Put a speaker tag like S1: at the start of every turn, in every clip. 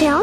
S1: 聊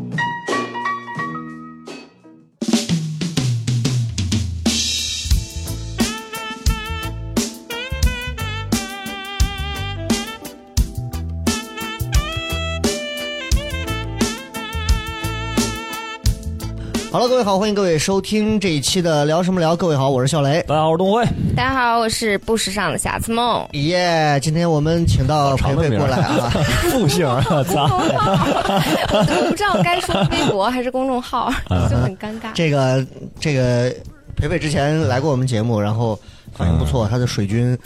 S2: 好了，各位好，欢迎各位收听这一期的聊什么聊。各位好，我是笑雷。
S3: 大家好，我是东辉。
S4: 大家好，我是不时尚的瑕疵梦。
S2: 耶、今天我们请到培
S3: 长的
S2: 培
S3: 名
S2: 过
S3: 儿
S2: 来啊，
S3: 复姓儿，操！
S4: 我都不知道该说微博还是公众号，就很尴尬。
S2: 啊这个这个培培之前来过我们节目，然后反应不错，他的水军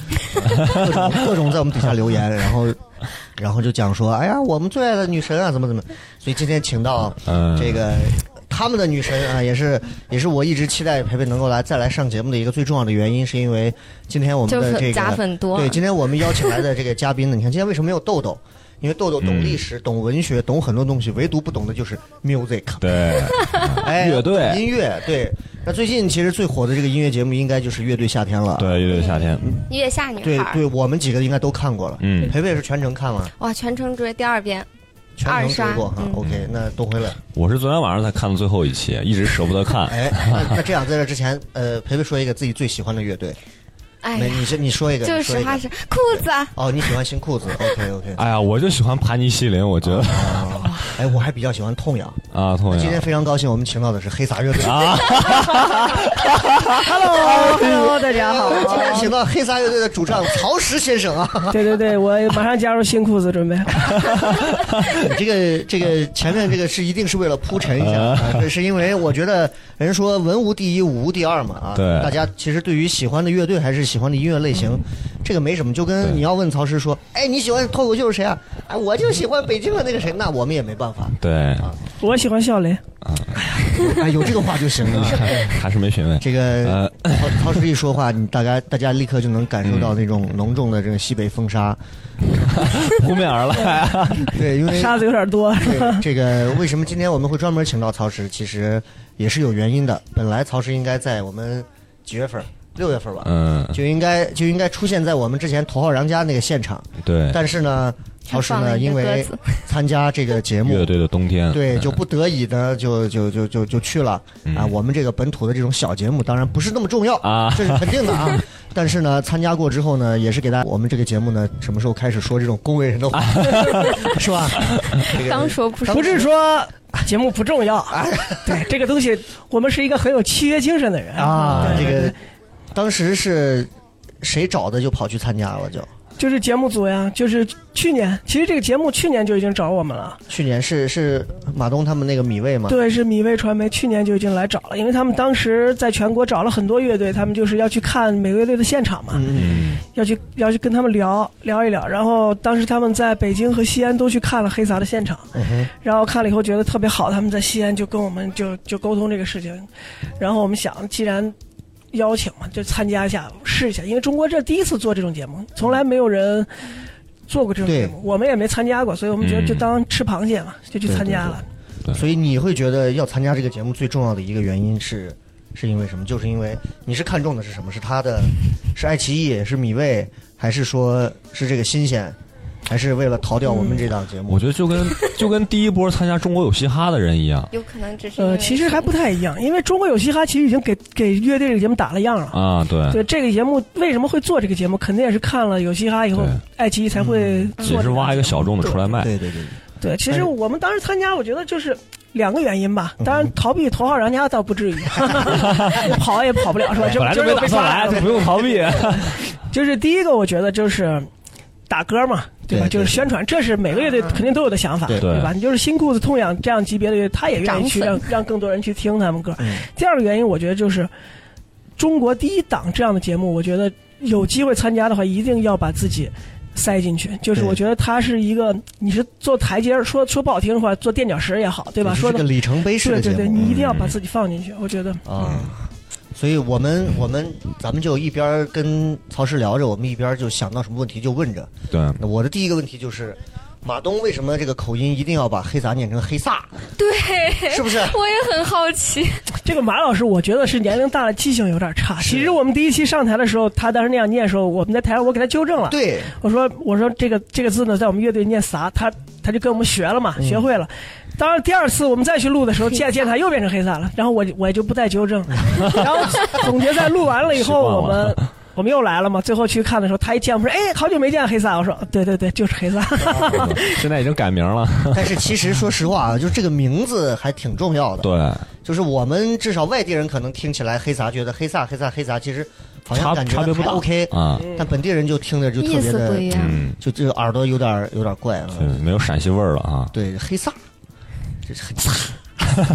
S2: 各种各种在我们底下留言，然后然后就讲说，哎呀，我们最爱的女神啊，怎么怎么，所以今天请到
S3: 嗯
S2: 这个。他们的女神啊，也是也是我一直期待培培能够来再来上节目的一个最重要的原因，是因为今天我们
S4: 就
S2: 的
S4: 是
S2: 这个
S4: 假粉多
S2: 对，今天我们邀请来的这个嘉宾呢，你看今天为什么没有豆豆？因为豆豆懂历史、懂文学、懂很多东西，唯独不懂的就是 music。
S3: 对，
S2: 哎，
S3: 乐队
S2: 音乐对。那最近其实最火的这个音乐节目应该就是《乐队夏天》了。
S3: 对，乐队夏天，
S4: 月下女
S2: 对
S4: 孩，
S2: 对，我们几个应该都看过了。
S3: 嗯
S2: 培培是全程看完，
S4: 哇，全程追第二遍，
S2: 全程追过哈
S4: 二刷。嗯
S2: OK，那都回来。
S3: 我是昨天晚上才看的最后一期，一直舍不得看。
S2: 哎，那那这样，在这之前，呃，培培说一个自己最喜欢的乐队。
S4: 哎
S2: 那
S4: 呀，
S2: 你先你说一个，
S4: 就
S2: 你
S4: 是
S2: 说
S4: 实
S2: 一
S4: 话
S2: 个。
S4: 实裤子啊，
S2: 哦，你喜欢新 裤子？OK OK。
S3: 哎呀，我就喜欢盘尼西林，我觉得
S2: 哎，我还比较喜欢痛痒。
S3: 啊，痛
S2: 今天
S3: 痒
S2: 非常高兴，我们请到的是黑撒乐队。
S3: 啊，
S5: Hello，大家好。
S2: 今天 请到黑撒乐队的主唱曹石先生啊。
S5: 对对对，我马上加入新裤子准备。
S2: 你 这个这个前面这个是一定是为了铺陈一下，啊这是因为我觉得人说文无第一，武无第二嘛啊，
S3: 对嗯
S2: 大家其实对于喜欢的乐队还是喜欢的音乐类型，这个没什么，就跟
S3: 对
S2: 你要问曹石说，哎，你喜欢脱口秀是谁啊？哎，我就喜欢北京的那个谁，那我们也没办法，
S3: 对，
S5: 我喜欢笑雷，
S2: 哎，有这个话就行了。
S3: 还是没品味。
S2: 啊这个
S3: 呃
S2: 曹曹石一说话，你大家大家立刻就能感受到那种浓重的这个西北风沙，
S3: 扑面而 来，
S2: 对，因为
S5: 沙子有点多。
S2: 对，这个为什么今天我们会专门请到曹石，其实也是有原因的。本来曹石应该在我们几月份儿，六月份儿吧，
S3: 嗯，
S2: 就应该就应该出现在我们之前头号瓤家那个现场，
S3: 对，
S2: 但是呢，曹
S4: 还
S2: 石
S4: 放
S2: 呢
S4: 了一
S2: 因
S4: 个鸽
S2: 为
S4: 子。
S2: 参加这个节目
S3: 乐。队的嗯冬天，
S2: 对，就不得已呢，就就就就就去了啊！我们这个本土的这种小节目，当然不是那么重要
S3: 嗯啊
S2: 这是肯定的 啊。但是呢，参加过之后呢，也是给大家，我们这个节目呢，什么时候开始说这种恭维人的话， 是吧？这个
S4: 刚说不说，
S5: 不是说节目不重要，啊对这个东西，我们是一个很有契约精神的人
S2: 啊，
S5: 对
S2: 这
S5: 对
S2: 个
S5: 对
S2: 当时是谁找的就跑去参加了就，
S5: 就是节目组呀，就是去年，其实这个节目去年就已经找我们了。
S2: 去年是是马东他们那个米味嘛，
S5: 对，是米味传媒去年就已经来找了，因为他们当时在全国找了很多乐队，他们就是要去看每个乐队的现场嘛。
S2: 嗯，
S3: 嗯，
S5: 要去要去跟他们聊聊一聊。然后当时他们在北京和西安都去看了黑撒的现场，
S2: 嗯哼，
S5: 然后看了以后觉得特别好，他们在西安就跟我们就就沟通这个事情。然后我们想，既然邀请嘛，就参加一下试一下，因为中国这第一次做这种节目，从来没有人。做过这种节目，我们也没参加过，所以我们觉得
S3: 嗯
S5: 就当吃螃蟹嘛，就去参加了。
S2: 所以你会觉得要参加这个节目最重要的一个原因是。是因为什么？就是因为你是看中的是什么？是他的，是爱奇艺，是米味，还是说是这个新鲜，还是为了逃掉我们这档节目？
S3: 我觉得就跟就跟第一波参加中国有嘻哈的人一样
S4: 有可能只
S3: 嗯
S4: 是因
S5: 呃，
S4: 为
S5: 其实还不太一样，因为中国有嘻哈其实已经给给乐队这个节目打了样了。
S3: 啊，对，
S5: 对这个节目为什么会做这个节目，肯定也是看了有嘻哈以后
S3: 对，
S5: 爱奇艺才会做。
S3: 也是挖一个小众的出
S5: 嗯
S3: 来卖，
S2: 对对对，
S5: 对，
S3: 哎
S5: 其实我们当时参加，我觉得就是。两个原因
S3: 嗯
S5: 吧，当然逃避头号玩家倒不 至于，跑也跑不了是吧？这
S3: 哎本来就
S5: 今儿
S3: 没
S5: 又
S3: 打
S5: 被
S3: 算
S5: 抓
S3: 来，
S5: 了
S3: 就不用逃避。
S5: 就是第一个，我觉得就是打歌嘛，对吧？
S2: 对对
S5: 就是宣传，这是每个乐队肯定都有的想法，
S2: 对
S5: 对吧？你就是新裤子、痛痒这样级别的乐队，他也愿意去
S4: 涨
S5: 让让更多人去听他们歌。
S2: 嗯
S5: 第二个原因，我觉得就是中国第一档这样的节目，我觉得有机会参加的话，一定要把自己。塞进去，就是
S2: 对
S5: 我觉得它是一个，你是做台阶儿，说说不好听的话，做垫脚石也好，对吧？
S2: 这
S5: 说
S2: 是个
S5: 的
S2: 里程碑式
S5: 对
S2: 的节
S5: 对
S2: 目。嗯
S5: 对，你一定要把自己放进去，我觉得。
S3: 嗯
S2: 啊。所以我们我们咱们就一边儿跟曹石聊着，我们一边儿就想到什么问题就问着。
S3: 对，
S2: 那我的第一个问题就是，马东为什么这个口音一定要把黑撒念成黑撒？
S4: 对，
S2: 是不是
S4: 我也很好奇，
S5: 这个马老师，我觉得是年龄大了，记性有点差。其实我们第一期上台的时候，他当时那样念的时候，我们在台上我给他纠正了。
S2: 对，
S5: 我说我说这个这个字呢，在我们乐队念撒，他他就跟我们学了
S2: 嗯
S5: 嘛，学会了。当然，第二次我们再去录的时候，见见他又变成黑撒了，然后我我就不再纠正。然后总决赛录完了以 后，
S3: 习惯了
S5: 我们我们又来了嘛，最后去看的时候，他一见我们说：“哎，好久没见黑撒。”我说：“对对对，就是黑撒。
S2: 啊
S3: 现在已经改名了。
S2: 但是其实说实话啊，就这个名字还挺重要的。，
S3: 对，
S2: 就是我们至少外地人可能听起来黑撒觉得黑撒黑撒黑撒，其实好像
S3: 差
S2: 感觉
S3: 差别不
S2: 还
S3: 大
S2: OK，
S3: 啊，
S2: 但本地人就听着就特
S4: 意
S2: 别
S4: 思不
S2: 的
S4: 一，样。
S3: 嗯，
S2: 就这个耳朵有点儿有点儿怪啊
S3: 对。，嗯没有陕西味儿了啊。
S2: 对，黑撒，这是很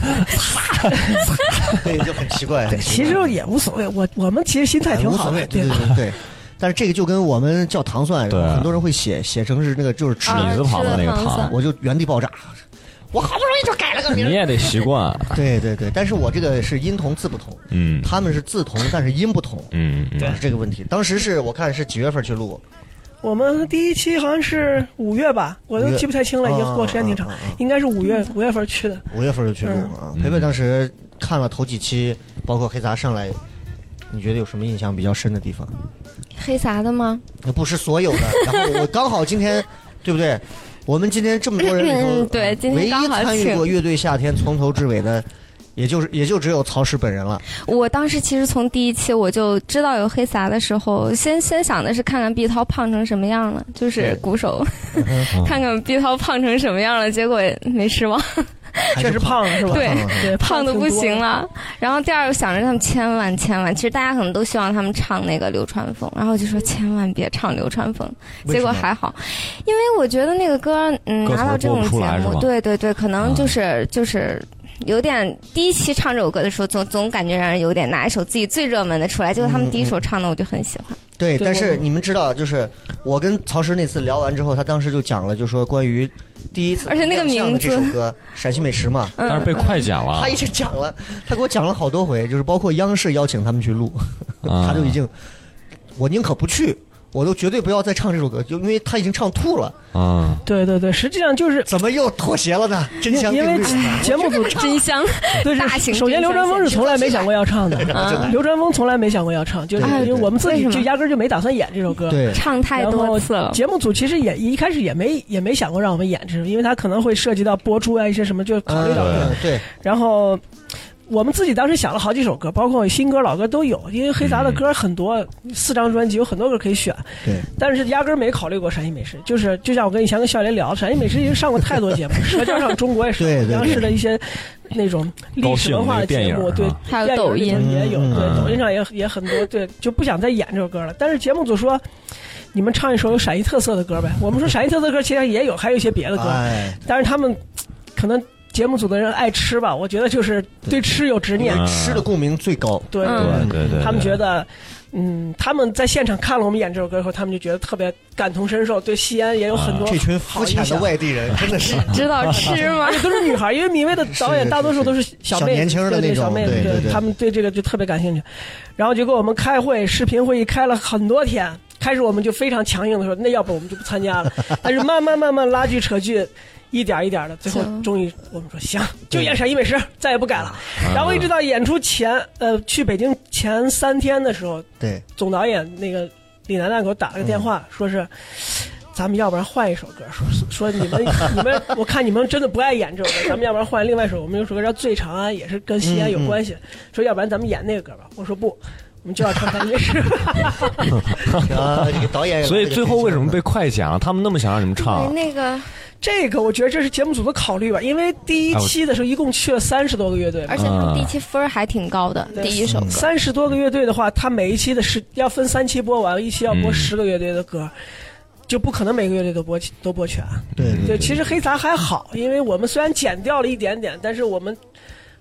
S2: 对，就很奇怪。”很奇
S5: 其
S2: 怪
S5: 实也无所谓，我我们其实心态挺
S2: 哎无所
S5: 好的
S2: 谓，对对对对。但是这个就跟我们叫糖蒜，
S3: 对啊
S2: 很多人会写写成是那个就是吃，
S4: 啊
S3: 米字旁的那个
S4: 吃了糖
S3: 糖
S4: 蒜，
S2: 我就原地爆炸。我好不容易就改了个名
S3: 你
S2: 儿。
S3: 也得习惯。
S2: 对对对，但是我这个是音同字不同，
S3: 嗯
S2: 他们是字同，但是音不同，
S3: 嗯嗯
S2: 是这个问题。当时是我看是几月份去录，
S5: 我们第一期好像是五月吧，我
S2: 五
S5: 都
S2: 月
S5: 记不太清了，已经过时间挺长
S2: 啊啊啊啊啊，
S5: 应该是五月五月份去的。
S2: 五月份就去录了啊。
S3: 嗯
S2: 培培当时看了头几期，包括黑杂上来，你觉得有什么印象比较深的地方？
S4: 黑啥的吗？
S2: 那不是所有的。然后我刚好今天，对不对？我们今天这么多人里头，啊
S4: 嗯对今天
S2: 唯一
S4: 刚好
S2: 参与
S4: 请
S2: 过乐队夏天从头至尾的，也就是也就只有曹石本人了。
S4: 我当时其实从第一期我就知道有黑撒的时候，先先想的是看看毕涛胖成什么样了，就是鼓手， 看看毕涛胖成什么样了，结果没失望，
S2: 还
S5: 确
S2: 是
S5: 实胖了是吧？
S4: 对
S5: 对，
S4: 胖的
S5: 挺
S4: 不
S5: 多
S4: 行。了。然后第二个想着他们千万千万，其实大家可能都希望他们唱那个流川枫，然后就说千万别唱流川枫，
S2: 为
S4: 结果
S2: 什么
S4: 还好，因为我觉得那个歌，嗯，
S3: 歌词
S4: 拿到这
S3: 播
S4: 种
S3: 不
S4: 节
S3: 出来是
S4: 目
S3: 吧，
S4: 对对对，可能
S3: 啊
S4: 就是、就是有点第一期唱这首歌的时候，总总感觉让人有点拿一首自己最热门的出来，结果他
S2: 嗯
S4: 们第一首唱的我就很喜欢。
S2: 对，
S5: 对
S2: 但是
S5: 我
S2: 你们知道，就是我跟曹石那次聊完之后，他当时就讲了，就说关于第一次
S4: 而且那个
S2: 亮相的
S4: 名
S2: 这
S4: 字
S2: 首歌《陕西美食》嘛，
S4: 嗯，
S3: 但是被快剪了
S5: 啊
S2: 他一直讲了，他给我讲了好多回，就是包括央视邀请他们去录，
S3: 啊
S2: 他就已经，我宁可不去，我都绝对不要再唱这首歌，就因为他已经唱吐了，
S3: 啊，
S5: 对对对，实际上就是
S2: 怎么又妥协了呢？真香
S5: 因
S2: 定
S5: 为
S2: 律。
S5: 节 目组
S4: 真香，
S5: 对
S4: 大型
S5: 是，首
S4: 真
S5: 先刘传峰是从来没想过要唱的，
S4: 啊
S5: 刘传峰从来没想过要唱，就是
S2: 对对
S5: 因为
S2: 对
S5: 我们自己
S4: 为什
S5: 就
S4: 么
S5: 压根儿就没打算演这首歌。。
S2: 对，
S4: 唱太
S5: 然后
S4: 多次了。
S5: 节目组其实也一开始也没也没想过让我们演这首，因为他可能会涉及到播出啊一些什么，就考虑到这个。
S2: 嗯，对，
S5: 然后我们自己当时想了好几首歌，包括新歌、老歌都有，因为黑杂的歌很多，四张专辑有很多歌可以选。
S2: 对，
S5: 但是压根儿没考虑过陕西美食，就是就像我跟以前跟笑林聊，陕西美食已经上过太多节目，《舌尖上中国》也
S2: 对 对
S5: 是
S2: 对
S5: 央视的一些那种历史文化的节目，
S3: 高兴那个
S5: 对
S3: 电影啊，
S4: 还有
S5: 电影
S4: 抖 音
S5: 也有，
S2: 嗯
S5: 对，抖音上也也很多，对，就不想再演这首歌了。但是节目组说。你们唱一首有陕西特色的歌呗。我们说陕西特色歌其实也有，还有一些别的歌。
S2: 哎，
S5: 但是他们可能节目组的人爱吃吧，我觉得就是对吃有执念
S3: 嗯，
S2: 吃的共鸣最高，
S5: 对，
S4: 嗯
S3: 对对对，
S5: 他们
S3: 得
S5: 觉得，嗯，他们在现场看了我们演这首歌以后，他们就觉得特别感同身受，对西安也有很多
S2: 这群
S5: 好
S2: 肤
S5: 印
S2: 浅的
S5: 象。
S2: 外地人真的 是
S4: 知道吃吗？
S5: 都是女孩，因为米未的导
S2: 是
S5: 演
S2: 是
S5: 大多数都是
S2: 小
S5: 妹子，
S2: 年轻的
S5: 对对
S2: 那种
S5: 小妹子
S2: 对对对
S5: 他们对这个就特别感兴趣。然后就跟我们开会，视频会议开了很多天。开始我们就非常强硬的说，那要不我们就不参加了。但是慢慢慢慢拉锯扯锯，一点一点的，最后
S4: 行
S5: 终于我们说行，就演陕西美食，再也不改了。
S2: 啊
S3: 嗯
S5: 然后一直到演出前，呃，去北京前三天的时候，
S2: 对，
S5: 总导演那个李楠楠给我打了个电话，说是咱们要不然换一首歌，说说你们你们，我看你们真的不爱演这首歌，咱们要不然换另外一首，我们有首歌叫《醉长啊安》，也是跟西安有关系，说要不然咱们演那个歌吧。我说不。我们就要唱《三夜市》，
S2: 啊，这个导演，
S3: 所以最后为什
S2: 嗯
S3: 么被快剪了？他们那么想让你们啊唱，
S4: 哎那个，
S5: 这个我觉得这是节目组的考虑吧，因为第一
S3: 哎我
S5: 期的时候一共去了三十多个乐队嘛，
S4: 而且他们第一期分儿还挺高的，第一首歌。
S5: 三十多个乐队的话，它每一期的时要分三期播完，一期要播
S3: 嗯
S5: 十个乐队的歌，就不可能每个乐队都播齐都播全。啊
S2: 对对
S5: 对，其实黑杂还好，因为我们虽然剪掉了一点点，但是我们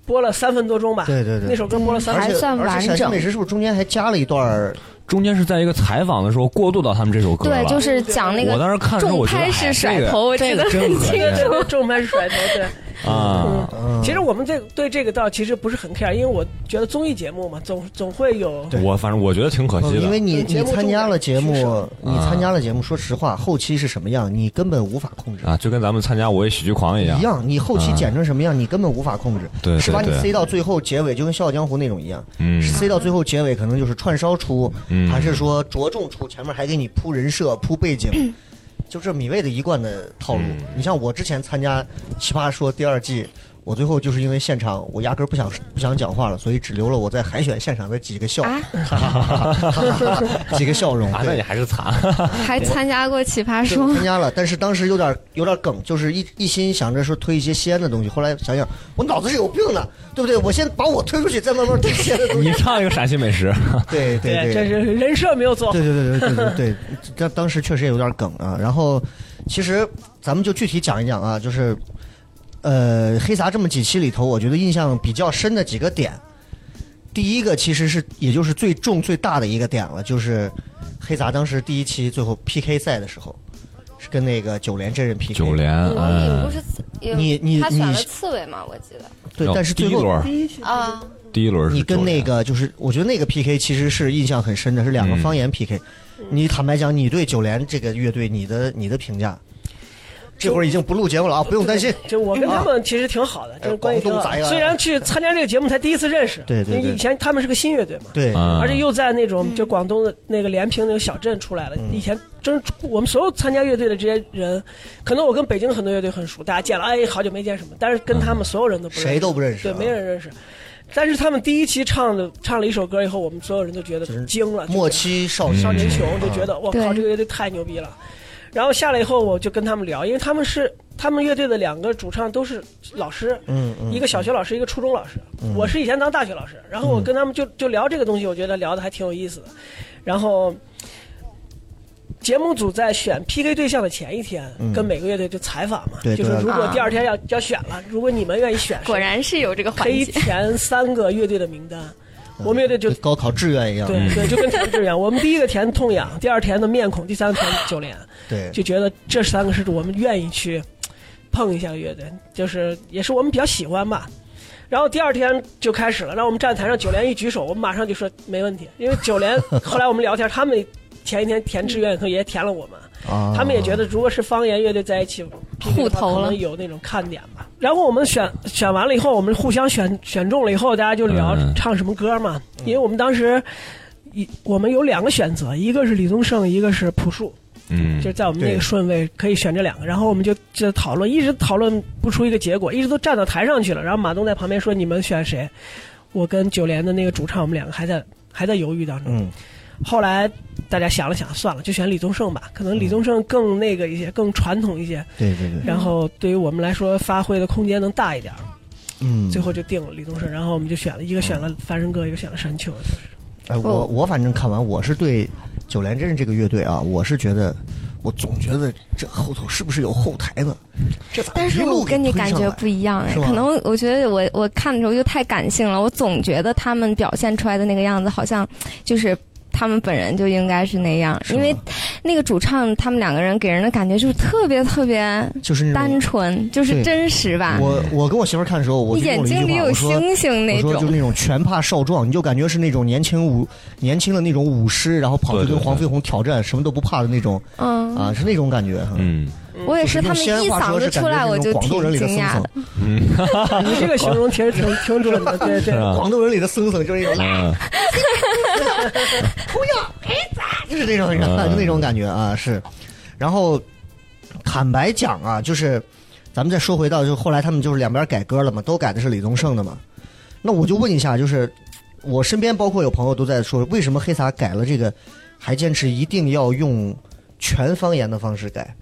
S5: 播了三分多钟吧。
S2: 对对对
S5: 那首歌播了三分
S2: 而且
S4: 还
S5: 钟。
S4: 算
S2: 而且陕
S4: 完
S2: 西
S4: 整
S2: 美食是不是中间还加了一段儿？
S3: 中间是在一个采访的时候过渡到他们这首歌
S4: 对，
S3: 了。
S4: 就是讲那
S3: 我
S4: 个
S3: 当时看的时候，
S4: 重
S3: 我觉得
S4: 拍式甩头，
S3: 哎
S4: 我
S3: 这
S4: 记
S3: 个
S4: 得
S3: 这个
S4: 很
S3: 真恶
S4: 清
S3: 心
S4: 楚。
S5: 正拍是甩头，对，
S3: 啊，
S2: 嗯
S5: 其实我们这对这个倒其实不是很 care，因为我觉得综艺节目嘛，总总会有
S3: 我反正我觉得挺可
S2: 嗯
S3: 惜
S2: 因为
S3: 的。
S2: 你
S5: 节
S2: 你
S5: 目
S2: 参加了节
S5: 重点
S2: 目
S5: 是，
S3: 嗯
S2: 你参加了节目，说实话，后期是什么样，你根本无法控制。
S3: 啊，就跟咱们参加《我也喜剧狂》一样
S2: 一，样，你后期
S3: 啊
S2: 剪成什么样，你根本无法控制。
S3: 哎对
S2: 是
S3: 对
S2: 把你
S3: 对
S2: 塞到最后结尾，就跟《笑傲江湖》那种一样，
S3: 嗯
S2: 是塞到最后结尾，可能就是串烧出，
S3: 嗯
S2: 还是说着重出，前面还给你铺人设、铺背 景，就这米未的一贯的套路。
S3: 嗯
S2: 你像我之前参加《奇葩说》第二季。我最后就是因为现场，我压根儿不想不想讲话了，所以只留了我在海选现场的几个笑，
S4: 啊
S2: 几个笑容。
S3: 啊，那
S2: 对
S3: 你还是惨。
S4: 还参加过《奇葩
S2: 对
S4: 说
S2: 我》参加了，但是当时有点有点梗，就是一一心想着说推一些西安的东西，后来想想我脑子是有病的，对不对？我先把我推出去，再慢慢 推西安的东
S3: 你
S2: 西。
S3: 唱一个陕西美食，
S2: 对对对，
S5: 这是人设没有做 好
S2: 对。对对对对对对，当当时确实也有点梗啊。然后，其实咱们就具体讲一讲啊，就是，呃，黑撒这么几期里头，我觉得印象比较深的几个点，第一个其实是也就是最重最大的一个点了，就是黑撒当时第一期最后 PK 赛的时候，是跟那个九连真人 PK。
S3: 九连，
S4: 你不
S3: 嗯，
S4: 是有
S2: 呃你你
S4: 他选了
S2: 你
S4: 刺猬嘛？我记得
S2: 对，但是
S3: 哦第
S2: 最
S3: 一
S2: 后
S3: 轮，
S4: 啊，
S3: 第一轮是
S2: 你跟
S3: 九连
S2: 那个就是，我觉得那个 PK 其实是印象很深的，是两个
S3: 嗯
S2: 方言 PK。你坦白讲，你对九连这个乐队，你的你的评价？这会儿已经不录节目了啊，不用担心。啊
S5: 就我跟他们其实挺好的，这关系挺
S2: 广东
S5: 好
S2: 杂。哎呀
S5: 虽然去参加这个节目才第一次认识，
S2: 对对对
S5: 因为以前他们是个新乐队嘛，
S2: 对，
S3: 嗯
S5: 而且又在那种就广东的那个连平那个小镇出来了。
S2: 嗯
S5: 以前真我们所有参加乐队的这些人，可能我跟北京很多乐队很熟，大家见了哎好久没见什么，但是跟他们所有人都不认识，
S2: 谁都不认识
S5: 对，
S2: 啊
S5: 没人认识。但是他们第一期唱的唱了一首歌以后，我们所有人都觉得
S2: 就是
S5: 惊了，就
S2: 莫欺
S3: 嗯
S2: 少
S5: 少年
S2: 年
S5: 穷
S2: 穷，
S5: 就觉得我
S4: 对
S5: 靠，这个乐队太牛逼了。然后下来以后，我就跟他们聊，因为他们是他们乐队的两个主唱都是老师，
S2: 嗯嗯，嗯
S5: 一个小学老师，一个初中老师。我是以前当大学老师，然后我跟他们就就聊这个东西，我觉得聊的还挺有意思的。然后节目组在选 PK 对象的前一天，跟每个乐队就采访嘛，
S2: 嗯对
S5: 就说
S2: 对
S5: 如果
S4: 啊
S5: 第二天要要选了，如果你们愿意选，
S4: 果然是有这个环
S5: 可以
S4: 节。
S5: 填三个乐队的名单。我们乐队就
S2: 跟高考志愿一样。
S5: 对对，就跟填志愿，我们第一个填痛痒，第二填的面孔，第三个填九连，
S2: 对
S5: 就觉得这三个是我们愿意去碰一下的乐队，就是也是我们比较喜欢吧。然后第二天就开始了，让我们站台上九连一举手，我们马上就说没问题，因为九连后来我们聊天，他们前一天填志愿的时候也填了我们，
S2: 啊，
S5: 他们也觉得如果是方言乐队在一起，
S4: 互投了
S5: 可能有那种看点
S2: 啊
S5: 吧。然后我们选选完了以后，我们互相选选中了以后，大家就聊
S3: 嗯
S5: 唱什么歌嘛，因为我们当时。一我们有两个选择，一个是李宗盛，一个是朴树，
S3: 嗯
S5: 就是在我们那
S2: 对
S5: 个顺位可以选这两个。然后我们就就讨论，一直讨论不出一个结果，一直都站到台上去了。然后马东在旁边说：“你们选谁？”我跟九连的那个主唱，我们两个还在还在犹豫当中。
S2: 嗯
S5: 后来大家想了想，算了，就选李宗盛吧。可能李宗盛更那个一些，更传统一些，
S2: 对对对，
S5: 然后对于我们来说发挥的空间能大一点儿。
S2: 嗯，
S5: 最后就定了李宗盛，然后我们就选了一个选了《翻身歌》，一个选了《山丘》。
S2: 哎，
S5: 哦
S2: 我我反正看完，我是对九连真这个乐队啊，我是觉得，我总觉得这后头是不是有后台呢？这咋
S4: 但
S2: 一
S4: 是
S2: 路
S4: 我
S2: 给
S4: 跟你
S2: 推
S4: 感
S2: 上
S4: 觉
S2: 来
S4: 不一样哎，
S2: 是吧
S4: 可能我觉得我我看的时候就太感性了，我总觉得他们表现出来的那个样子，好像就是他们本人就应该是那样，
S2: 是
S4: 因为
S2: 吗
S4: 那个主唱他们两个人给人的感觉就是特别特别
S2: 就是那种
S4: 单纯，就是
S2: 对
S4: 真实吧。
S2: 我我跟我媳妇儿看的时候，我就
S4: 啊眼
S2: 用了一
S4: 睛里
S2: 句话，
S4: 有
S2: 我说
S4: 星星那
S2: 我说就是
S4: 种，
S2: 那种拳怕少壮，你就感觉是那种年轻武年轻的那种武师，然后跑去
S3: 对对
S2: 跟
S3: 对
S2: 黄飞鸿挑战，什么都不怕的那种
S4: 嗯，
S2: 啊，是那种感觉。嗯，
S3: 嗯
S4: 我也是，
S2: 就
S4: 他
S2: 用
S4: 们
S2: 西安
S4: 一
S2: 话
S4: 嗓
S2: 说
S4: 子
S2: 是
S4: 出来
S2: 感觉
S4: 我
S2: 是那
S4: 就
S2: 种广
S4: 挺
S2: 东人里的
S4: 惊
S2: 僧
S4: 讶
S2: 僧
S4: 的，，
S3: 嗯
S5: 你这个形容其实挺挺准的，对对
S3: 是。吧？
S2: 广东人里的僧僧就是那种，
S3: 嗯，
S2: 就是那种，
S3: 嗯
S2: 就那种感觉啊，是。然后坦白讲啊，就是咱们再说回到，就后来他们就是两边改歌了嘛，都改的是李宗盛的嘛。那我就问一下，就是我身边包括有朋友都在说，为什么黑撒改了这个，还坚持一定要用全方言的方式改？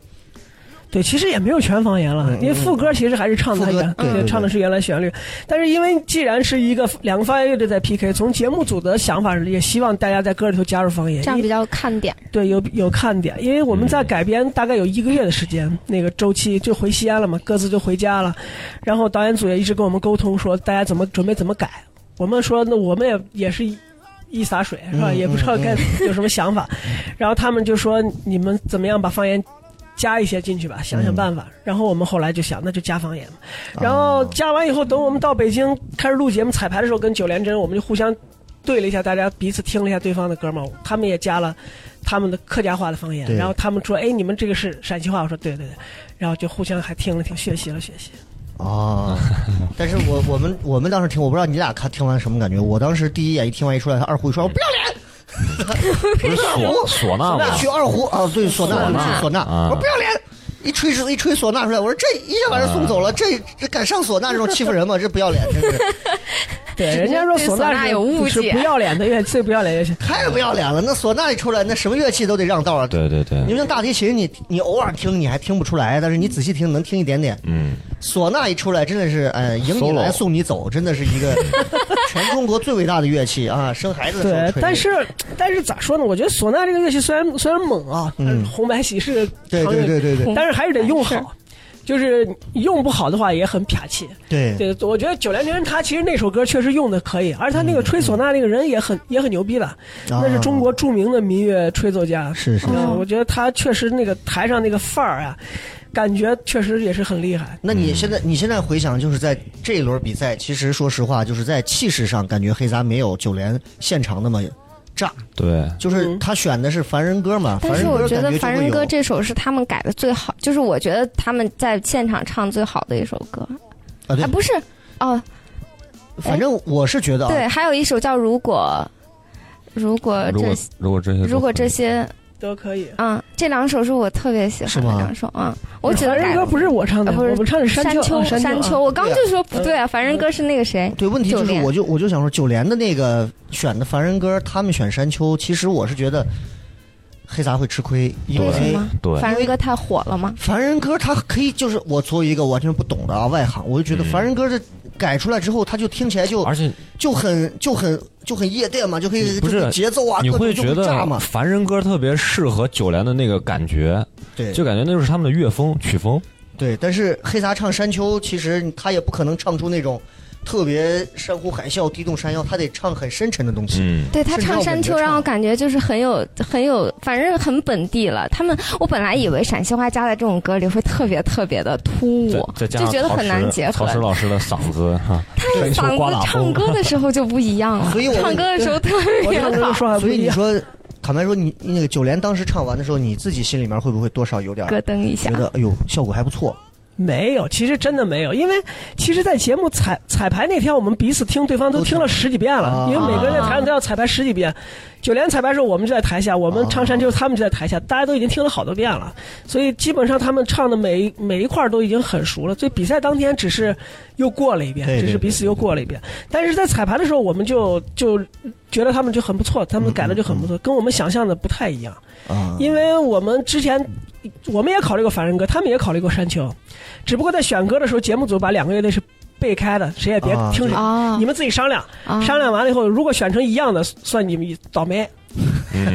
S5: 对，其实也没有全方言了，
S2: 嗯
S5: 因为副歌其实还是唱的他
S2: 副歌
S5: 原
S2: 对对对
S5: 唱的是原来旋律。但是因为既然是一个两个方言乐队在 PK，从节目组的想法是，也希望大家在歌里头加入方言，
S4: 这样比较看点。
S5: 对有有看点。因为我
S2: 嗯
S5: 们在改编大概有一个月的时间，那个周期就回西安了嘛，各自就回家了。然后导演组也一直跟我们沟通说，大家怎么准备怎么改。我们说，那我们也也是一一洒水是吧？
S2: 嗯
S5: 也不知道该有什么想法。然后他们就说，你们怎么样把方言加一些进
S2: 嗯
S5: 去吧，想想办法。然后我们后来就想，那就加方言嘛。
S2: 啊
S5: 然后加完以后，等我们到北京开始录节目彩排的时候，跟九连真我们就互相对了一下，大家彼此听了一下对方的歌嘛，他们也加了他们的客家话的方言。
S2: 对
S5: 然后他们说：“哎，你们这个是陕西话。”我说：“对对对。”然后就互相还听了听，学习了学习。
S2: 哦，但是我我们我们当时听，我不知道你俩看听完什么感觉。我当时第一眼一听完一出来，他二胡一出来，我不要
S3: 不是唢唢呐
S2: 脸，
S3: 吗？
S2: 学二胡啊，对，唢呐
S3: 唢呐
S2: 是唢呐，
S3: 啊
S2: 我说不要脸。一吹是一吹唢呐出来，我说这一下把人送
S3: 啊
S2: 走了，这这敢上唢呐这种欺负人吗？这不要脸，真 是
S5: 对，人家说
S4: 对
S5: 唢
S4: 唢呐
S5: 呐是
S4: 有误
S5: 是
S4: 解
S5: 不要脸的 乐，最不要脸的乐器。
S2: 太不要脸了！那唢呐一出来，那什么乐器都得让道啊。
S3: 对对对
S2: 你，像大提琴，你你偶尔听你还听不出来，但是你仔细听能听一点点。
S3: 嗯，
S2: 唢呐一出来，真的是哎，迎你
S3: Solo
S2: 来送你走，真的是一个 全中国最伟大的乐器啊！生孩子的时候
S5: 对
S2: 吹的，
S5: 但是但是咋说呢？我觉得唢呐这个乐器虽然虽然猛啊，但是红白喜事
S2: 对
S5: 常
S2: 对
S5: 有
S2: 对对对
S5: 但是还是得用
S4: 是
S5: 好。就是用不好的话也很撇气。
S2: 对
S5: 对，我觉得九连真他其实那首歌确实用的可以，而他
S2: 嗯
S5: 那个吹唢呐那个人也很也很牛逼了，那是中国著名的民乐吹奏家。
S2: 啊是是
S5: 嗯，我觉得他确实那个台上那个范儿啊，感觉确实也是很厉害。
S2: 那你现在你现在回想，就是在这一轮比赛，其实说实话，就是在气势上，感觉黑撒没有九连现场那么炸。
S3: 对，
S2: 就是他选的是凡人歌嘛，
S4: 嗯但
S2: 凡
S4: 是
S2: 人
S4: 我
S2: 歌
S4: 觉得
S2: 感
S4: 《
S2: 觉
S4: 凡
S2: 就会
S4: 人歌
S2: 有》
S4: 这首是他们改的最好，就是我觉得他们在现场唱最好的一首歌。
S2: 啊，对
S4: 哎，，不是哦，
S2: 反正我是觉得啊，
S4: 哎对，还有一首叫《如果》，如果
S3: 如果
S4: 呃这
S3: 如果这些都
S4: 如果
S3: 可
S4: 这
S3: 以
S4: 些，
S5: 都可以。
S4: 嗯，这两首是我特别喜
S2: 是
S4: 欢
S2: 吗
S4: 的两首啊，我觉得
S5: 凡
S4: 改
S5: 人歌
S4: 的
S5: 不是我唱的，
S4: 啊不是
S5: 我们唱的是
S4: 山
S5: 丘，
S4: 丘
S5: 啊山
S4: 山
S5: 丘
S4: 丘，
S5: 啊。
S4: 我刚就说
S2: 呃
S4: 不对啊，凡人歌是那个谁，
S2: 对，问题就
S4: 九
S2: 是，
S4: 连
S2: 我就我就想说，九连的那个选的凡人歌，他们选山丘，其实我是觉得黑撒会吃亏，因
S4: 为什
S2: 为
S4: 么？
S3: 对
S4: 凡人歌太火了吗？
S2: 凡人歌它可以就是我作为一个完全不懂的啊外行，我就觉得
S3: 嗯
S2: 凡人歌这改出来之后，它就听起来就
S3: 而且
S2: 就很就很就很夜店嘛，就可以
S3: 不是
S2: 就节奏啊，
S3: 你
S2: 各种
S3: 会
S2: 就
S3: 觉
S2: 炸
S3: 得
S2: 嘛，
S3: 凡人歌特别适合九连的那个感觉，
S2: 对
S3: 就感觉那就是他们的乐风曲风。
S2: 对。但是黑撒唱山丘，其实他也不可能唱出那种特别山呼海啸、地动山摇，他得唱很深沉的东西。
S3: 嗯，
S4: 对他
S2: 是让
S4: 唱
S2: 我
S4: 山
S2: 们
S4: 丘，
S2: 唱
S4: 让我感觉就是很有很有，反正很本地了。他们，我本来以为陕西话加在这种歌里会特别特别的突
S3: 再
S4: 兀，
S3: 再
S4: 就
S3: 加上
S4: 觉得
S3: 曹
S4: 很
S3: 石
S4: 难结合
S3: 曹。石老师的嗓子哈，
S4: 他
S3: 山丘
S4: 嗓
S3: 刮大
S4: 子唱
S3: 风
S4: 歌的时候就不一样了，
S2: 所以我
S4: 唱歌的时候特
S5: 我
S4: 别
S5: 这个人
S4: 好。
S5: 说
S3: 嗯
S5: 话不
S2: 所以
S5: 一
S2: 你
S5: 样。
S2: 说，坦白说，你你那个九连当时唱完的时候，你自己心里面会不会多少有点
S4: 咯噔一下
S2: 觉，得，哎呦，效果还不错？
S5: 没有，其实真的没有，因为其实，在节目彩彩排那天，我们彼此听对方都听了十几遍了，
S2: 啊
S5: 因为每个人在台上都要彩排十几遍。九连彩排的时候，我们就在台下，我们唱山丘，他们就在台下，大家都已经听了好多遍了，所以基本上他们唱的每一每一块儿都已经很熟了。所以比赛当天只是又过了一遍，
S2: 对对
S5: 只是彼此又过了一遍。但是在彩排的时候，我们就就觉得他们就很不错，他
S2: 嗯
S5: 们改的就很不错，跟我们想象的不太一样。
S2: 啊，
S5: 因为我们之前我们也考虑过凡人歌，他们也考虑过山丘，只不过在选歌的时候，节目组把两个乐队是背开的，谁也别
S2: 啊
S5: 听谁，
S4: 啊
S5: 你们自己商量。
S4: 啊
S5: 商量完了以后，如果选成一样的，算你们倒霉。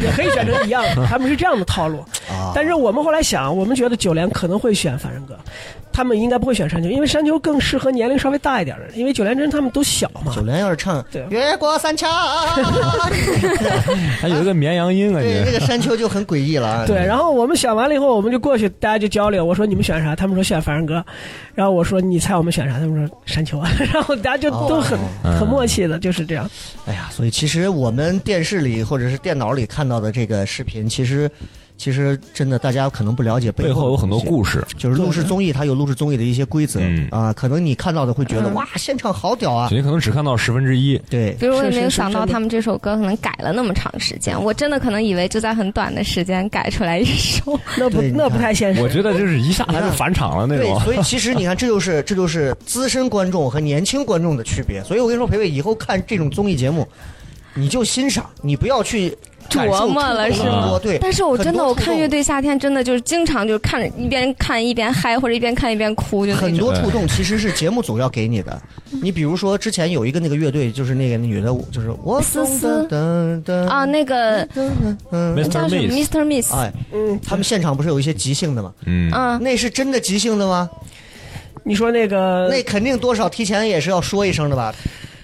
S5: 也可以选成一样的，他们是这样的套路。
S2: 啊
S5: 但是我们后来想，我们觉得九连可能会选凡人歌，他们应该不会选山丘，因为山丘更适合年龄稍微大一点的人，因为九连真他们都小嘛
S2: 九。连要是唱
S5: 对
S2: 《越过山丘》，
S3: 还有一个绵羊音感
S2: 对，那
S3: 觉。
S2: 个山丘就很诡异了啊。
S5: 对，然后我们选完了以后，我们就过去，大家就交流。我说你们选啥？他们说选凡人歌，然后我说你猜我们选啥？他们说山丘啊。 然后大家就都很、
S3: 哦
S5: 很默契的，就是这样。
S2: 哎呀，所以其实我们电视里或者是电脑里看到的这个视频，其实其实真的大家可能不了解背
S3: 背后有很多
S2: 事。
S3: 故事，
S2: 就是录制综艺，它有录制综艺的一些规则
S3: 嗯
S2: 啊，可能你看到的会觉得
S4: 嗯
S2: 哇，现场好屌啊
S3: 就，你可能只看到十分之一，
S2: 对
S4: 比如我也
S5: 是
S4: 没有
S5: 是
S4: 想到
S5: 真的
S4: 他们这首歌可能改了那么长时间，我真的可能以为就在很短的时间改出来一首。
S5: 那不
S2: 对你看
S5: 那不太现实。
S3: 我觉得就是一下他就返场了那
S2: 对
S3: 种，。
S2: 所以其实你看，这就是这就是资深观众和年轻观众的区别。所以我跟你说，培培以后看这种综艺节目，你就欣赏，你不要去感受
S4: 琢磨了
S2: 触动
S3: 是吗
S2: 很多 对，
S4: 但是我真
S2: 很
S4: 的，
S2: 多
S4: 我
S2: 触
S4: 看
S2: 动
S4: 乐队夏天真的就是经常就是看一边看一边嗨，或者一边看一边哭，就那
S2: 很
S4: 种。嗯
S2: 多触动其实是节目组要给你的。你比如说，之前有一个那个乐队，就是那个女的，就是我
S4: 思思
S2: 噔噔
S4: 啊，那个
S2: 嗯，
S4: 叫
S3: Mr.
S4: 什么
S3: Miss，
S4: Mr. Miss，
S2: 哎，
S5: 嗯，
S2: 他们现场不是有一些即兴的吗？
S3: 嗯，
S4: 嗯，
S2: 那是真的即兴的吗？
S5: 你说那个
S2: 那肯定多少提前也是要说一声的吧？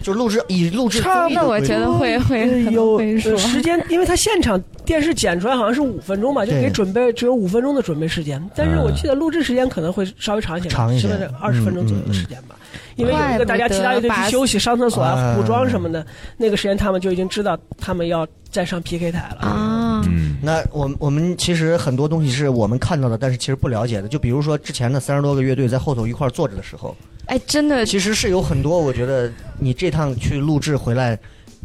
S2: 就录制以录制综艺的
S4: 那我
S2: 规
S4: 觉得
S2: 模
S4: 会会可能
S5: 有
S4: 会说
S5: 呃时间，因为他现场电视剪出来好像是五分钟吧，就
S2: 对
S5: 给准备只有五分钟的准备时间。但是我记得录制时间可能会稍微长一些吧，
S2: 长一些嗯
S5: 是不是二十分钟左右的时间吧？因为有一个大家其他乐队去休息、上厕所啊、
S2: 嗯
S5: 补妆什么的，那个时间他们就已经知道他们要再上 PK 台了。
S4: 啊，
S3: 嗯
S2: 那我们我们其实很多东西是我们看到的，但是其实不了解的。就比如说之前的三十多个乐队在后头一块儿坐着的时候，
S4: 哎，真的
S2: 其实是有很多，我觉得你这趟去录制回来，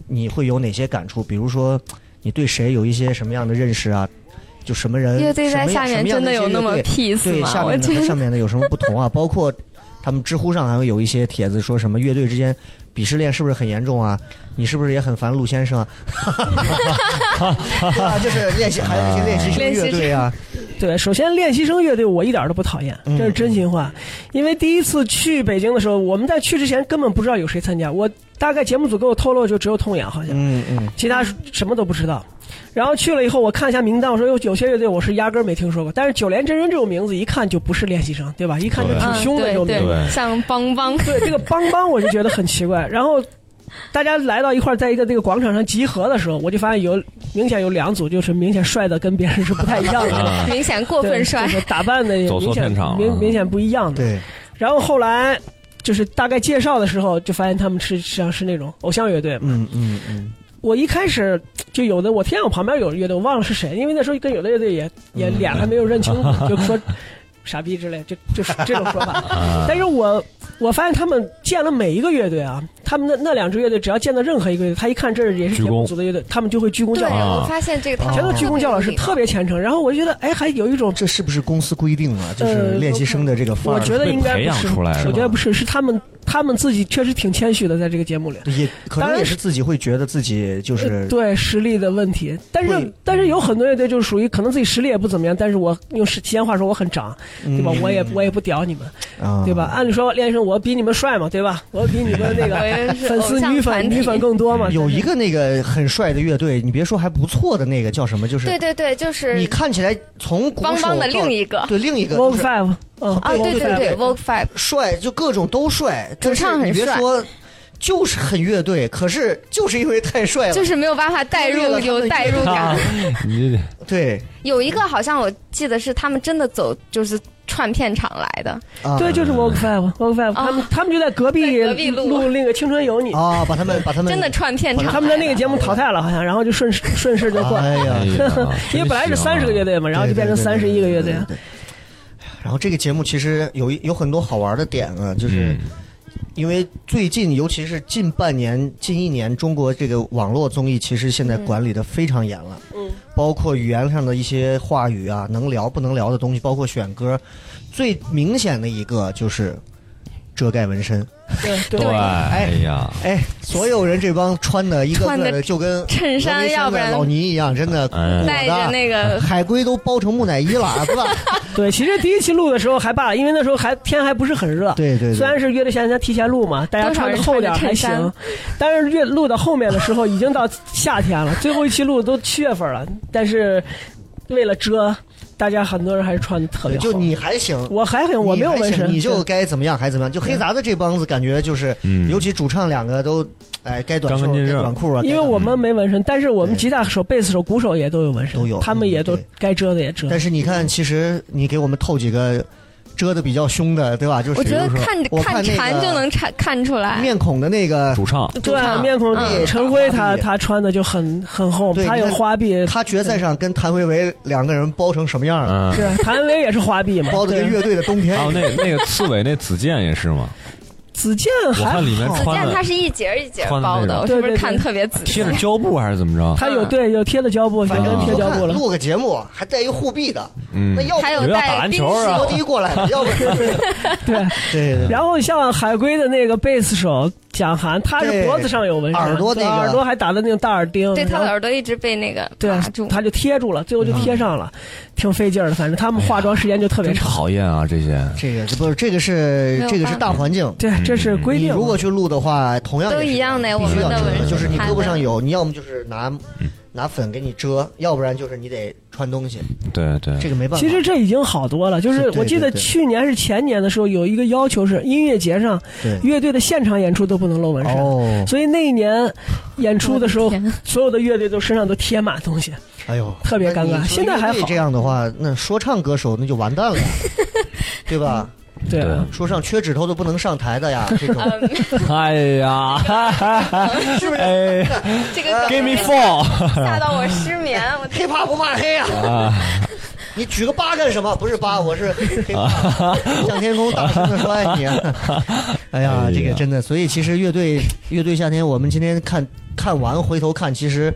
S2: 你会有哪些感触？比如说，你对谁有一些什么样的认识啊？就什么人？
S4: 乐队在
S2: 什么
S4: 下
S2: 样什
S4: 面真
S2: 么
S4: 的有
S2: 样
S4: 那么
S2: 一些乐队
S4: peace
S2: 对下
S4: 吗？我
S2: 面的
S4: 觉
S2: 和上
S4: 得
S2: 面的有什么不同啊？包括他们知乎上还会有一些帖子说什么乐队之间鄙视链是不是很严重啊？你是不是也很烦陆先生啊？ 啊就是练习还有一些练习生
S4: 练习
S2: 乐队啊，
S5: 对，首先练习生乐队我一点都不讨厌，
S2: 嗯
S5: 这是真心话。因为第一次去北京的时候，我们在去之前根本不知道有谁参加，我大概节目组给我透露就只有痛痒好像。
S4: 呃
S2: 嗯嗯，
S5: 其他什么都不知道。然后去了以后，我看一下名单，我说有有些乐队我是压根儿没听说过，但是九连真人这种名字一看就不是练习生，对吧？一看就挺
S4: 嗯，
S5: 凶的这
S4: 对
S5: 种名字。
S4: 对，像邦邦，
S5: 对这个邦邦，我就觉得很奇怪。然后大家来到一块儿，在一个这个广场上集合的时候，我就发现有明显有两组，就是明显帅的跟别人是不太一样的，
S3: 啊，
S4: 明显过
S5: 对
S4: 分帅
S5: 就，是打扮的也
S3: 走错
S5: 明显
S3: 片场了
S5: 明明显不一样的。
S2: 对，
S5: 然后后来就是大概介绍的时候，就发现他们是实际上是那种偶像乐队嘛。
S2: 嗯嗯嗯，
S5: 我一开始就有的，我听见我旁边有乐队，我忘了是谁，因为那时候跟有的乐队也也
S2: 嗯
S5: 脸还没有认清楚，就说傻逼之类，就就是这种说 法。
S3: 啊
S5: 但是我我发现他们见了每一个乐队啊，他们那那两支乐队只要见到任何一个乐队，他一看这也是节
S3: 鞠
S5: 目
S3: 躬
S5: 组的乐队，他们就会鞠躬
S4: 对
S5: 叫老，
S4: 我发现这个他
S5: 全都嗯鞠躬叫老师，特别虔诚。然后我就觉得，哎，还有一种，
S2: 这是不是公司规定啊？就是练习生的这个范儿，
S5: 我觉得应该
S3: 被培
S5: 不
S3: 养
S5: 是，
S3: 出来的
S5: 我觉得不是，是他们他们自己确实挺谦虚的，在这个节目里。
S2: 也可能也是自己会觉得自己就是
S5: 呃对实力的问题。但
S2: 会
S5: 是但是有很多乐队就是属于可能自己实力也不怎么样，但是我用是西安话说我很长，对吧？
S2: 嗯
S5: 我也我也不屌你们，
S2: 啊，
S5: 对吧？按理说练习生我比你们帅嘛，对吧？我比你们那
S4: 我
S5: 个
S4: 也是
S5: 粉
S4: 偶
S5: 丝
S4: 像
S5: 女
S4: 团
S5: 粉
S4: 体
S5: 女粉更多嘛。
S2: 有一个那个很帅的乐队，你别说还不错的那个叫什么，就是
S4: 对对对，就
S2: 你
S4: 是
S2: 看起来从鼓手
S4: 邦邦的另
S2: 一
S4: 一个
S2: 对另一个
S5: v o
S2: 就
S5: g
S2: 是
S5: Five，嗯，
S4: 啊，对对对 v o g u Five，
S2: 帅，就各种都帅，
S4: 主唱很
S2: 但是你别
S4: 帅
S2: 说就是很乐队，可是就是因为太帅了，
S4: 就是没有办法代入，有代入
S3: 啊
S4: 感。
S3: 你这
S2: 对
S4: 有一个好像我记得是他们真的走就是串片场来的，
S2: 啊，
S5: 对，就是 v o g Five v o g Five，
S4: 啊
S5: 他们他们就在隔壁
S4: 在隔壁录
S5: 录那个《青春有你》，
S2: 啊，把他们把他们
S4: 真的串片场来的。
S5: 他们在那个节目淘汰了，好像，然后就顺势顺势就过。
S2: 哎
S3: 哎
S2: 呀，啊
S3: 呀
S5: 因为本来是三十个乐队嘛，然后就变成三十一个乐
S2: 对。
S5: 队
S2: 对对对对对对然后这个节目其实有一有很多好玩的点啊，就是
S3: 嗯
S2: 因为最近，尤其是近半年、近一年，中国这个网络综艺其实现在管理的非常严了，
S5: 嗯，
S2: 包括语言上的一些话语啊，能聊不能聊的东西，包括选歌，最明显的一个就是遮盖纹身。
S5: 对对
S3: 对，哎呀，
S2: 哎，所有人这帮穿的一个
S4: 穿
S2: 个
S4: 得
S2: 的就跟
S4: 衬
S2: 峨
S4: 衫
S2: 眉
S4: 要不然
S2: 山的老倪一样，真的
S3: 嗯
S4: 带着那个
S2: 海龟都包成木乃伊了，啊是吧？
S5: 对，其实第一期录的时候还罢，因为那时候还天还不是很热。
S2: 对对对
S5: 虽然是约着现在提前录嘛，大家穿的厚点儿还
S4: 多少人
S5: 行，但是越录到后面的时候，已经到夏天了，最后一期录都七月份了，但是为了遮，大家很多人还是穿的特别
S2: 对
S5: 厚。
S2: 就你还行，
S5: 我还很我没有纹身，
S2: 你就
S5: 对
S2: 该怎么样还怎么样。就黑杂的这帮子感觉就是，
S3: 嗯
S2: 尤其主唱两个都，哎，该短袖
S3: 干干净
S2: 该
S3: 净
S2: 短裤啊，
S5: 因
S2: 该
S5: 为我们没纹身，但是我们
S2: 对
S5: 吉他手、贝斯手、鼓手也都有纹身，
S2: 都有
S5: 他们也
S2: 嗯
S5: 都
S2: 对
S5: 该遮的也遮。
S2: 但是你看，其实你给我们透几个遮的比较凶的，对吧？就是
S4: 我觉得
S2: 比如说
S4: 看
S2: 我
S4: 看
S2: 那
S4: 馋
S2: 个
S4: 就能看看出来。
S2: 面孔的那个，
S3: 主唱
S5: 对啊，
S4: 嗯
S5: 面孔
S2: 嗯
S5: 陈辉他
S2: 嗯
S5: 他穿的就很很厚，
S2: 对
S5: 他
S2: 你
S5: 有
S2: 看
S5: 花臂，
S2: 他决赛上跟谭维维两个人包成什么样了？
S3: 嗯，
S5: 是啊 谭维也是花臂嘛，
S2: 包的
S5: 对
S2: 跟乐队的冬天
S3: 还有
S2: 一样。
S3: 那那个刺猬那子健也是吗？
S5: 子健
S3: 我
S5: 还
S3: 看里面
S4: 子
S3: 哦穿
S4: 健
S3: 的
S4: 他是一节儿一节儿
S3: 穿的
S4: 包
S3: 那
S4: 的，
S3: 种
S4: 我是不是
S5: 对对对
S4: 看特别仔细
S3: 贴着？胶布还是怎么着？
S5: 他有
S4: 嗯
S5: 对有贴的胶布，反正
S2: 你
S5: 贴
S2: 就
S5: 胶
S2: 看
S5: 布了。
S2: 录个节目还带一护臂的，
S3: 嗯
S2: 那，要不
S4: 还有
S3: 有人要打
S4: 带
S3: 篮
S4: 冰
S3: 球啊
S2: 摩
S4: 室，
S2: 的过来的， 要不就是
S5: 对，
S2: 对对对
S5: 然后像海龟的那个贝斯手蒋涵，他是
S2: 对
S5: 脖子上有纹身，
S2: 耳朵那个
S5: 对耳朵还打的那种大耳钉，
S4: 对他的
S5: 然后
S4: 耳朵一直被那个
S5: 对
S4: 卡住，
S5: 他就贴住了，最后就贴
S2: 嗯
S5: 上了，挺费劲儿的。反正他们化妆时间就特别
S3: 真
S5: 长。
S3: 讨厌啊这些。
S2: 这个这不是这个是
S4: 没有
S2: 这个是
S4: 办法
S2: 大环境，
S5: 对，这
S3: 嗯
S5: 是规
S2: 你
S5: 定。
S2: 如果去录的话，同样也是
S4: 都一样的
S2: 必须
S4: 我们
S2: 要
S4: 的
S2: 这
S4: 纹
S2: 样
S4: 身
S2: 就是你
S4: 看
S2: 胳膊
S4: 的
S2: 上有，你要么就是拿拿粉给你遮，要不然就是你得穿东西，
S3: 对对，
S2: 这个没办法。
S5: 其实这已经好多了，就是
S2: 对对
S5: 我记得
S2: 对
S5: 去年是前年的时候，有一个要求是音乐节上
S2: 对
S5: 乐队的现场演出都不能露纹身，
S2: 哦，
S5: 所以那一年演出的时候
S4: 我的天，
S5: 所有的乐队都身上都贴满东西。
S2: 哎呦，
S5: 特别尴尬
S2: 那你说
S5: 现在还
S2: 乐
S5: 好
S2: 队这样的话，那说唱歌手那就完蛋了呀，对吧？
S5: 对啊，
S2: 说唱缺指头都不能上台的呀，这 种
S3: 哎呀，哈哈哈
S2: 是不是
S3: 哎
S4: 这个
S3: ，Give me four
S4: 吓到我失眠，我
S2: 黑怕不怕黑啊？
S3: 啊！
S2: 你举个八干什么？不是八，我是黑怕。向天空大声的说爱你。哎呀
S3: 哎呀，
S2: 这个真的，所以其实乐队乐队夏天，我们今天看看完回头看，其实，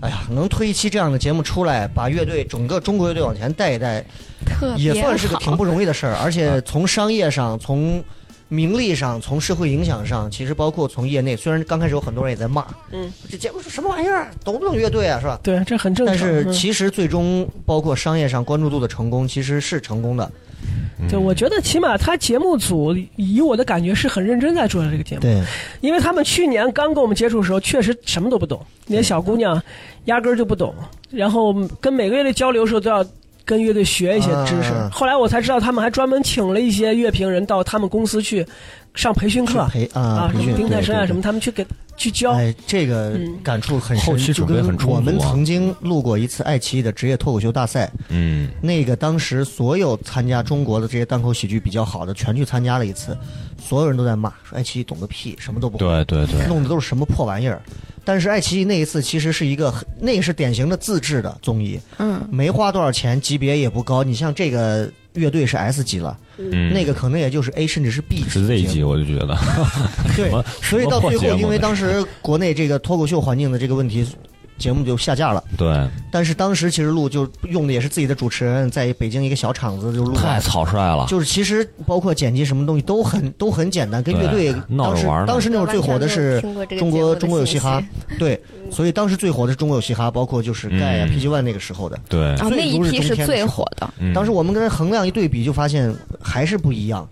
S2: 哎呀，能推一期这样的节目出来，把乐队整个中国乐队往前带一带，
S4: 特别
S2: 也算是个挺不容易的事儿。而且从商业上，从名利上，从社会影响上，其实包括从业内，虽然刚开始有很多人也在骂，
S5: 嗯，
S2: 这节目是什么玩意儿，懂不懂乐队啊，是吧？
S5: 对，这很正常。
S2: 但是
S5: 嗯
S2: 其实最终包括商业上关注度的成功，其实是成功的。
S5: 对，我觉得起码他节目组以我的感觉是很认真在做这个节目，
S2: 对，
S5: 因为他们去年刚跟我们接触的时候，确实什么都不懂，那些小姑娘压根儿就不懂，然后跟每个乐队交流的时候都要。跟乐队学一些知识，
S2: 啊
S5: 后来我才知道他们还专门请了一些乐评人到他们公司去上培训课
S2: 培啊
S5: 啊，
S2: 培
S5: 什
S2: 训
S5: 么丁太生啊什么，
S2: 的。
S5: 他们去给去教。
S2: 哎，这个
S5: 嗯
S2: 感触很深，
S3: 后期
S2: 就
S3: 准备
S2: 跟
S3: 很充足啊
S2: 我们曾经录过一次爱奇艺的职业脱口秀大赛，
S3: 嗯，
S2: 那个当时所有参加中国的这些单口喜剧比较好的全去参加了一次，所有人都在骂说爱奇艺懂个屁，什么都不会，
S3: 对对对，
S2: 弄的都是什么破玩意儿。但是爱奇艺那一次其实是一个很，那个是典型的自制的综艺，
S4: 嗯，
S2: 没花多少钱，级别也不高。你像这个乐队是 S 级了，
S3: 嗯，
S2: 那个可能也就是 A 甚至是 B
S3: 是 Z
S2: 节
S3: 级，
S2: 目
S3: 我就觉得，
S2: 对
S3: 什么，
S2: 所以到最
S3: 什么破节
S2: 后，
S3: 目
S2: 因为
S3: 那
S2: 当时国内这个脱口秀环境的这个问题，节目就下架了。
S3: 对，
S2: 但是当时其实录就用的也是自己的主持人，在北京一个小厂子就录了，
S3: 太草率了，
S2: 就是其实包括剪辑什么东西都很都很简单，跟乐队
S3: 对闹
S2: 当
S3: 着
S2: 时
S3: 玩呢
S2: 当时那会儿最火的是中国中国有嘻哈，对，所以当时最火的是中国有嘻哈，包括就是盖啊
S3: 嗯
S2: PG One 那个时候的。
S3: 对，
S4: 哦，那一批是最火的，
S3: 嗯
S2: 当时我们跟他衡量一对比，就发现还是不一样。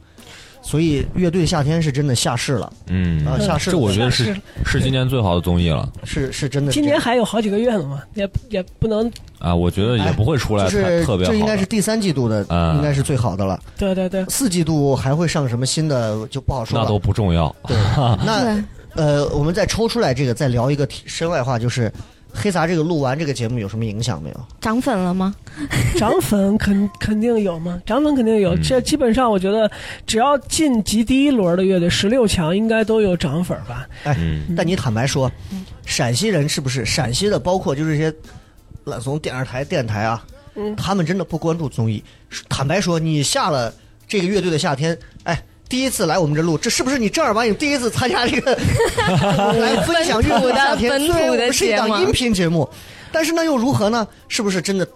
S2: 所以乐队夏天是真的下市了
S3: 嗯
S2: 啊，，下市了
S3: 这我觉得是
S5: 下市
S3: 是今年最好的综艺了
S2: 是是真的是这
S5: 今
S2: 样。
S5: 年还有好几个月呢嘛，也也不能，
S3: 啊，我觉得也不会出来
S2: 哎就
S3: 太
S2: 是
S3: 特别
S2: 这应
S3: 好
S2: 该是
S3: 的，
S2: 第三季度的，
S3: 嗯
S2: 应该是最好的了。
S5: 对对对，
S2: 四季度还会上什么新的就不好说
S3: 那
S2: 了。
S3: 都不重要，
S2: 对，那
S4: 对
S2: 呃，我们再抽出来这个，再聊一个题身外话，就是黑撒这个录完这个节目有什么影响没有？
S4: 涨粉了吗？
S5: 涨粉肯肯定有嘛，涨粉肯定有。
S3: 嗯
S5: 这基本上我觉得，只要晋级第一轮的乐队，十六强应该都有涨粉吧。
S3: 嗯，
S2: 但你坦白说，
S4: 嗯
S2: 陕西人是不是陕西的，包括就是这些懒怂电视台、电台啊，
S5: 嗯
S2: 他们真的不关注综艺。坦白说，你下了这个乐队的夏天，哎。第一次来我们这录，这是不是你正儿八经第一次参加这 个来分享乐队的夏天？
S4: 本土
S2: 虽
S4: 的
S2: 然我们是一
S4: 节目
S2: 档
S4: 啊
S2: 音频节目，但是那又如何呢？是不是真的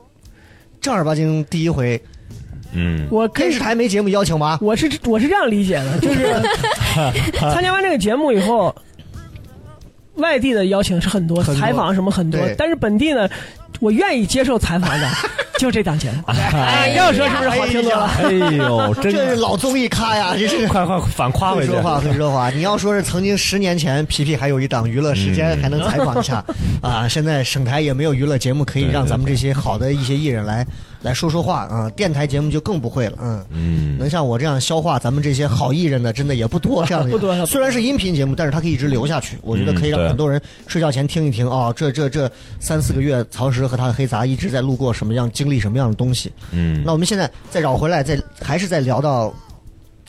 S2: 正儿八经第一回
S3: 嗯，
S5: 我可
S2: 电
S5: 以
S2: 视，台没节目邀请吗？
S5: 我是我是这样理解 的，就是参加完这个节目以后，外地的邀请是很多，
S2: 很多
S5: 采访什么很多
S2: 对，
S5: 但是本地呢，我愿意接受采访 的，就这档节目。
S3: 哎
S5: 这样说是不是好听多了？
S3: 哎 呦，真
S2: 这是老综艺咖呀，这是
S3: 快快反夸
S2: 会
S3: 回去
S2: 说，话，会说话。你要说是曾经十年前，皮皮还有一档娱乐时间，还能采访一下啊。现在省台也没有娱乐节目可以
S3: 对
S2: 让
S3: 对
S2: 咱们这些好的一些艺人来来说说话啊。电台节目就更不会了，嗯。
S3: 嗯，
S2: 能像我这样消化咱们这些好艺人的，真的也不多。这样的
S5: 不多了不多
S2: 虽然是音频节目，但是它可以一直留下去。我觉得可以让
S3: 嗯对
S2: 很多人睡觉前听一听啊、这这这三四个月，曹石和他的黑杂一直在路过什么样，经历什么样的东西。
S3: 嗯
S2: 那我们现在再绕回来，再还是再聊到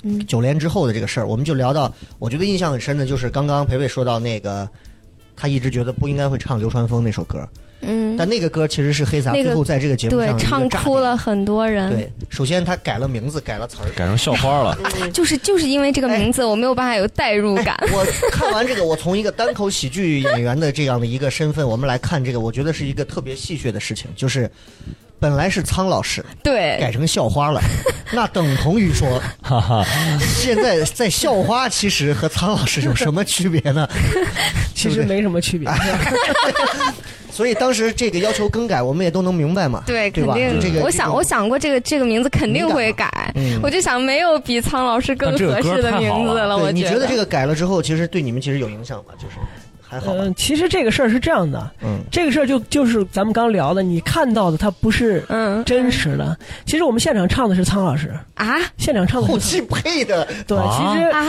S4: 嗯
S2: 九连之后的这个事儿，我们就聊到，我觉得印象很深的就是刚刚培培说到那个，他一直觉得不应该会唱流川枫那首歌，
S4: 嗯，
S2: 但那个歌其实是黑撒
S4: 那个
S2: 最后在这个节目
S4: 对
S2: 上，
S4: 唱哭
S2: 哭。
S4: 了很多人，
S2: 对，首先他改了名字，改了词 儿。
S3: 改成校 花了，
S4: 就是就是因为这个名字，我没有办法有代入感。
S2: 我看完这个，我从一个单口喜剧演员的这样的一个身份，我们来看这个，我觉得是一个特别戏谑的事情，就是本来是苍老师，
S4: 对，
S2: 改成校花 了，那等同于说，现在在校花其实和苍老师有什么区别 呢？
S5: 其实没什么区别。
S2: 哎所以当时这个要求更改，我们也都能明白嘛，
S4: 对，肯
S2: 吧？
S4: 定
S2: 这
S4: 的。
S2: 个
S4: 我想，我，想过这个这个名字肯定会改
S2: 嗯，
S4: 我就想没有比苍老师更合适的名字
S2: 这个
S4: 了。
S2: 对
S4: 我
S2: 你觉
S4: 得
S2: 得这个改了之后，其实对你们其实有影响吗？就是还好吧
S5: 嗯，其实这个事儿是这样的，
S2: 嗯
S5: 这个事儿就就是咱们刚聊的，你看到的它不是
S4: 嗯
S5: 真实的。其实我们现场唱的是苍老师，
S4: 啊
S5: 现场唱的
S2: 后
S5: 是
S2: 期配的，
S5: 对，
S3: 啊
S5: 其实
S4: 啊，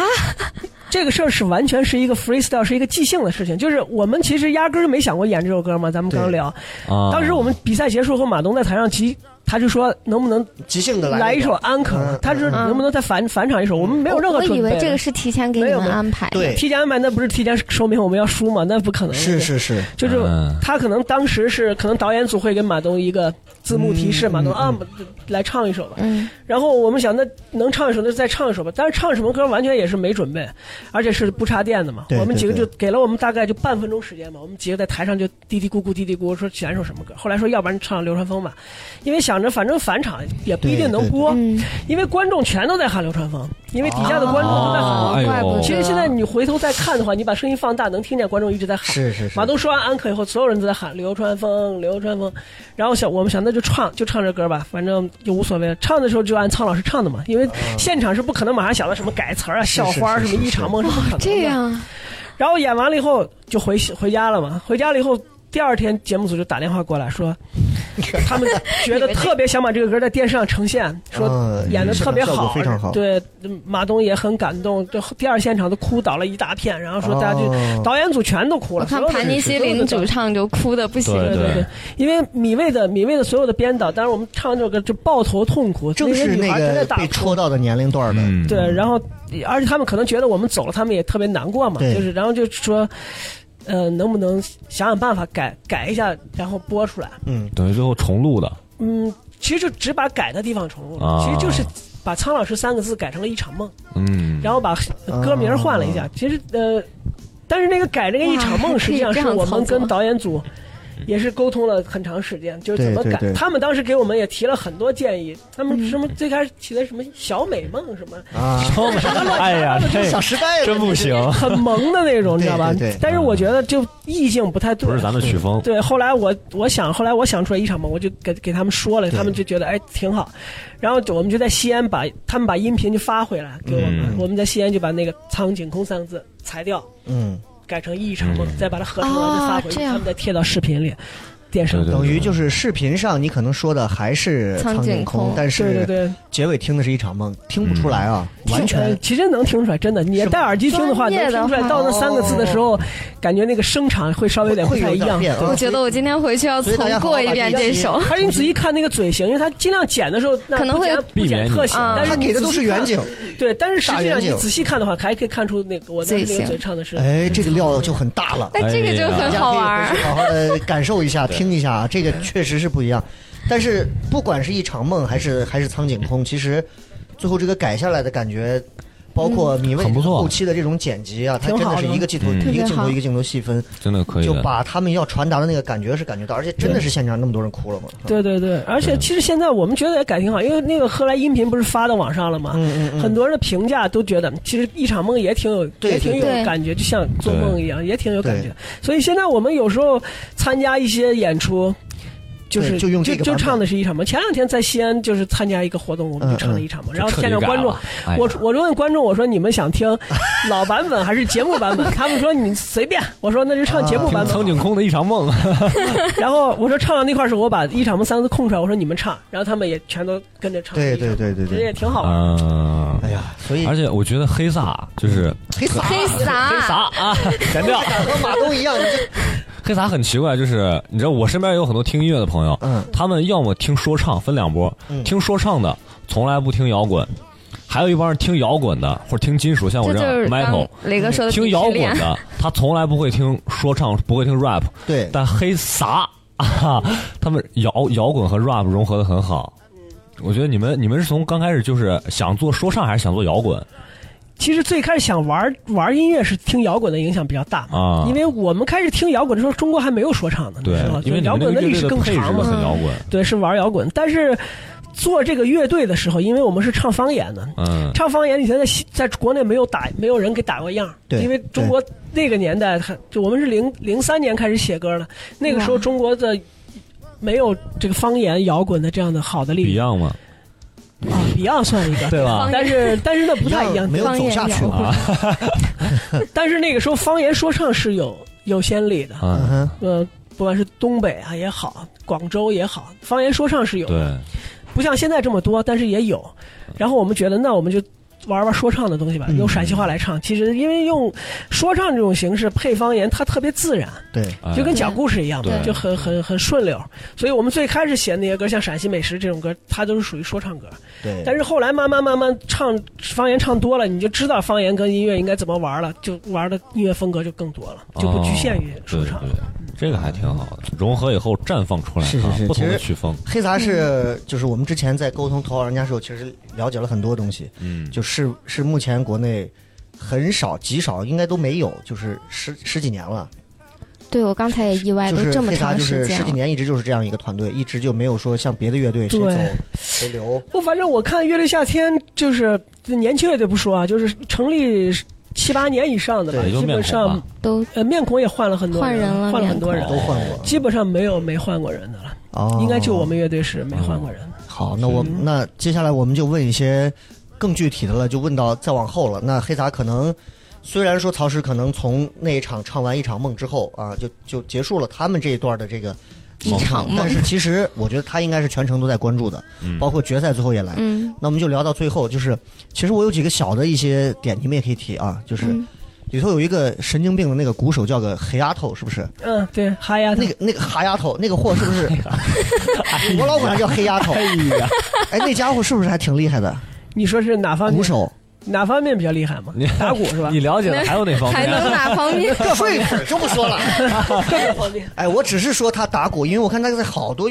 S5: 这个事儿是完全是一个 freestyle，是一个即兴的事情。就是我们其实压根儿没想过演这首歌嘛，咱们刚
S2: 对
S5: 聊。
S3: 啊，
S5: 当时我们比赛结束后，马东在台上其他就说能不能
S2: 即兴的
S5: 来一首安可
S2: 嗯，
S5: 他说
S4: 嗯
S5: 能不能再返返场一首？我们没有任何
S4: 我
S5: 准备。
S4: 以为这个是提前给你
S5: 没有
S4: 们
S5: 没有
S4: 安排的。
S2: 对，
S5: 提前安排，那不是提前说明我们要输吗？那不可能。
S2: 是，是是，
S5: 就是
S3: 嗯
S5: 他可能当时是可能导演组会给马东一个字幕提示，
S2: 嗯
S5: 马东
S2: 嗯
S5: 啊来唱一首吧。
S4: 嗯，
S5: 然后我们想，那能唱一首那就再唱一首吧。但是唱什么歌完全也是没准备，而且是不插电的嘛。
S2: 对
S5: 我们几个
S2: 对
S5: 就
S2: 对
S5: 给了我们大概就半分钟时间嘛，我们几个在台上就嘀嘀咕咕嘀嘀咕说选一首什么歌。后来说要不然唱流川枫吧，因为想着反正返场也不一定能播，
S4: 嗯
S5: 因为观众全都在喊流川枫，因为底下的观众都在喊。
S3: 哦哎呦
S4: 啊怪不得。
S5: 其实现在你回头再看的话，你把声音放大，能听见观众一直在喊。
S2: 是是是
S5: 马，东说完安可以后，所有人都在喊流川枫，流川枫。然后想我们想那就唱就唱这歌吧，反正就无所谓了。唱的时候就按苍老师唱的嘛，因为现场是不可能马上想到什么改词儿啊、校花儿
S2: 啊是
S5: 什
S2: 是
S5: 么一场梦什么可能的
S4: 这。样，啊
S5: 然后演完了以后就回回家了嘛，回家了以后。第二天节目组就打电话过 来说，他们觉得特别想把这个歌在电视上呈现，说
S2: 嗯
S5: 演的特别
S2: 效果
S5: 好，
S2: 非常好，
S5: 对，马东也很感动，就第二现场都哭倒了一大片，然后说大家就、
S2: 哦
S5: 导演组全都哭
S4: 我
S5: 了，
S4: 看
S5: 所有啊的
S4: 盘尼
S5: 人
S4: 西林主唱就哭的不行
S3: 对
S5: 对对对，因为米未的米未的所有的编导，当然我们唱这首歌就抱头痛哭，
S2: 正是
S5: 那些女
S2: 那
S5: 孩真
S2: 个
S5: 的大
S2: 被
S5: 哭。
S2: 戳到的年龄段的，
S3: 嗯，
S5: 对，然后而且他们可能觉得我们走了，他们也特别难过嘛，
S2: 对
S5: 就是然后就说，呃，能不能想想办法改改一下，然后播出来？
S2: 嗯，
S3: 等于最后重录的，
S5: 嗯，其实就只把改的地方重录了，
S3: 啊
S5: 其实就是把“苍老师”三个字改成了一场梦，
S3: 嗯，
S5: 然后把
S2: 啊
S5: 歌名换了一下。其实呃，但是那个改那个一场 梦，
S4: 哇
S5: 实际上
S4: 可以
S5: 是
S4: 这样
S5: 我
S4: 操
S5: 们
S4: 作
S5: 跟导演组也是沟通了很长时间，就是怎么
S2: 对对
S5: 改。
S2: 对
S5: 他们当时给我们也提了很多建议，他
S4: 嗯
S5: 们什么最开始起的什么小美梦什么，
S2: 啊，
S3: 哎呀，
S5: 嗯
S3: 这
S2: 小时代了
S3: 真不行，
S5: 很萌的那 种，你知道吧
S2: 对对对？
S5: 但是我觉得就意境不太对。
S3: 不是咱们曲风，
S5: 对，后来我我想，后来我想出来一场梦，我就给给他们说了，
S2: 对
S5: 他们就觉得哎挺好，然后就我们就在西安把他们把音频就发回来给我们，
S3: 嗯
S5: 我们在西安就把那个“苍井空”三个字裁掉，
S2: 嗯，
S5: 改成“一场梦”，
S3: 嗯
S5: 再把它合成完再发回
S4: 啊
S5: 去，
S4: 这样
S5: 他们再贴到视频里、电视上。
S3: 对对
S2: 等于就是视频上你可能说的还是
S4: 苍
S2: 苍井
S4: 井
S2: 空
S4: 空，
S2: 但
S5: 对对
S2: 是
S5: 对，
S2: 结尾听的是一场梦，听不出来啊，
S3: 嗯
S2: 完
S5: 呃
S2: 全
S5: 其实能听出来，真的，你
S2: 是吗
S5: 戴耳机听的话，
S4: 专
S5: 能
S4: 业的
S5: 听出来。
S4: 话
S5: 到那三个字的时候，感觉那个声场会稍微有点不
S2: 会
S5: 太
S2: 有
S5: 一样
S2: 点。变啊。
S4: 我觉得我今天回去要
S2: 所以
S4: 重
S2: 大家好好
S4: 过一遍
S2: 把这
S4: 这
S2: 一期
S4: 首。
S5: 而且你仔细看那个嘴型，因为他尽量剪的时候，那
S4: 可能
S5: 不剪
S4: 会啊
S5: 不剪特写，
S4: 避免你
S5: 但是
S2: 他
S5: 你
S2: 给的都是远
S5: 仔细
S2: 景
S5: 看，，对，但是实际
S2: 大
S5: 上
S2: 远
S5: 你
S2: 景
S5: 仔细看的话，还可以看出那个我当时那个嘴唱的是。
S2: 哎，这个料就很大了。
S4: 哎，这个就
S2: 大
S4: 很
S2: 家
S4: 好玩
S2: 可以回去
S4: 儿。
S2: 好好的感受一下，听一下啊，这个确实是不一样。但是不管是一场梦还是还是苍井空，其实最后这个改下来的感觉，包括米未
S3: 很不错
S2: 后期的这种剪辑啊，它
S5: 嗯挺
S2: 真
S5: 好
S2: 的
S5: 的
S2: 是一个镜头
S3: 嗯
S2: 一
S4: 特别
S2: 个镜头
S4: 好
S2: 一个镜头细分，
S3: 真的可以
S2: 就
S3: 的，
S2: 把他们要传达的那个感觉是感觉到，而且真的是现场那么多人哭了嘛。
S5: 对对对，而
S2: 嗯
S5: 且其实现在我们觉得也改挺好，因为那个后来音频不是发到网上了嘛，
S2: 嗯嗯嗯，
S5: 很多人的评价都觉得，其实一场梦也挺有，
S2: 对
S5: 也挺有
S4: 对对
S5: 感觉，就像做梦一样，也挺有感觉
S2: 对。
S5: 所以现在我们有时候参加一些演出，就是
S2: 对就用这
S5: 就
S2: 个版本嗯
S5: 唱的是一场梦。前两天在西安就是参加一个活动，我们就唱了一场梦，然后现场观众。
S3: 哎
S5: 我我就问观众，我说你们 想听老版本还是节目版本？他们说你随便。我说那就唱节目版
S3: 啊听
S5: 本。
S3: 苍井空的一场梦，
S5: 然后我说唱到那块儿时候，我把一场梦三个字空出来，我说你们唱，然后他们也全都跟着唱。
S2: 对对，对对
S5: 其实也
S2: 对，
S5: 挺好玩的。
S3: 嗯，
S2: 哎呀，所以
S3: 而且我觉得黑撒就是
S2: 黑撒
S4: 黑撒，
S3: 啊， 剪掉
S2: 和马东一样，你这
S3: 黑撒很奇怪，就是你知道我身边有很多听音乐的朋友，
S2: 嗯
S3: 他们要么听说唱，分两波，
S2: 嗯
S3: 听说唱的从来不听摇滚，还有一帮人听摇滚的或者听金属，像我
S4: 这
S3: 这
S4: 就是
S3: 样 metal
S4: 刚。雷哥说的
S3: 听
S4: 鄙
S3: 摇
S4: 视
S3: 滚
S4: 链，
S3: 的，他从来不会听说唱，不会听 rap，
S2: 对，
S3: 但黑撒 啊，他们摇摇滚和 rap 融合的很好。我觉得你们你们是从刚开始就是想做说唱还是想做摇滚
S5: 其实最开始想玩玩音乐是听摇滚的影响比较大
S3: 啊
S5: 因为我们开始听摇滚的时候，中国还没有说唱呢，
S3: 对
S5: 那时候，
S3: 因为你
S5: 摇
S3: 们那
S5: 滚
S3: 个乐
S5: 历
S3: 队
S5: 史
S3: 的
S5: 更
S3: 配置
S5: 长嘛，
S3: 很摇滚，
S5: 对，是玩摇滚，但是做这个乐队的时候，因为我们是唱方言的，
S3: 嗯，
S5: 唱方言以前在西在国内没有打，没有人给打过样儿，
S2: 对
S5: 因为中国那个年代还就我们是零零三年开始写歌的，那个时候
S4: 哇
S5: 中国的没有这个方言摇滚的这样的好的例子
S3: Beyond 嘛，
S5: 啊，Beyond 算一个，
S3: 对吧
S4: 方？
S5: 但是但是那不太一样
S2: 没，有走下去
S4: 方言
S2: 啊，
S5: 但是那个时候方言说唱是有有先例的。
S3: 嗯，
S2: 嗯
S5: 呃，不管是东北啊也好，广州也好，方言说唱是有的，
S3: 嗯对，
S5: 不像现在这么多，但是也有。然后我们觉得，那我们就玩玩说唱的东西吧，
S2: 嗯
S5: 用陕西话来唱。其实因为用说唱这种形式配方言，它特别自然，
S2: 对，
S3: 哎
S5: 就跟讲故事一样嘛，
S3: 对
S5: 就很很很顺溜。所以我们最开始写的那些歌，像陕西美食这种歌，它都是属于说唱歌。
S2: 对，
S5: 但是后来慢慢慢慢唱方言唱多了，你就知道方言跟音乐应该怎么玩了，就玩的音乐风格就更多了，就不局限于说唱。
S3: 哦对对对这个还挺好的，融合以后绽放出来啊，
S2: 是是是
S3: 不同的
S2: 其实
S3: 曲风，
S2: 黑撒是就是我们之前在沟通投稿人家时候，其实了解了很多东西，
S3: 嗯，
S2: 就是是目前国内很少极少，应该都没有，就是十十几年了，
S4: 对我刚才也意外，
S2: 就
S4: 哎都
S2: 是
S4: 这么
S2: 黑撒
S4: 长
S2: 就
S4: 时
S2: 是
S4: 间啊
S2: 十几
S4: 了。
S2: 年一直就是这样一个团队，一直就没有说像别的乐队谁
S5: 对
S2: 走谁留，
S5: 我反正我看乐队夏天就是年轻乐队不说啊，就是成立七八年以上的吧，
S3: 也就
S5: 基
S3: 面
S5: 本
S3: 孔
S5: 上
S3: 吧，
S4: 都
S5: 呃面孔也换了很多
S4: 换人了
S5: 换了很多
S4: 面
S5: 人
S4: 孔
S2: 都，换过，
S5: 基本上没有没换过人的了，
S2: 哦，
S5: 应该就我们乐队是没换过人的。
S2: 好，那我那接下来我们就问一些更具体的了，就问到再往后了。那黑撒可能虽然说曹石可能从那一场唱完一场梦之后啊，就就结束了他们这一段的这个
S4: 一场梦
S2: 但是其实我觉得他应该是全程都在关注的，
S3: 嗯
S2: 包括决赛最后也来。
S4: 嗯
S2: 那我们就聊到最后，就是其实我有几个小的一些点，你们也可以提啊，就是。
S4: 嗯
S2: 里头有一个神经病的那个鼓手叫个黑丫头，是不是？
S5: 嗯，对，哈呀，
S2: 那个那个哈丫头，那个货是不是？我老管他叫黑丫头。哎，那家伙是不是还挺厉害的？
S5: 你说是哪方
S2: 鼓
S5: 面？
S2: 手，
S5: 哪方面比较厉害嘛
S3: 你？
S5: 打鼓是吧？
S3: 你了解的还有哪方
S4: 还能
S3: 面？
S4: 哪方 面？
S2: 睡粉就不说 了。
S5: 各方 面。
S2: 哎，我只是说他打鼓，因为我看他在好多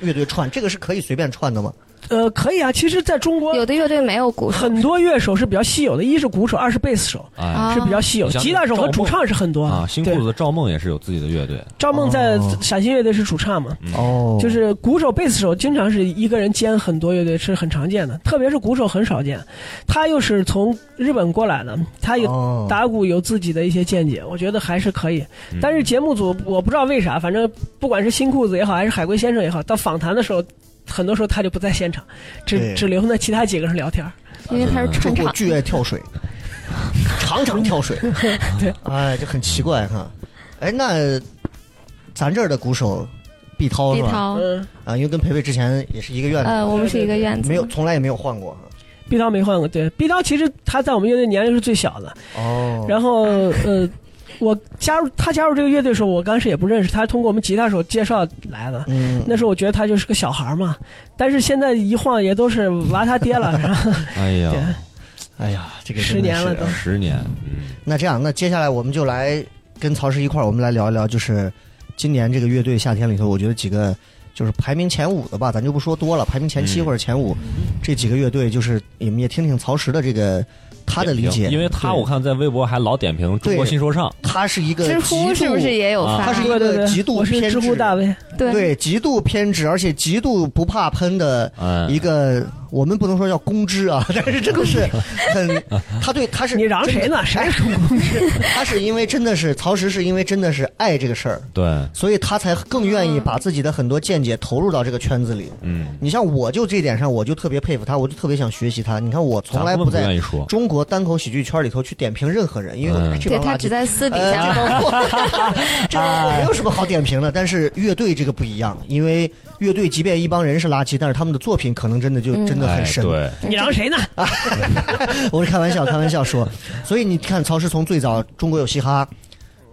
S2: 乐队串，这个是可以随便串的吗？
S5: 呃，可以啊。其实，在中国
S4: 有的乐队没有鼓 手
S5: 很多乐手是比较稀有的，一是鼓手，二是贝斯手。
S2: 啊
S4: 哦
S3: 哎
S5: 是比较稀有，
S3: 像
S5: 吉他手和主唱是很多
S3: 啊，新裤
S5: 对
S3: 子的赵梦也是有自己的乐队，
S5: 赵梦在
S2: 哦
S5: 陕西乐队是主唱嘛，
S2: 哦
S5: 就是鼓手、贝斯手经常是一个人兼很多乐队是很常见的，特别是鼓手很少见。他又是从日本过来的，他有
S2: 哦
S5: 打鼓有自己的一些见解，我觉得还是可以。
S2: 嗯
S3: 嗯
S5: 但是节目组我不知道为啥，反正不管是新裤子也好，还是海龟先生也好，到访谈的时候。很多时候他就不在现场，只
S2: 对
S5: 只留那其他几个人聊天儿。
S4: 因为他是
S2: 中
S4: 串
S2: 国
S4: 场。
S2: 剧爱跳 水，常常跳水。
S5: 对，
S2: 哎，就很奇怪哈。哎，那咱这儿的鼓手毕涛
S4: 碧
S2: 是吧？
S4: 涛，
S5: 嗯，
S2: 啊，因为跟培培之前也是一个院
S4: 呃，
S2: 的，
S4: 我们是一个院子，
S2: 没有从来也没有换过哈。
S5: 毕涛没换过，对，毕涛其实他在我们乐队年龄是最小的，
S2: 哦，
S5: 然后呃，我加入他加入这个乐队的时候，我刚开始也不认识他，通过我们吉他手介绍来的。
S2: 嗯，
S5: 那时候我觉得他就是个小孩儿嘛，但是现在一晃也都是娃他爹了，然后
S3: 哎
S5: 对
S3: 呀，
S2: 哎呀，这个
S5: 十
S2: 真的
S5: 年了
S2: 是
S5: 都
S2: 啊
S3: 十年，嗯，
S2: 那这样，那接下来我们就来跟曹石一块儿，我们来聊一聊，就是今年这个乐队夏天里头，我觉得几个就是排名前五的吧，咱就不说多了，排名前七
S3: 嗯
S2: 或者前五、这几个乐队，就是你们也听听曹石的这个他的理解，
S3: 因为他
S2: 对
S3: 我看在微博还老点评中国
S2: 对
S3: 新说唱，
S2: 他是一个
S4: 知乎
S2: 极
S4: 是不
S2: 度
S4: 是也有
S3: 啊
S2: 他？
S4: 发
S2: 是一
S5: 对对
S2: 个
S5: 对，
S2: 极度
S5: 我是
S2: 偏
S5: 知
S2: 执
S5: 乎大 V，
S4: 对，
S2: 对极度偏执，而且极度不怕喷的
S3: 嗯，
S2: 一个，我们不能说叫公知啊，但是真的是很，他对他是哎
S5: 你嚷谁呢？谁是公知？
S2: 他是因为真的是曹石是因为真的是爱这个事儿，
S3: 对，
S2: 所以他才更愿意把自己的很多见解投入到这个圈子里。
S3: 嗯，
S2: 你像我就这一点上，我就特别佩服他，我就特别想学习他。你看我从来
S3: 咱根本不愿
S2: 在
S3: 意说
S2: 中国单口喜剧圈里头去点评任何人，因为我觉得
S3: 嗯
S2: 这
S4: 对
S2: 帮
S4: 他
S2: 垃
S4: 只
S2: 圾。
S4: 在私底
S2: 呃，这
S4: 下。
S2: 帮货 这帮货没有什么好点评的，但是乐队这个不一样，因为乐队即便一帮人是垃圾，但是他们的作品可能真的就
S4: 嗯
S2: 真的很
S3: 哎，
S2: 深。
S3: 对，
S5: 你嚷谁呢？
S2: 我是开玩笑，开玩笑说。所以你看，曹石从最早《中国有嘻哈》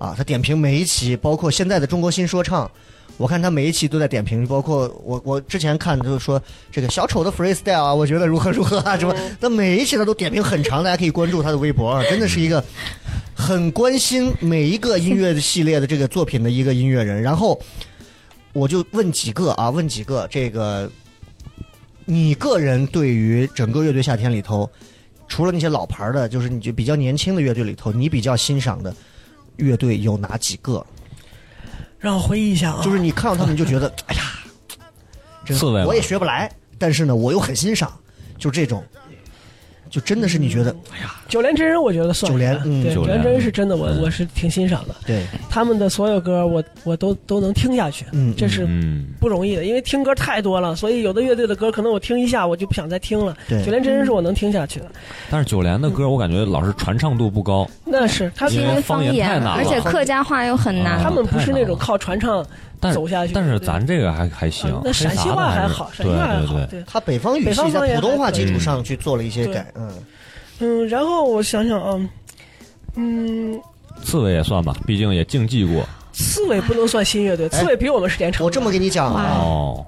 S2: 啊，他点评每一期，包括现在的《中国新说唱》，我看他每一期都在点评，包括我我之前看就是说这个小丑的 freestyle 啊，我觉得如何如何啊什么，他每一期他都点评很长，大家可以关注他的微博啊， 真的是一个很关心每一个音乐系列的这个作品的一个音乐人。然后我就问几个啊，问几个这个。你个人对于整个乐队夏天里头，除了那些老牌儿的，就是你就比较年轻的乐队里头，你比较欣赏的乐队有哪几个？
S5: 让我回忆一下啊，
S2: 就是你看到他们你就觉得，哎呀，真
S3: 刺猬吗
S2: 我也学不来，但是呢，我又很欣赏，就这种。就真的是你觉得，哎呀，
S5: 九连真人我觉得算
S2: 九连嗯
S5: 对
S3: 九
S5: 九连
S3: 连
S5: 真人是真的，我
S3: 嗯
S5: 我是挺欣赏的，
S2: 对，
S5: 他们的所有歌我我都都能听下去，
S2: 嗯
S5: 这是
S3: 嗯，
S5: 不容易的，因为听歌太多了，所以有的乐队的歌可能我听一下我就不想再听了。
S2: 对嗯
S5: 九连真人是我能听下去的，
S3: 但是九连的歌我感觉老是传唱度不高，
S5: 那是他
S3: 因
S4: 因
S3: 为
S4: 为
S3: 方
S4: 方
S3: 言
S4: 言
S3: 太难，了
S4: 而且客家话又很难
S5: 他
S3: 啊。
S5: 们不是那种靠传唱
S3: 但
S5: 走下去
S3: 但
S5: 对
S3: 是
S5: 不对
S3: 咱这个还还行
S5: 啊，
S3: 黑
S5: 那陕西
S3: 撒的
S5: 话
S3: 还
S5: 还
S3: 是
S5: 好，陕
S3: 对
S5: 西话还好
S3: 对，对，
S5: 对。
S2: 他北方语
S5: 北
S2: 系
S5: 方方
S2: 在
S5: 言
S2: 普通
S5: 还
S2: 话
S5: 可以
S2: 基础上去做了一些改，嗯，
S5: 嗯，然后我想想啊，嗯，
S3: 刺猬也算吧，毕竟也竞技过
S5: 刺猬不能算新乐队，
S2: 哎
S5: 刺猬比我们时间长。
S2: 我这么跟你讲啊，
S3: 哦，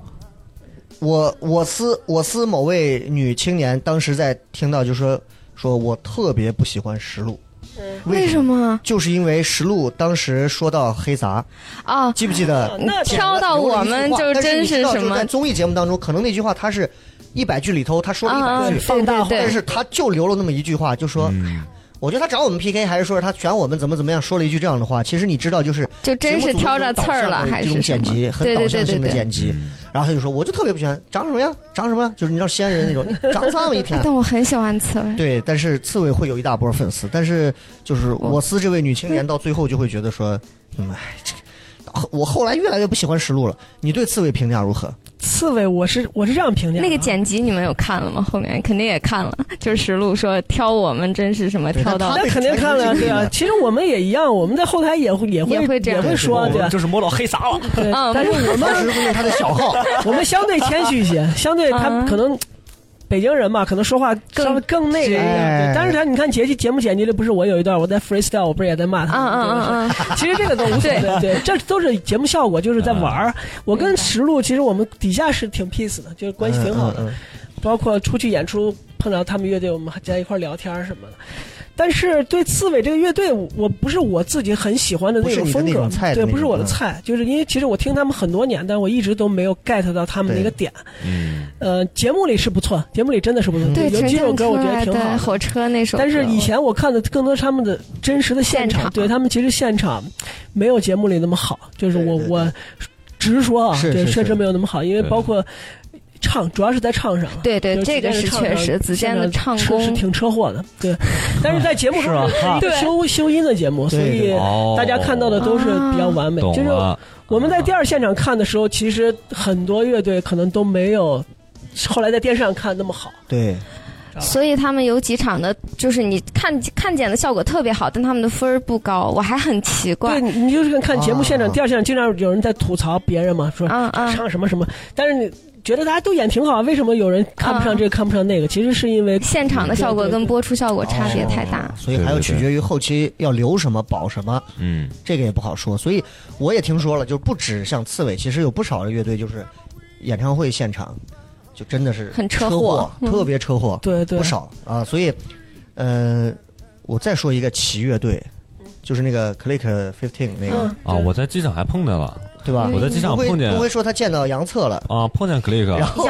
S2: 我我司我司某位女青年当时在听到就说说我特别不喜欢石路，
S4: 嗯为什么？
S2: 就是因为石路当时说到黑撒，
S4: 哦，
S2: 记不记得？
S5: 啊那
S4: 挑到我们就真
S2: 是
S4: 是什
S2: 在
S4: 么
S2: 综艺节目当中，可能那句话他是一百句里头他说了一
S4: 啊
S2: 百
S4: 啊，
S2: 句，
S4: 对对
S2: 但
S4: 对，
S2: 是他就留了那么一句话，就说。
S3: 嗯，
S2: 我觉得他找我们 PK，还是说他选我们怎么怎么样，说了一句这样的话。其实你知道，就是
S4: 就真是挑着刺儿了，还
S2: 这
S4: 是
S2: 种
S4: 什
S2: 剪
S4: 么？
S2: 辑很
S4: 对
S2: 导
S4: 对
S2: 向
S4: 对对
S2: 性的
S4: 对。
S2: 剪辑。啊然后他就说，我就特别不喜欢长什么呀，长什么呀，就是你知道西安人那种 你长啥么一天。
S4: 但我很喜欢刺猬。
S2: 对，但是刺猬会有一大波粉丝，但是就是我司这位女青年到最后就会觉得说，嗯，哎，这个我后来越来越不喜欢石路了。你对刺猬评价如何？
S5: 刺猬，我是我是这样评价的啊
S4: 那个剪辑你们有看了吗？后面肯定也看了，就是石路说挑我们真是什么
S2: 对
S4: 挑到
S2: 他
S5: 那肯定看了，对啊。其实我们也一样，我们在后台也会也会
S4: 也会这样
S5: 也会说，对啊。
S3: 就是摸到黑撒了，
S5: 对
S4: 嗯
S5: 但是我
S2: 当
S5: 们
S2: 时会用他的小号，
S5: 我们相对谦虚一些，相对他
S4: 啊
S5: 可能北京人嘛，可能说话稍微更那个一点。
S2: 哎
S5: 对但是他你看节节目剪辑里，不是我有一段我在 freestyle，我不是也在骂
S4: 嗯
S5: 他
S4: 嗯
S5: 们？对不对
S4: 嗯嗯，
S5: 其实这个都无所谓，对，啊这都是节目效果，就是在玩儿。我跟石路其实我们底下是挺 peace 的，就是关系挺好的，
S2: 嗯。嗯嗯
S5: 包括出去演出碰到他们乐队，我们还在一块儿聊天儿什么的。但是对刺猬这个乐队，我我不是我自己很喜欢的那
S2: 不是
S5: 种
S2: 你的
S5: 风
S2: 那
S5: 格，
S2: 种菜的
S5: 对，
S2: 那
S5: 不是
S2: 种
S5: 我的
S2: 嗯
S5: 菜，就是因为其实我听他们很多年，但我一直都没有 get 到他们那个点。
S3: 嗯，
S5: 呃，节目里是不错，节目里真的是
S2: 嗯
S5: 不错，
S4: 对，
S5: 有
S4: 陈
S5: 几首
S4: 建
S5: 歌
S4: 春
S5: 我觉得挺好
S4: 对
S5: 的。
S4: 火车那首歌，
S5: 但是以前我看的更多是他们的真实的现场，
S4: 啊现场
S5: 对他们其实现场没有节目里那么好，就是我
S2: 对对
S5: 我直说啊，
S2: 是
S5: 对
S2: 是
S5: 确
S2: 是
S5: 实没有那么好，因为
S3: 对
S5: 包括唱主要是在唱上了。
S4: 对对
S5: 就，
S4: 这个
S5: 子
S4: 是
S5: 健
S4: 确
S5: 唱
S4: 实，子健的唱
S5: 是是
S4: 功
S5: 挺车祸的，对。但是在节目中
S3: 是吧
S5: 是一个
S4: 对
S5: 修修音的节目，所
S2: 对
S5: 以
S3: 哦，
S5: 大家看到的都是比较完美。
S3: 懂
S5: 就是
S3: 了，
S5: 我们在第二现场看的时候，其实很多乐队可能都没有后来在电视上看那么好。
S2: 对，
S4: 所以他们有几场的，就是你看看见的效果特别好，但他们的分儿不高，我还很奇
S5: 对，
S4: 怪。
S5: 你你就是看节目现场，
S2: 啊
S5: 第二现场经常有人在吐槽别人嘛，说
S4: 嗯嗯
S5: 唱什么什么，但是你觉得大家都演挺好，为什么有人看不上这个看不上那个？其实是因为
S4: 现场的效果跟播出效果差别太大
S2: 哦，所以还有
S3: 对对对
S2: 取决于后期要留什么保什么，
S3: 嗯，
S2: 这个也不好说。所以我也听说了，就不止像刺猬，其实有不少的乐队就是演唱会现场就真的是
S4: 很
S2: 车
S4: 车祸嗯
S2: 特别车祸，
S5: 对对
S2: 不少啊。所以，呃，我再说一个奇乐队，就是那个 Click Fifteen 那个，
S5: 嗯
S3: 啊，我在机场还碰见了
S2: 对吧？
S3: 我在机场
S2: 不会
S3: 碰见
S2: 不会说他见到杨策了。
S3: 啊，碰见 Click，
S2: 然
S3: 了
S2: 后，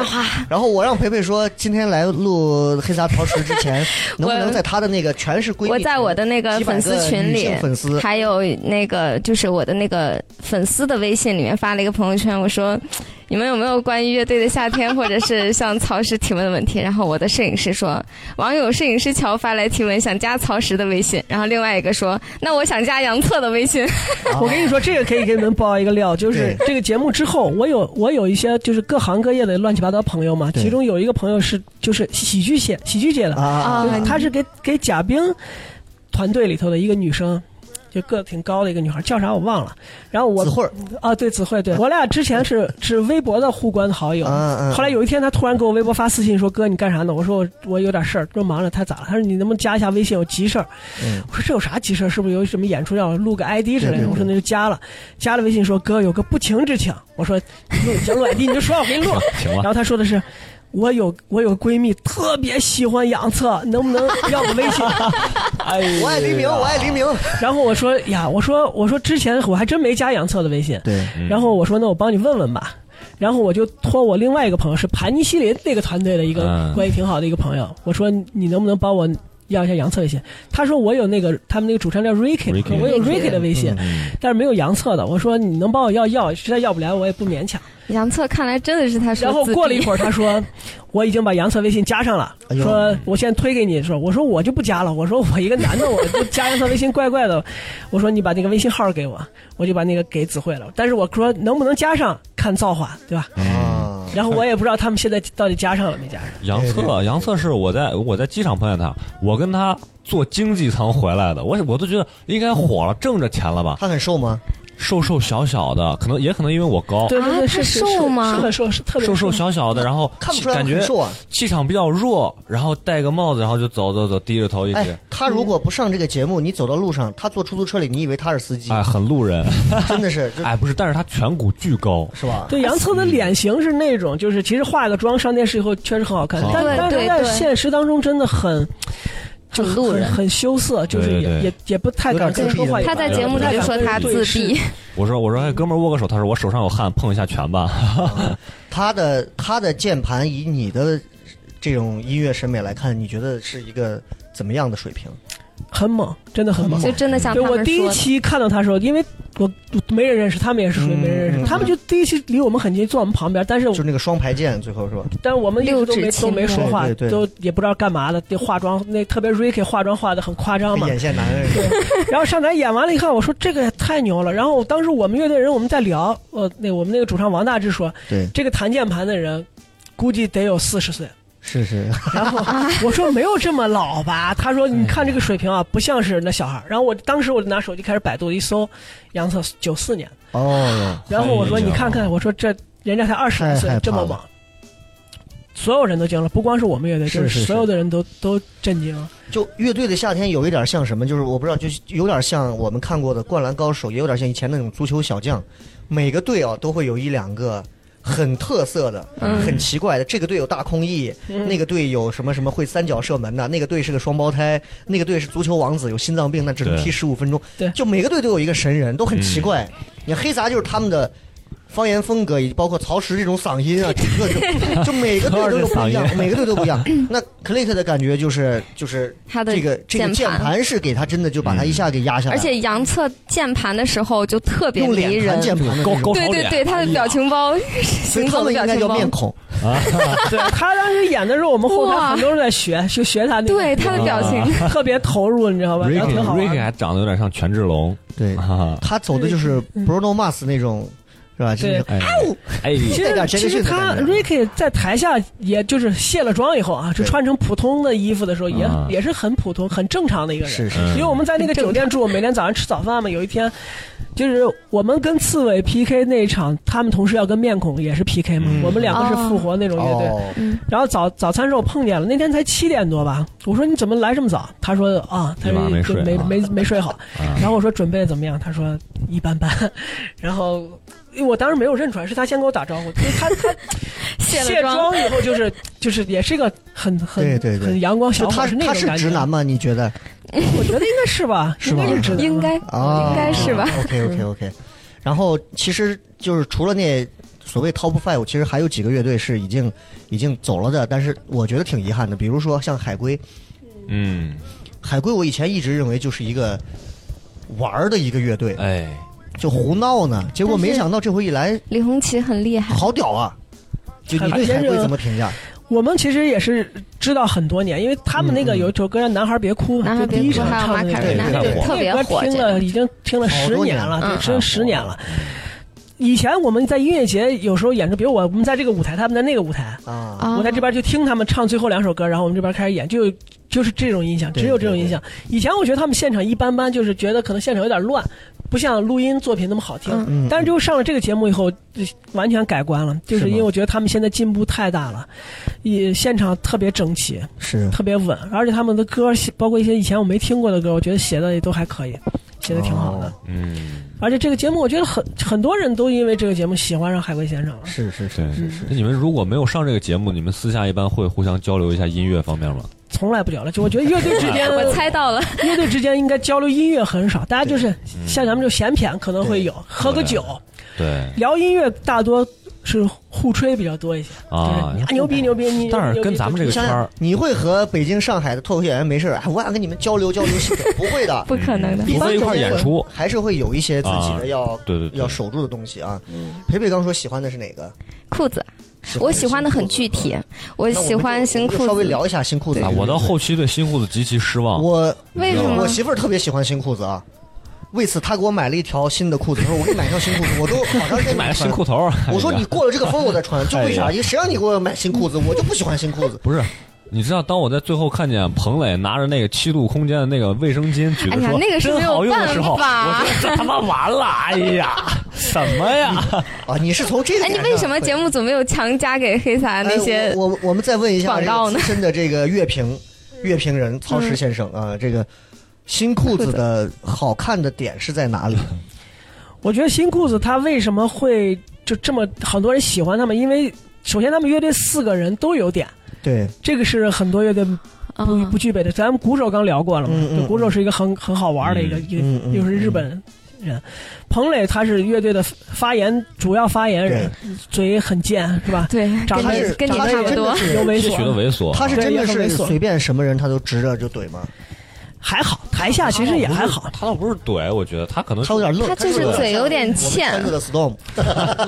S2: 然后我让培培说，今天来录《黑撒陶石》之前，能不能在他的那个全是闺蜜，
S4: 我在我的那个
S2: 几百
S4: 粉丝群
S2: 女
S4: 里
S2: 性，粉 丝
S4: 还有那个就是我的那个粉丝的微信里面发了一个朋友圈，我说你们有没有关于乐队的夏天，或者是向曹石提问的问题？然后我的摄影师说，网友摄影师乔发来提问，想加曹石的微信。然后另外一个说，那我想加杨策的微信。
S2: 啊
S5: 我跟你说，这个可以给你们爆一个料，就是
S2: 对
S5: 这个节目之后，我有我有一些就是各行各业的乱七八糟朋友嘛，
S2: 对
S5: 其中有一个朋友是就是喜剧界喜剧界的，
S2: 啊
S4: 啊
S5: 就是她是给给贾冰团队里头的一个女生。就个子挺高的一个女孩，叫啥我忘了。然后我
S2: 子慧儿
S5: 啊，对子慧，对我俩之前是是微博的互关好友，
S2: 嗯嗯
S5: 后来有一天，他突然给我微博发私信说：“哥，你干啥呢？”我说我：“我有点事儿，正忙着。”他咋了？他说：“你能不能加一下微信？有急事儿。
S2: 嗯
S5: 我说：“这有啥急事儿？是不是有什么演出要录个 ID 之类
S2: 对对
S5: 的？”
S2: 对
S5: 我说：“那就加了。”加了微信说：“哥，有个不情之请。”我说：“你想录 ID 你就说，我给你录。
S3: 行”行
S5: 然
S3: 了，
S5: 后他说的是。我有我有闺蜜特别喜欢杨策，能不能要个微信？
S3: 哎呀，
S2: 我爱黎明，我爱黎明。
S5: 然后我说呀，我说我说之前我还真没加杨策的微信，
S2: 对，
S3: 嗯
S5: 然后我说那我帮你问问吧，然后我就托我另外一个朋友是盘尼西林那个团队的一个
S3: 嗯
S5: 关系挺好的一个朋友，我说你能不能帮我要一下杨策微信。他说我有那个他们那个主唱叫 Ricky，嘛
S3: Ricky 嗯
S5: 我有 Ricky 的微信，但是没有杨策的。我说你能帮我要要，实在要不来我也不勉强。
S4: 杨策看来真的是他说
S5: 然后
S4: 自闭
S5: 过了一会儿，他 说我已经把杨策微信加上了，
S2: 哎呦
S5: 说我现在推给你，说我说我就不加了，我说我一个男的我就加杨策微信怪怪的，我说你把那个微信号给我，我就把那个给子慧了。但是我说能不能加上看造化，
S3: 嗯
S5: 对吧？
S2: 啊，
S5: 然后我也不知道他们现在到底加上了没加上。
S3: 杨
S2: 对
S3: 策，杨策是我在我在机场碰见他，我跟他坐经济舱回来的，我我都觉得应该火了，挣着钱了吧，
S2: 他很瘦吗？
S3: 瘦瘦小小的，可能也可能因为我高，
S5: 对对对，
S4: 啊
S5: 是
S4: 他
S5: 是
S4: 瘦
S5: 是
S4: 吗
S5: 是很瘦，是特
S3: 哦
S5: 别
S3: 瘦瘦。小小的，然后
S2: 看不出来
S3: 感觉
S2: 很瘦啊。
S3: 气场比较弱，然后戴个帽子，然后就走走走，低着头一直
S2: 哎，，他如果不上这个节目，你走到路上，他坐出租车里，你以为他是司机，
S3: 哎，很路人，
S2: 真的是，
S3: 哎，不是，但是他颧骨巨高，
S2: 是 吧？
S5: 对杨策的脸型是那种，就是其实化个妆上电视以后确实很好看
S3: 好，
S5: 但
S4: 对
S5: 但是
S4: 对
S5: 在
S4: 对
S5: 现实当中真的很就
S4: 很路人
S5: 很很羞涩，就是
S3: 对
S5: 也
S3: 对对
S5: 也也不太敢跟
S2: 有点
S5: 说话。
S2: 自闭
S4: 他在节目里就说他自闭，
S3: 我说我说，哎，哥们儿握个手，他说我手上有汗，碰一下拳吧。
S2: 他的他的键盘以你的这种音乐审美来看，你觉得是一个怎么样的水平？
S5: 很猛，真的很猛。
S4: 就真的像
S5: 对
S4: 他
S5: 我
S4: 们
S5: 第一
S4: 说的。
S5: 期看到他的时候，因为我我没人认识，他们也是属于没人认识，
S2: 嗯嗯
S5: 他们就第一期离我们很近，坐我们旁边，但是
S2: 就是那个双排键，最后是吧？
S5: 但我们一直都
S4: 六
S5: 没
S4: 指
S5: 都没
S4: 清
S5: 说话，
S2: 对对对
S5: 都也不知道干嘛的，就化妆那特别 Ricky 化妆化的很夸张嘛，
S2: 眼线男人是吧
S5: 然后上台演完了以后，我说这个也太牛了。然后当时我们乐队人我们在聊，呃，那我们那个主唱王大治说，
S2: 对，
S5: 这个弹键盘的人。估计得有 四十岁，
S2: 是是，
S5: 然后我说没有这么老吧，他说你看这个水平啊，不像是那小孩儿。然后我当时我就拿手机开始百度一搜，杨策九四年，
S2: 哦，
S5: 然后我说
S3: 哎呀
S5: 你看看，我说这人家才二十来岁
S2: 太害怕，
S5: 这么
S2: 了
S5: 猛，所有人都惊了，不光是我们乐队，就是
S2: 是是
S5: 所有的人都都震惊了。
S2: 就乐队的夏天有一点像什么，就是我不知道，就是有点像我们看过的《灌篮高手》，也有点像以前那种足球小将。每个队啊都会有一两个很特色的、
S4: 嗯
S2: 很奇怪的。这个队有大空翼，那个队有什么什么会三角射门的，那个队是个双胞胎，那个队是足球王子，有心脏病，那只能
S3: 对
S2: 踢十五分钟。
S5: 对
S2: 就每个队都有一个神人，都很奇怪。你看黑撒就是他们的。方言风格，以及包括曹石这种嗓音 啊，整个就就每个队都有不一样，每个队都不一样。那 Click 的感觉就是就是
S4: 他的
S2: 这个这个
S4: 键
S2: 键
S4: 盘
S2: 盘是给他真的就把他一下给压下来，
S4: 而且杨策键盘的时候就特别
S2: 用
S4: 迷
S2: 脸
S4: 人
S2: 盘，键盘的
S3: 高
S2: 那种
S3: 高
S4: 对
S3: 潮
S4: 对
S3: 脸
S4: 对，
S5: 哎
S4: 他的表情包，
S2: 所以
S4: 行
S2: 他
S4: 走的
S2: 们应
S4: 表
S2: 该
S4: 情
S2: 叫
S4: 包，
S2: 面孔。
S3: 啊
S5: 对他当时演的时候，我们后台
S4: 哇
S5: 很多人在学，就学他那个，
S4: 对他的表情，
S5: 特别投入，你知道吧？然后
S3: 啊 Ricky
S5: 挺好啊玩
S3: Ricky
S5: 的。
S3: 还长得有点像权志龙，
S2: 对
S4: 嗯
S3: 哈哈。
S2: 他走的就是 Bruno Mars 那种，是吧？就是
S3: 哎哎，
S5: 其
S2: 带
S5: 实
S2: 点杰
S5: 其
S2: 克逊
S5: 实
S2: 的
S5: 他
S2: 感觉
S5: Ricky 在台下，也就是卸了妆以后啊，就
S2: 对
S5: 穿成普通的衣服的时候，也
S3: 啊
S5: 也是很普通、很正常的一个人。
S2: 是是
S3: 嗯
S5: 因为我们在那个酒店住，每天早上吃早饭嘛。有一天，就是我们跟刺猬 PK 那一场，他们同时要跟面孔也是 PK 嘛。
S3: 嗯
S5: 我们两个是复活
S4: 嗯
S5: 那种乐队。
S2: 哦，
S5: 然后早早餐时候碰见了，那天才七点多吧。我说你怎么来这么早？他说啊，他
S3: 一晚
S5: 说
S3: 上没
S5: 就
S3: 睡
S5: 没
S3: 啊
S5: 没没睡好。
S3: 啊
S5: 然后我说准备得怎么样？他说一般般。然后因为我当时没有认出来，是他先跟我打招呼，因为他他
S4: 卸了
S5: 卸
S4: 妆，
S5: 妆以后就是就是也是一个很很
S2: 对对对
S5: 很阳光
S2: 就
S5: 小伙
S2: 他
S5: 儿，
S2: 是
S5: 那
S2: 他
S5: 种
S2: 是
S5: 感觉
S2: 直男，吗？你觉得
S5: 我觉得应该是 吧，
S2: 是
S5: 应
S2: 吗
S5: 该是直男吧，
S4: 应该
S2: 啊？
S4: 应该是吧嗯
S2: ？OK OK OK。然后其实就是除了那所谓 Top Five，其实还有几个乐队是已经已经走了的，但是我觉得挺遗憾的，比如说像海龟，
S3: 嗯，
S2: 海龟我以前一直认为就是一个玩儿的一个乐队，
S3: 哎，
S2: 就胡闹呢，结果
S4: 但是
S2: 没想到这回一来
S4: 李红旗很厉害，
S2: 好屌啊！就你对海龟怎么评价？
S5: 我们其实也是知道很多年，因为他们那
S2: 嗯
S5: 个
S2: 嗯
S5: 有一首歌叫《男孩别哭》，
S4: 男孩
S5: 就第
S4: 别
S5: 一
S4: 哭，
S5: 首
S4: 还有
S5: 唱
S4: 马
S5: 的那
S4: 卡
S5: 个
S4: 瑞
S2: 对
S4: 娜
S2: 对对
S4: 特别
S5: 那歌
S4: 火，
S5: 听了已经听了十年了，
S4: 好多年
S5: 对，真十年了。
S3: 嗯
S5: 以前我们在音乐节有时候演出，比如我们在这个舞台，他们在那个舞台，
S2: 啊，
S4: 啊
S5: 我在这边就听他们唱最后两首歌，然后我们这边开始演，就就是这种印象，
S2: 对
S5: 只有这种印象。以前我觉得他们现场一般般，就是觉得可能现场有点乱，不像录音作品那么好听。
S2: 嗯，
S4: 嗯
S5: 但是就上了这个节目以后，就完全改观了，就是
S2: 吗
S5: 是因为我觉得他们现在进步太大了，也现场特别整齐，
S2: 是
S5: 特别稳，而且他们的歌，包括一些以前我没听过的歌，我觉得写的也都还可以，写的挺好的。
S2: 哦
S3: 嗯，
S5: 而且这个节目，我觉得很很多人都因为这个节目喜欢上海龟先生了。
S2: 是是
S3: 对
S2: 是是是，。
S3: 那你们如果没有上这个节目，你们私下一般会互相交流一下音乐方面吗？
S5: 从来不聊了，就我嗯觉得乐队之 间，
S4: 我猜到了，
S5: 乐队之间应该交流音乐很少，大家就是像咱们这种闲谝可能会有，喝个
S3: 对
S5: 酒
S3: 对，
S5: 聊音乐，大多是互吹比较多一些，
S3: 啊
S5: 就是你牛逼牛逼，你
S3: 但是
S5: 牛逼
S3: 跟咱们这
S5: 就
S3: 个
S5: 是
S3: 圈
S2: 想
S3: 儿
S2: 想，你会和北京、上海的脱口秀演员没事儿，哎，我想跟你们交流交流心得，不会的，
S4: 不可能的
S2: 嗯
S3: 除非一块儿演出，啊
S2: 还是会有一些自己的要、
S3: 对对对
S2: 要守住的东西啊。培培刚说喜欢的是哪个？
S4: 裤子，我喜欢的很具体，我
S2: 那我们就。
S4: 喜欢新
S2: 我们
S4: 裤
S2: 就稍微
S4: 子。
S2: 聊一下新裤子
S3: 啊，我到后期对新裤子极其失望。
S2: 我
S4: 为什么
S2: 我？媳妇儿特别喜欢新裤子啊，为此她给我买了一条新的裤子，她说我给你买一条新裤子， 我都好长时间没
S3: 你买个新
S2: 穿
S3: 裤头儿，
S2: 我 说
S3: 哎呀
S2: 你过了这个风我再穿，就为啥？
S3: 哎
S2: 因为谁让你给我买新裤子，我就不喜欢新裤子。
S3: 不是。你知道，当我在最后看见彭磊拿着那个七度空间的那个卫生巾举着
S4: 哎呀
S3: 说“
S4: 那个是
S3: 真好
S4: 没有
S3: 用”的时候，我
S4: 办法啊
S3: 觉得这他妈完了！哎呀，什么呀？
S2: 啊，你是从这个
S4: 哎，
S2: 点
S4: 你
S2: 上
S4: 为什么
S2: 会
S4: 节目组没有强加给黑撒那
S2: 哎
S4: 些？
S2: 我我我们再问一下这
S4: 广告
S2: 个
S4: 呢嗯
S2: 资深的这个乐
S5: 嗯
S2: 评乐评人曹石先生啊，这个新裤子的好看的点是在 哪里？
S5: 我觉得新裤子他为什么会就这么很多人喜欢他们？因为首先他们乐队四个人都有点，
S2: 对，
S5: 这个是很多乐队
S2: 呃
S5: 不
S4: 嗯
S5: 不具备的。咱们鼓手刚聊过了嘛，
S2: 嗯嗯
S5: 就鼓手是一个很很好玩的一个，一
S2: 嗯嗯
S5: 个又是日本人。彭磊他是乐队的发言主要发言人，嘴很贱是吧？
S4: 对，
S5: 长
S4: 跟
S5: 得
S4: 你
S2: 是
S4: 跟你
S2: 长得
S4: 差不
S2: 是
S4: 多
S2: 真的。是
S5: 有猥
S3: 些许的
S5: 琐，
S3: 猥琐，
S2: 他是真的
S5: 对
S2: 是
S5: 也很猥琐
S2: 随便什么人他都直着就怼吗？
S5: 还好，台下
S2: 哦
S5: 其实也还好。
S3: 他倒不是怼，我觉得他可能
S2: 他有点愣，
S4: 他就是嘴有点欠
S2: 他的 storm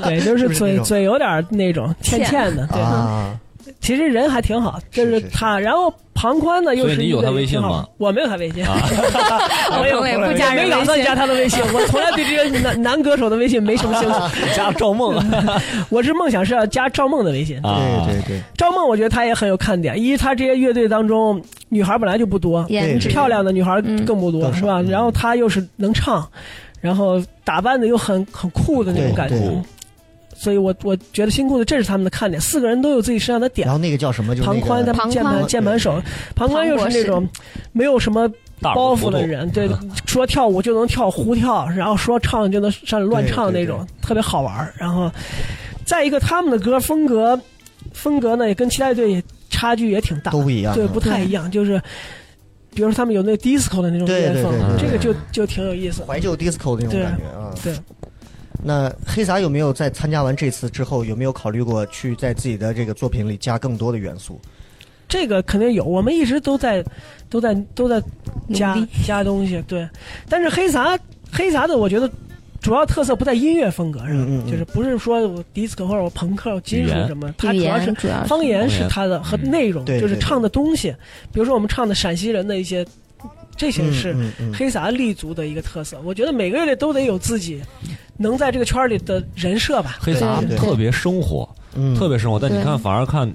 S5: 对，就是
S2: 是不是那
S5: 嘴
S2: 种
S5: 嘴有点那种欠
S4: 欠
S5: 欠的，对。
S2: 啊，
S5: 其实人还挺好，这
S2: 是
S5: 是
S2: 是是
S5: 他。然后庞宽呢，又
S3: 所以
S5: 是
S3: 你
S5: 一
S3: 有
S5: 个
S3: 他微信
S5: 挺好
S3: 吗啊
S5: 我没有他微信， 我
S4: 彭磊不加人
S5: 没打
S4: 微
S5: 算
S4: 信
S5: 加他的微信。我从来对这些男男歌手的微信没什么兴 趣。
S3: 加赵 梦
S5: 我是梦想是要加赵梦的微信。
S3: 啊，
S2: 对对对，
S5: 赵梦，我觉得她也很有看点。一，她这些乐队当中女孩本来就不多，
S4: 颜值
S2: 对
S5: 漂亮的女孩
S4: 嗯
S5: 更不多，
S2: 更少
S5: 是吧？
S2: 嗯
S5: 然后她又是能唱，然后打扮的又很很酷的那种
S2: 对
S5: 感
S2: 对
S5: 觉。所以我我觉得新裤子这是他们的看点，四个人都有自己身上的点
S2: 然。后那个叫什么？就是那
S5: 庞
S2: 个
S5: 宽他
S4: 庞
S5: 们键盘
S4: 宽
S5: 键盘手，庞宽又是那种没有什么
S3: 大
S5: 包
S3: 耳朵嗯
S5: 袱的人，对，说跳舞就能跳胡跳，然后说唱就能上去乱唱那种，特别好玩儿。然后再一个，他们的歌风格风格呢，也跟其他乐队也差距也挺大，
S2: 都不一样，啊
S5: 对，不太一样，就是。比如说他们有那 disco 的那种
S2: 对
S5: 乐
S2: 对
S5: 风
S2: 对
S3: 对，
S5: 这
S3: 对
S5: 个就就挺有意思。
S2: 怀旧 disco 的那种
S5: 对
S2: 感觉啊。
S5: 对，
S2: 那黑撒有没有在参加完这次之后，有没有考虑过去在自己的这个作品里加更多的元素？
S5: 这个肯定有，我们一直都在都在都在加
S4: 努力
S5: 加东西，对。但是黑撒黑撒的，我觉得主要特色不在音乐风格上，
S2: 嗯嗯嗯
S5: 就是不是说我迪斯科或者我朋克、金属什么，它
S4: 语
S5: 主要
S4: 言
S5: 是
S4: 主要是
S5: 方言是它的和内容，
S2: 嗯对
S5: 就是
S2: 对
S5: 唱的东西。比如说我们唱的陕西人的一些，这些
S2: 嗯
S5: 是
S2: 嗯嗯
S5: 黑撒立足的一个特色。我觉得每个乐队都得有自己能在这个圈儿里的人设吧。
S3: 黑撒
S2: 对对
S3: 特别生活，
S2: 嗯，
S3: 特别生活。但你
S4: 对
S3: 看，反而看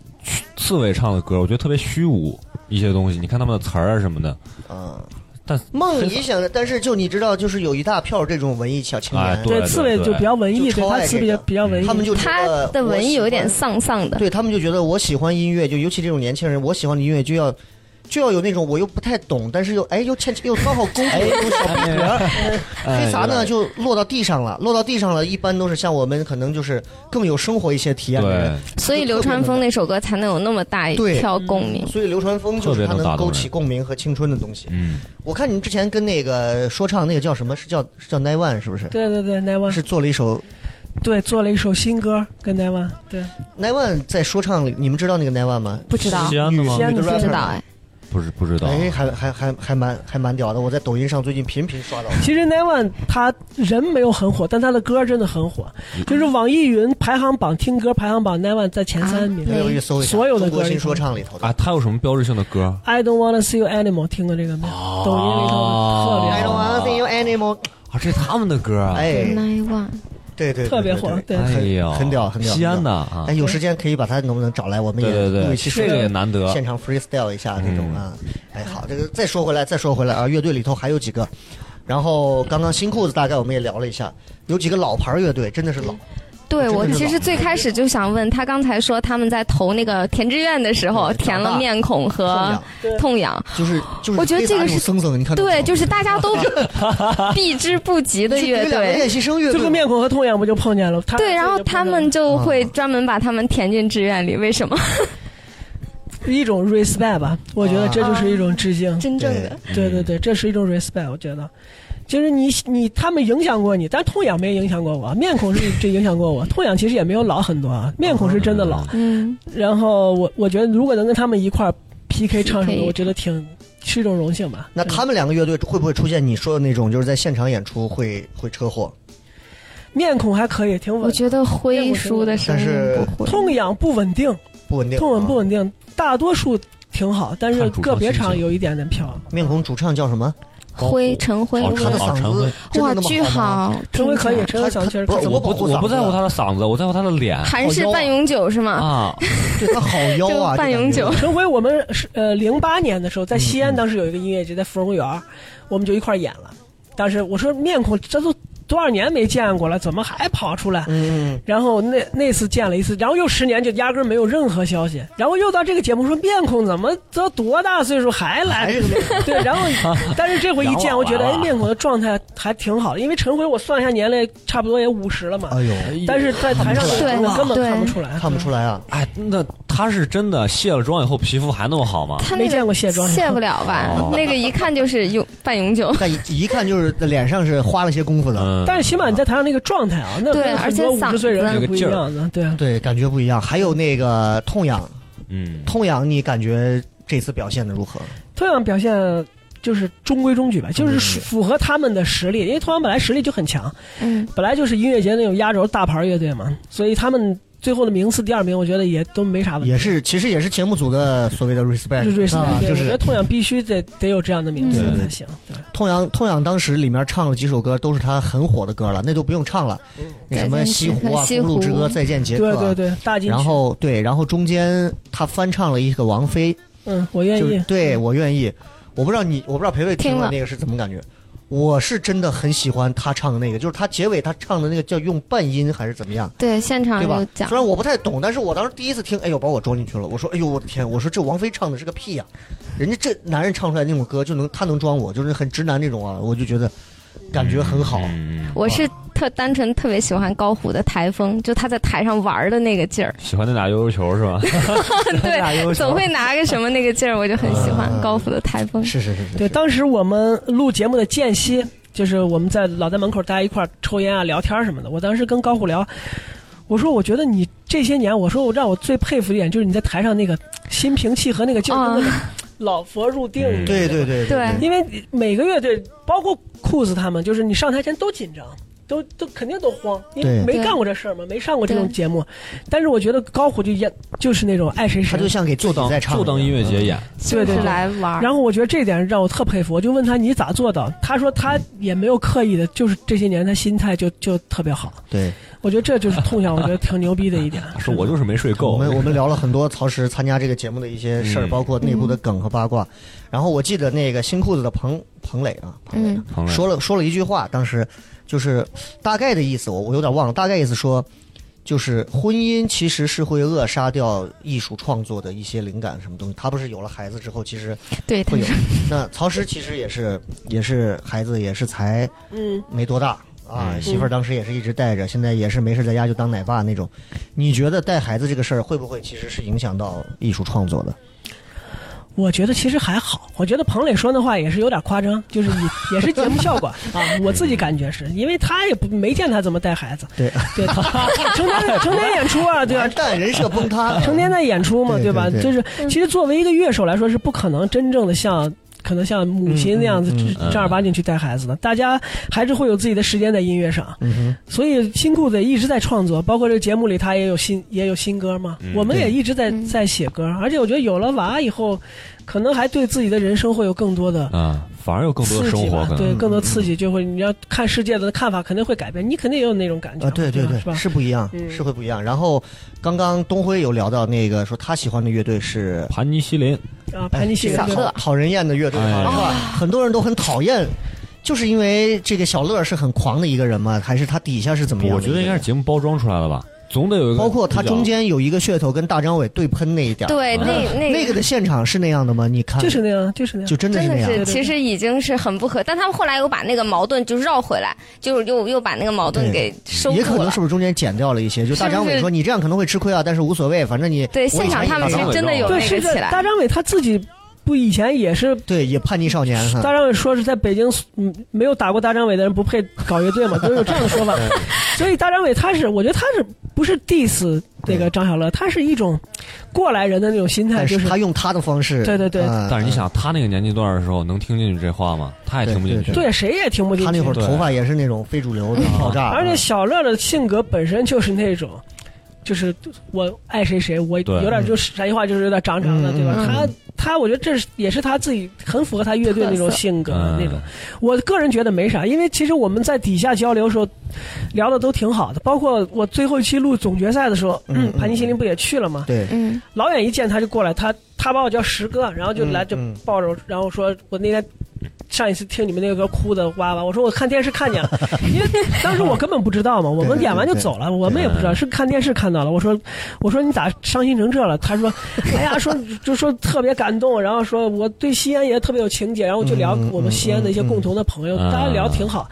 S3: 刺猬唱的歌，我觉得特别虚无一些东西。你看他们的词儿啊什么的，
S2: 啊。
S3: 但
S2: 梦里想着，但是就你知道，就是有一大票这种文艺小青
S3: 哎
S2: 年，
S3: 对
S5: 刺猬
S3: 对
S5: 就比较文艺，
S2: 就
S5: 对
S2: 超
S5: 他
S2: 爱这
S5: 词比较
S2: 个
S5: 比较文艺。
S2: 他们就觉
S4: 他
S2: 得
S4: 的
S2: 我
S4: 文艺有
S2: 喜
S4: 点
S2: 欢，
S4: 丧丧的，
S2: 对他们就觉得我喜欢音乐，就尤其这种年轻人，我喜欢的音乐就要就要有那种我又不太懂，但是又哎又欠又刚好攻住那种小逼格儿。
S3: 哎
S2: 黑啥呢？就落到地上了，落到地上了，一般都是像我们可能就是更有生活一些体验的人
S3: 对，，
S4: 所以流川枫那首歌才能有那么大一
S2: 对嗯
S4: 条共鸣。
S2: 所以流川枫就是他能勾起共鸣和青春的东西。
S3: 嗯，
S2: 我看你们之前跟那个说唱那个叫什么？是叫是叫 Nine One 是不是？
S5: 对对对，奈万
S2: 是做了一首
S5: 对，做了一首新歌跟台湾，对，
S2: Nine One 在说唱里，你们知道那个 Nine One 吗？
S4: 不知道
S3: 西安的吗
S2: 西？安的
S4: 不
S2: rapper
S4: 知道哎，
S3: 不是不知道，
S2: 哎，还还还还蛮还蛮屌的，我在抖音上最近频频刷到。
S5: 其实 n e v a n 他人没有很火，但他的歌真的很火，就是网易云排行榜听歌排行榜 n e v a n 在前三名。
S2: 大家回去搜一下，
S5: 所有的
S2: 中国
S5: 歌
S2: 新
S5: 里头
S2: 说唱里头的。
S3: 啊，他有什么标志性的歌？
S5: I don't wanna see you anymore，听过这个没有？抖音里头的
S2: I
S5: 特
S2: don't
S5: 别
S2: wanna
S5: 火，
S2: see you anymore。
S3: 啊，这是他们的歌啊！
S2: 哎，
S4: 那万
S2: 对对，对
S5: 特别火
S2: 对，对
S5: 对
S3: 哎
S2: 很
S3: 呦，
S2: 很屌，很屌。
S3: 西安的
S2: 很屌。
S3: 啊
S2: 哎，，有时间可以把他能不能找来，我们
S3: 对
S2: 也
S3: 对
S2: 录
S3: 对，
S2: 一期说
S3: 这个也
S2: 唱。
S3: 难得。嗯
S2: 现场 freestyle 一下那种啊。哎，好，这个再说回来，再说回来啊，乐队里头还有几个，然后刚刚新裤子大概我们也聊了一下，有几个老牌乐队，真的是老，
S4: 对
S2: 这个
S4: 我
S2: 是
S4: 其实
S2: 老
S4: 最开始就想问他，刚才说他们在投那个填志愿的时候
S2: 对
S4: 填
S2: 长大
S4: 了面孔和
S2: 样，
S5: 对
S4: 哦痛痒，
S2: 就是就是，
S4: 我觉得这个是
S2: 僧僧，你看
S4: 对，就是大家 都避之不及的
S2: 就
S4: 乐
S2: 两个
S4: 队。
S2: 练习生乐
S5: 这
S2: 队
S5: 个面孔和痛痒不就碰见了？他
S4: 对，然后他们就嗯会专门把他们填进志愿里，为什么？
S5: 一种 respect 吧，我觉得这就是一种致 敬。
S4: 真正
S2: 对
S4: 的
S5: 嗯对对对，这是一种 respect，我觉得，就是你你他们影响过你，但是痛痒没影响过我，面孔是这影响过我，痛痒其实也没有老很多啊，面孔是真的老。
S4: 嗯，
S5: 然后我我觉得如果能跟他们一块儿 PK 唱什么，我觉得挺是一种荣幸吧。
S2: 那
S5: 嗯
S2: 他们两个乐队会不会出现你说的那种，就是在现场演出会会车祸？
S5: 面孔还可以，挺
S4: 我
S5: 稳，
S4: 觉得灰叔的声音不会
S5: 痛痒不稳定，
S2: 不稳定，
S5: 痛稳不
S2: 啊？
S5: 稳定，大多数挺好，但是
S3: 看主唱
S5: 个别
S3: 心
S5: 场
S3: 情
S5: 有一点点飘。
S2: 面孔主唱叫什么？
S4: 灰陈灰
S3: 哦，
S2: 他的
S3: 陈
S2: 嗓子真
S4: 哇
S2: 的那，么
S4: 巨
S2: 好吗？
S4: 好，
S5: 陈辉可以，
S4: 听起
S5: 陈辉小确实可
S2: 他
S5: 以
S2: 他。怎
S3: 我
S2: 么保
S3: 不
S2: 护
S3: 我
S2: 嗓
S3: 不
S2: 子
S3: 在乎
S2: 啊
S3: 他的嗓子，我在乎他的脸
S4: 来韩式半永久是吗？
S3: 啊。
S2: 对他好妖啊，
S4: 就半
S2: 这感觉
S4: 永久
S5: 陈辉，我们是呃零八年的时候在西安，当时有一个音乐节在芙蓉园，我们就一块儿演了。当时我说面孔这都多少年没见过了，怎么还跑出来？
S2: 嗯，
S5: 然后那那次见了一次，然后又十年就压根儿没有任何消息，然后又到这个节目说面孔怎么都多大岁数还来
S2: 还？是那个
S5: 对，然后 但是这回一见，
S3: 洋娃娃
S5: 我
S2: 啊
S5: 觉得哎面孔的状态还挺好的，因为陈辉我算一下年龄差不多也五十了嘛，
S2: 哎呦，
S5: 但是在台
S2: 看
S5: 上
S2: 不出
S4: 来
S5: 我根本看不
S4: 对
S5: 出来，
S2: 看不出来啊，
S3: 哎，那他是真的卸了妆以后皮肤还那么好吗？
S4: 他那
S5: 没
S4: 个
S5: 见过卸妆以后
S4: 卸不了吧
S3: 哦？
S4: 那个一看就是永半永久。
S2: 但一一看就是脸上是花了些功夫的。
S3: 嗯，
S5: 但是起码你在台上那个状态啊，那
S4: 对
S5: 跟
S4: 而
S5: 很
S4: 且
S5: 多五十岁人
S3: 嗓
S5: 是
S3: 子
S5: 不一样的，对啊。
S2: 对，感觉不一样。还有那个痛痒，
S3: 嗯，
S2: 痛痒，你感觉这次表现的如何？
S5: 同样表现就是中规中矩吧，就是
S2: 嗯
S5: 符合他们的实力，因为同样本来实力就很强，
S4: 嗯，
S5: 本来就是音乐节那种压轴大牌乐队嘛，所以他们最后的名次第二名，我觉得也都没啥问题。
S2: 也是，其实也是节目组的所谓的 respect，
S5: 就是这
S2: 啊，
S5: 对
S2: 就
S5: 我觉得
S2: 是
S5: 痛痒必须得得有这样的名次
S2: 嗯
S5: 才行。对
S2: 痛痒，痛痒当时里面唱了几首歌，都是他很火的歌了，那都不用唱了， 那什么
S4: 再见
S2: 西湖啊，
S4: 西湖
S2: 公路之歌，再见杰克
S5: 对
S2: 啊，
S5: 对对，大金曲。
S2: 然后对，然后中间他翻唱了一个王菲，
S5: 嗯，我愿
S2: 就是
S5: 意。
S2: 对我愿意，我不知道你，我不知道培培听
S4: 听
S2: 了
S4: 了
S2: 那个是怎么感觉。我是真的很喜欢他唱的那个，就是他结尾他唱的那个叫用半音还是怎么样，
S4: 对，现场
S2: 对吧
S4: 啊有？讲
S2: 虽，然我不太懂，但是我当时第一次听，哎呦把我装进去了。我说，哎呦我的天，我说这王菲唱的是个屁呀、人家这男人唱出来那种歌就能，他能装我，就是很直男那种啊，我就觉得感觉很好。
S3: 嗯，
S4: 我是特单纯特别喜欢高虎的台风，就他在台上玩的那个劲儿，
S3: 嗯喜欢那俩悠悠球是 吧？
S2: 俩优
S4: 对，
S2: 秀
S4: 总会拿个什么那个劲儿，我就很喜欢
S2: 嗯
S4: 高虎的台风。
S2: 是是是是，
S5: 对，
S2: 是
S5: 当时我们录节目的间隙，就是我们在老在门口大家一块儿抽烟啊、聊天什么的。我当时跟高虎聊，我说我觉得你这些年，我说我让我最佩服的一点就是你在台上那个心平气和那个劲儿，跟那个老佛入定一样。
S2: 对对对
S4: 对
S5: 因为每个乐队，包括裤子他们，就是你上台前都紧张，都都肯定都慌，因为
S2: 对
S5: 没
S4: 对
S5: 干过这事儿嘛，没上过这种
S4: 对
S5: 节目。但是我觉得高虎就演就是那种爱谁
S2: 他
S5: 谁
S2: 就。像给自
S3: 就
S2: 己
S3: 当
S2: 在唱一
S3: 就
S2: 样，
S3: 当音乐节
S2: 嗯
S3: 演，
S4: 就是
S5: 对对
S4: 来玩
S3: 啊
S4: 儿。
S5: 然后我觉得这点让我特佩服，我就问他你咋做到？他说他也没有刻意的，就是这些年他心态就就特别好。
S2: 对。
S5: 我觉得这就是痛痒，我觉得挺牛逼的 一点。
S3: 啊是我就是没睡
S2: 嗯
S3: 够。
S2: 我们我们聊了很多曹石参加这个节目的一些事儿，
S3: 嗯
S2: 包括内部的梗和八卦。然后我记得那个新裤子的彭彭磊啊，彭磊啊、
S3: 彭磊
S2: 说了说了一句话，当时就是大概的意思，我我有点忘了，大概意思说。就是婚姻其实是会扼杀掉艺术创作的一些灵感什么东西。他不是有了孩子之后，其实
S4: 对，他
S2: 会有
S4: 说。
S2: 那曹石其实也是也是孩子也是才
S5: 嗯，
S2: 没多大啊，
S3: 嗯
S2: 媳妇儿当时也是一直带着，现在也是没事在家就当奶爸那种。你觉得带孩子这个事儿会不会其实是影响到艺术创作的？
S5: 我觉得其实还好。我觉得彭磊说那话也是有点夸张，就是也 也是节目效果啊。我自己感觉是因为他也不没见他怎么带孩子，
S2: 对，
S5: 对，成天成天演出 啊，对吧、
S2: 哎但人设崩塌，
S5: 成天在演出嘛，
S2: 对
S5: 对吧？
S2: 对对
S5: 就是其实作为一个乐手来说，是不可能真正的像。可能像母亲那样子
S2: 嗯嗯嗯
S5: 正正儿八经去带孩子的，大家还是会有自己的时间在音乐上，
S2: 嗯哼，
S5: 所以新裤子也一直在创作，包括这个节目里他也有新也有新歌嘛，我们也
S2: 对
S5: 一直在
S4: 嗯
S5: 在写歌，而且我觉得有了娃以后，可能还对自己的人生会有更多的
S3: 啊，反而有更多的
S5: 刺
S3: 生
S5: 激
S3: 活
S5: 吧，
S3: 可能。嗯
S5: 对，更多刺激就会你要看世界的看法肯定会改变，你肯定也有那种感
S2: 啊，
S5: 觉
S3: 呃
S5: 嘛，
S2: 对对
S5: 吧
S2: 对
S5: 是，吧？
S2: 是不一样，
S5: 嗯
S2: 是会不一样。然后刚刚东辉有聊到那个说他喜欢的乐队是。
S3: 盘尼西林，
S5: 啊，潘尼西林
S4: 小
S5: 对
S4: 乐
S2: 好讨人厌的乐队
S3: 哎
S2: 啊，是吧？很多人都很讨厌，就是因为这个小乐是很狂的一个人嘛，还是他底下是怎么样的
S3: 我
S2: 一个
S3: 觉
S2: 人？
S3: 得应该是节目包装出来的吧，总得有一个。
S2: 包括他中，间有一个噱头跟大张伟对喷那一点儿，嗯
S4: 对，那那
S2: 那个的现场是那样的吗？你
S3: 嗯
S2: 看，
S5: 就是那样，就是那样
S2: 就。真的是
S4: 真
S2: 那
S4: 的
S2: 样
S4: 是，
S5: 对
S4: 其实已经是很不合，但他们后来又把那个矛盾就绕回来，就又又把那个矛
S2: 对
S4: 盾给收
S2: 也可
S4: 住
S2: 能
S4: 了
S2: 是。不是中间剪掉了一些？就大张伟
S4: 是
S2: 说
S4: 不
S2: 你这样可能会吃亏啊，但是无所谓，反正你
S4: 对，
S2: 我以
S4: 现场
S2: 前
S4: 他们
S2: 也
S4: 是
S2: 这样
S4: 真的有
S5: 对，
S4: 那
S5: 是
S4: 个
S5: 的
S4: 起，来
S5: 大，张伟他自己不以前也是
S2: 对，也叛逆少年
S5: 大
S2: 哈。
S5: 张伟说是在北京，嗯，没有打过大张伟的人不配搞乐 队嘛，都有这样的说法。
S2: 嗯
S5: 所以大张伟他是，我觉得他是不是
S2: 嗯
S5: diss 那个张小乐，他是一种过来人的那种心态，
S2: 但
S5: 就是是
S2: 他用他的方式，
S5: 对对对
S2: 啊
S3: 但是你，想，他那个年纪段儿的时候，能听进去这话吗？他也听不进去。
S2: 对
S5: 对谁也听不进
S2: 他那
S5: 去
S2: 会。儿嗯头发也是那种非主流的爆炸，
S5: 而且小乐的性格本身就是那种，就是我爱谁谁，我
S3: 对
S5: 有点就是陕西话就是有点长长的，
S2: 嗯
S5: 对吧？
S2: 嗯
S5: 他他我觉得这是也是他自己很符合他乐队那种
S4: 特色
S5: 性格
S3: 嗯
S5: 那种。我个人觉得没啥，因为其实我们在底下交流的时候聊的都挺好的，包括我最后一期录总决赛的时候，
S2: 嗯嗯
S5: 盘尼西林不也去了吗？
S2: 对，
S4: 嗯，
S5: 老远一见他就过来，他他把我叫石哥，然后就来
S2: 嗯
S5: 就
S2: 嗯
S5: 抱着我，然后说我那天。上一次听你们那个歌哭的哇哇，我说我看电视 看见了，因为当时我根本不知道嘛，我们演完就走了，我们也不知道是看电视看到了。我说我说你咋伤心成这了？他说 哎呀说就说特别感动，然后说我对西安也特别有情结，然后就聊
S2: 嗯嗯
S5: 我们西安的一些
S2: 嗯嗯
S5: 共同的朋友，
S3: 嗯
S5: 大家聊挺好。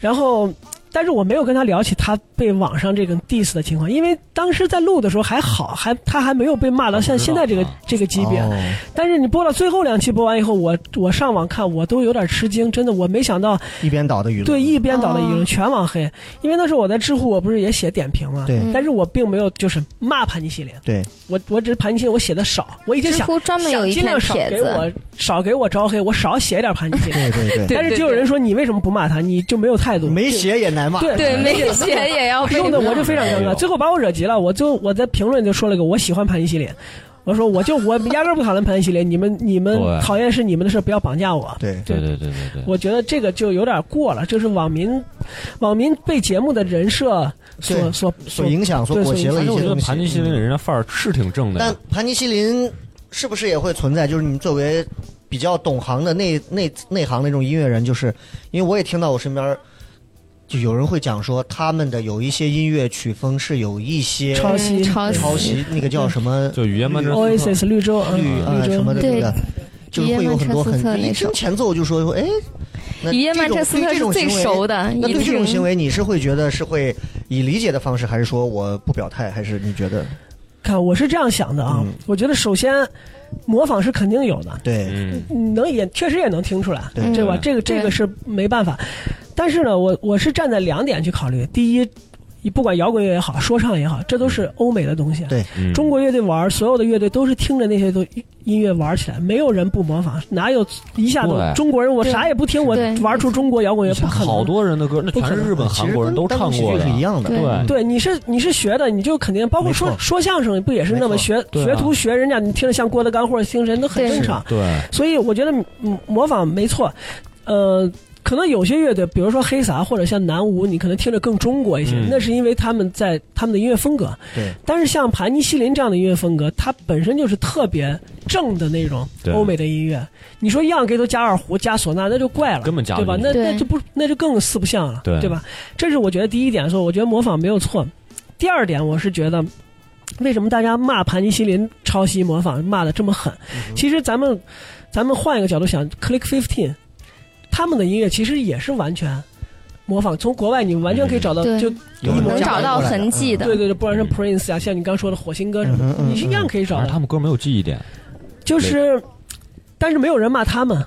S5: 然后，但是我没有跟他聊起他被网上这个 diss 的情况，因为当时在录的时候还好，还他还没有被骂到像
S3: 我知道
S5: 现在这个、
S3: 啊
S5: 这个级别。
S2: 哦
S5: 但是你播到最后两期播完以后，我我上网看，我都有点吃惊，真的，我没想到
S2: 一边倒的舆论，
S5: 对一边倒的舆论
S4: 哦
S5: 全网黑，因为那时候我在知乎，我不是也写点评嘛，
S2: 对
S5: 但是我并没有就是骂盘尼西林，
S2: 对，
S5: 我我只是盘尼西林我写的少，我已经
S4: 知
S5: 想
S4: 乎专门有
S5: 想
S4: 一
S5: 尽
S4: 篇
S5: 量少
S4: 帖
S5: 给我
S4: 子，
S5: 少给我招黑，我少写点盘尼西林。
S2: 对对对，
S5: 但是
S4: 对
S5: 就有人说你为什么不骂他？你就没有态度，
S2: 没写也难骂，
S5: 对
S4: 对，没写也要被
S5: 弄得我就非常尴
S3: 哎
S5: 尬，
S3: 呦
S5: 最后把我惹急了。我就我在评论就说了个我喜欢盘尼西林，我说我就我压根儿不讨厌盘尼西林，你们你们
S3: 对
S5: 讨厌是你们的事，不要绑架我。
S2: 对
S3: 对对对对对。
S5: 我觉得这个就有点过了，就是网民，网民被节目的人设所
S2: 对
S5: 所
S2: 所影响所
S5: 对
S2: 裹挟了
S3: 反
S2: 一
S3: 正我
S2: 些
S3: 觉得
S2: 东西。嗯
S3: 盘尼西林人家范儿是挺正的
S2: 但
S3: 呀，
S2: 盘尼西林是不是也会存在？就是你作为比较懂行的内内内行的那种音乐人，就是因为我也听到我身边就有人会讲说，他们的有一些音乐曲风是有一些
S5: 抄袭、
S4: 嗯抄袭
S2: 抄袭，那个叫什么
S3: 就语言班
S2: 嗯
S3: 哲
S5: Oasis 绿洲、嗯
S2: 绿啊
S5: 绿
S2: 什
S5: 洲
S2: 么的那
S4: 对
S2: 个。就是会有很多
S4: 语言曼彻
S2: 很
S4: 斯特那
S2: 一听
S4: 首
S2: 前奏就说哎，那
S4: 雨夜曼彻斯特
S2: 这
S4: 是
S2: 种
S4: 最
S2: 行为
S4: 熟的，
S2: 那
S4: 一
S2: 对这种
S4: 听
S2: 行为，你是会觉得是会以理解的方式，还是说我不表态，还是你觉得
S5: 看我是这样想的啊，
S2: 嗯
S5: 我觉得首先模仿是肯定有的，
S2: 对？
S3: 嗯，
S5: 你能也确实也能听出来，
S2: 对
S5: 对吧？
S3: 嗯
S5: 这个这
S4: 对
S5: 个是没办法。但是呢，我我是站在两点去考虑。第一，你不管摇滚乐也好，说唱也好，这都是欧美的东西。啊
S2: 对
S3: 嗯
S5: 中国乐队玩，所有的乐队都是听着那些都音乐玩起来，没有人不模仿，哪有一下子
S3: 对
S5: 中国人我啥也不听，我
S4: 对
S5: 玩出中国摇滚乐
S3: 以
S5: 不
S3: 前
S5: 可能
S3: 好多人的歌，那
S5: 不可
S3: 全是
S5: 能
S3: 日本、
S2: 其实
S3: 韩国人
S2: 跟
S3: 都
S2: 单口
S3: 唱
S2: 喜
S3: 过
S2: 剧
S3: 的
S2: 是，一样的，
S4: 对
S3: 对
S5: 对，你是你是学的，你就肯定包括说
S2: 没错
S5: 说相声不也是那
S2: 没
S5: 么
S2: 错
S5: 学
S3: 对啊
S5: 学徒学人家，你听着像郭德纲或者听谁都很
S4: 对
S5: 正常。
S3: 对，
S5: 所以我觉得嗯模仿没错，呃，可能有些乐队，比如说黑撒或者像南无，你可能听着更中国一些，
S3: 嗯
S5: 那是因为他们在他们的音乐风格。
S2: 对
S5: 但是像盘尼西林这样的音乐风格，它本身就是特别正的那种
S3: 对
S5: 欧美的音乐。你说样给都加二胡加唢呐，那就怪了，
S3: 根本加不
S5: 对吧？
S3: 进
S5: 那
S3: 去
S5: 那
S4: 对
S5: 就不那就更四不像了，
S3: 对
S5: 吧？这是我觉得第一点，说我觉得模仿没有错。第二点，我是觉得。为什么大家骂盘尼西林抄袭模仿骂的这么狠？
S2: 嗯
S5: 其实咱们，咱们换一个角度想，Click Fifteen，他们的音乐其实也是完全模仿，从国外你完全可以找到，
S4: 嗯对
S5: 就
S2: 有
S5: 一模
S4: 能
S5: 一样
S4: 找到痕迹的
S5: 对，对对，不管是 Prince 啊，像你刚说的火星哥什么
S2: 嗯
S5: 的，
S2: 嗯嗯
S5: 你是一样可以找
S3: 反正他
S5: 到。
S3: 们歌没有记忆点，
S5: 就是，但是没有人骂他们，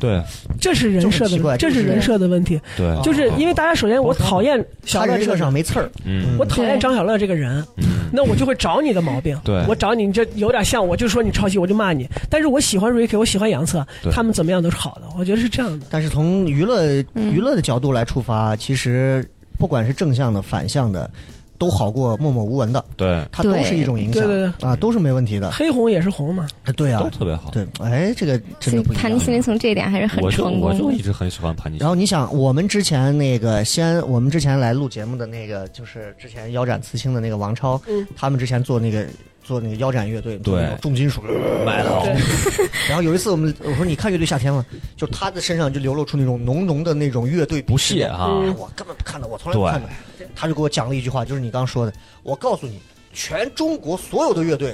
S3: 对
S5: 这是人设
S2: 就很奇怪
S5: 的，这是
S2: 就是
S5: 人设的问题。
S3: 对，
S2: 哦
S5: 就是因为大家首先我讨厌小
S2: 他
S5: 乐
S2: 人
S5: 这个
S2: 设上
S5: 人，
S2: 没刺儿，
S3: 嗯
S5: 我讨厌张小乐这个人，
S3: 嗯
S5: 那我就会找你的毛病。
S3: 对
S5: 我找你，你这有点像，我就说你抄袭，我就骂你。但是我喜欢 Ricky，我喜欢杨策
S3: 对，
S5: 他们怎么样都是好的，我觉得是这样的。
S2: 但是从娱乐
S4: 嗯
S2: 娱乐的角度来出发，其实不管是正向的、反向的，都好过默默无闻的，
S3: 对，
S2: 它都
S4: 对
S2: 是一种影
S5: 对
S2: 响
S5: 对
S2: 啊，都是没问题的。
S5: 黑红也是红嘛，
S2: 对
S3: 都
S2: 啊，
S3: 特别好。
S2: 对，哎，这个真
S4: 所
S2: 的
S4: 以
S2: 不一
S4: 盘尼西林
S2: 样。
S4: 从这一点还是很
S3: 我就
S4: 成功
S3: 我就一
S4: 的。
S3: 直很喜欢盘尼西
S2: 然
S3: 林，
S2: 后你想，我们之前那个先，我们之前来录节目的那个，就是之前腰斩刺青的那个王超，
S5: 嗯
S2: 他们之前做那个做那个腰斩乐队，做
S3: 对
S2: 那种重金属，
S3: 买了
S5: 对
S2: 然后有一次我们我说你看乐队夏天吗？就他的身上就流露出那种浓浓的那种乐队
S3: 不
S2: 鄙视
S3: 屑啊
S2: 感
S3: 哈
S2: 哎我根本不看的，我从来不看的。他就给我讲了一句话，就是你刚说的，我告诉你，全中国所有的乐队，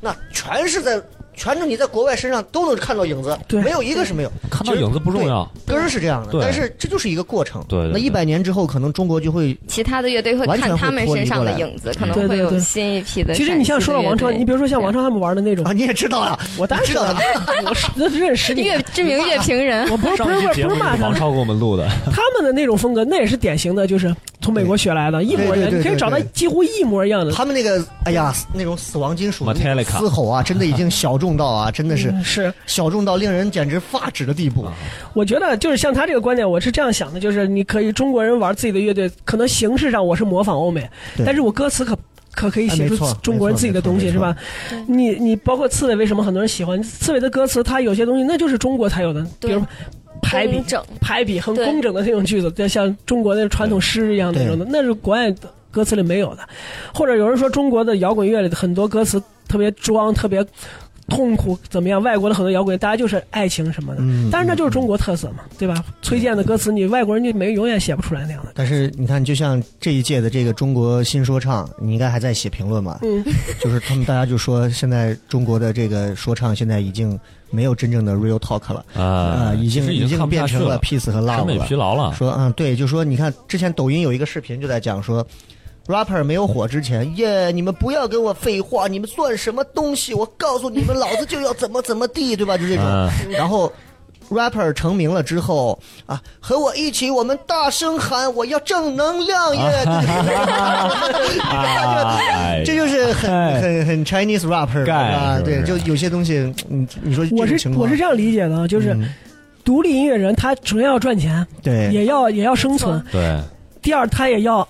S2: 那全是在全程你在国外身上都能看到影子，
S5: 对
S2: 没有一个是没有。
S3: 看到影子不重要，
S2: 歌儿是这样的，
S3: 对
S2: 但是这就是一个过程。
S3: 对对对
S2: 那一百年之后，可能中国就会
S4: 其他的乐队会
S2: 完全
S4: 看
S2: 会
S4: 他们
S2: 脱离
S4: 身上的
S2: 过来
S4: 影子，可能
S5: 对
S4: 会
S5: 对
S4: 有
S5: 对
S4: 新一批的陕西的乐队。
S5: 其实你像说到王超，你比如说像王超他们玩的那种
S2: 啊，，你也知道啊，
S5: 我当然
S2: 知道
S5: 了
S2: 了。，
S5: 我是认识十年
S4: 乐。知名乐评人，
S5: 我不是不
S3: 上
S5: 是
S3: 一期
S5: 不
S3: 节
S5: 是不
S3: 目是
S5: 是骂他
S3: 王
S5: 们，
S3: 超给我们录的，
S5: 他们的那种风格，那也是典型的，就是从美国学来的，一模一
S2: 对对
S5: 样，
S2: 对
S5: 你可以找到
S2: 对对
S5: 几乎一模一样的。
S2: 他们那个，哎呀，那种死亡金属的那种
S3: Metallica
S2: 嘶吼啊，真的已经小众到啊，真的是
S5: 嗯是，
S2: 小众到令人简直发指的地步。
S3: 啊
S5: 我觉得就是像他这个观点，我是这样想的，就是你可以中国人玩自己的乐队，可能形式上我是模仿欧美，
S2: 对
S5: 但是我歌词可。可可以
S2: 哎
S5: 写
S2: 没
S5: 出
S2: 错
S5: 中国人自己的东西
S2: 没
S5: 是
S2: 错
S5: 吧？你你包括刺猬，为什么很多人喜欢刺猬的歌词？它有些东西那就是中国才有的，比
S4: 对
S5: 如 排比
S4: 工整
S5: 排比很
S4: 对
S5: 工整的那种句子，就像中国的传统诗一样那种的，那是国外的歌词里没有的。或者有人说中国的摇滚乐里的很多歌词特别装，特别痛苦，怎么样？外国的很多摇滚乐，大家就是爱情什么的，
S2: 嗯
S5: 但是那就是中国特色嘛，对吧？崔健的歌词，你外国人就没永远写不出来那样的。
S2: 但是你看，就像这一届的这个中国新说唱，你应该还在写评论吧？
S5: 嗯，
S2: 就是他们大家就说，现在中国的这个说唱现在已经没有真正的 real talk 了，
S3: 啊
S2: 啊，已
S3: 其
S2: 经
S3: 实
S2: 已
S3: 已
S2: 经
S3: 看不
S2: 变
S3: 下去
S2: 成
S3: 了
S2: 了 peace 和
S3: 审
S2: love
S3: 美
S2: 了
S3: 疲。劳了，
S2: 说嗯，对，就说你看之前抖音有一个视频就在讲说。rapper 没有火之前，耶！你们不要跟我废话，你们算什么东西？我告诉你们，老子就要怎么怎么地，对吧？就这种。
S3: 嗯
S2: 然后 rapper 成名了之后啊，和我一起，我们大声喊，我要正能量耶！
S3: 哎
S2: 这就是很
S3: 哎
S2: 很很 Chinese rapper
S3: 盖
S2: 啊，
S3: 是不
S2: 对，
S3: 是
S2: 就有些东西，你你说这
S5: 我
S2: 种
S5: 是
S2: 情况
S5: 我是这样理解的，啊就是
S2: 嗯哎
S5: 独立音乐人，他首先要赚钱，
S2: 对
S5: 也要也要生存
S4: 没，
S3: 对，
S5: 第二他也要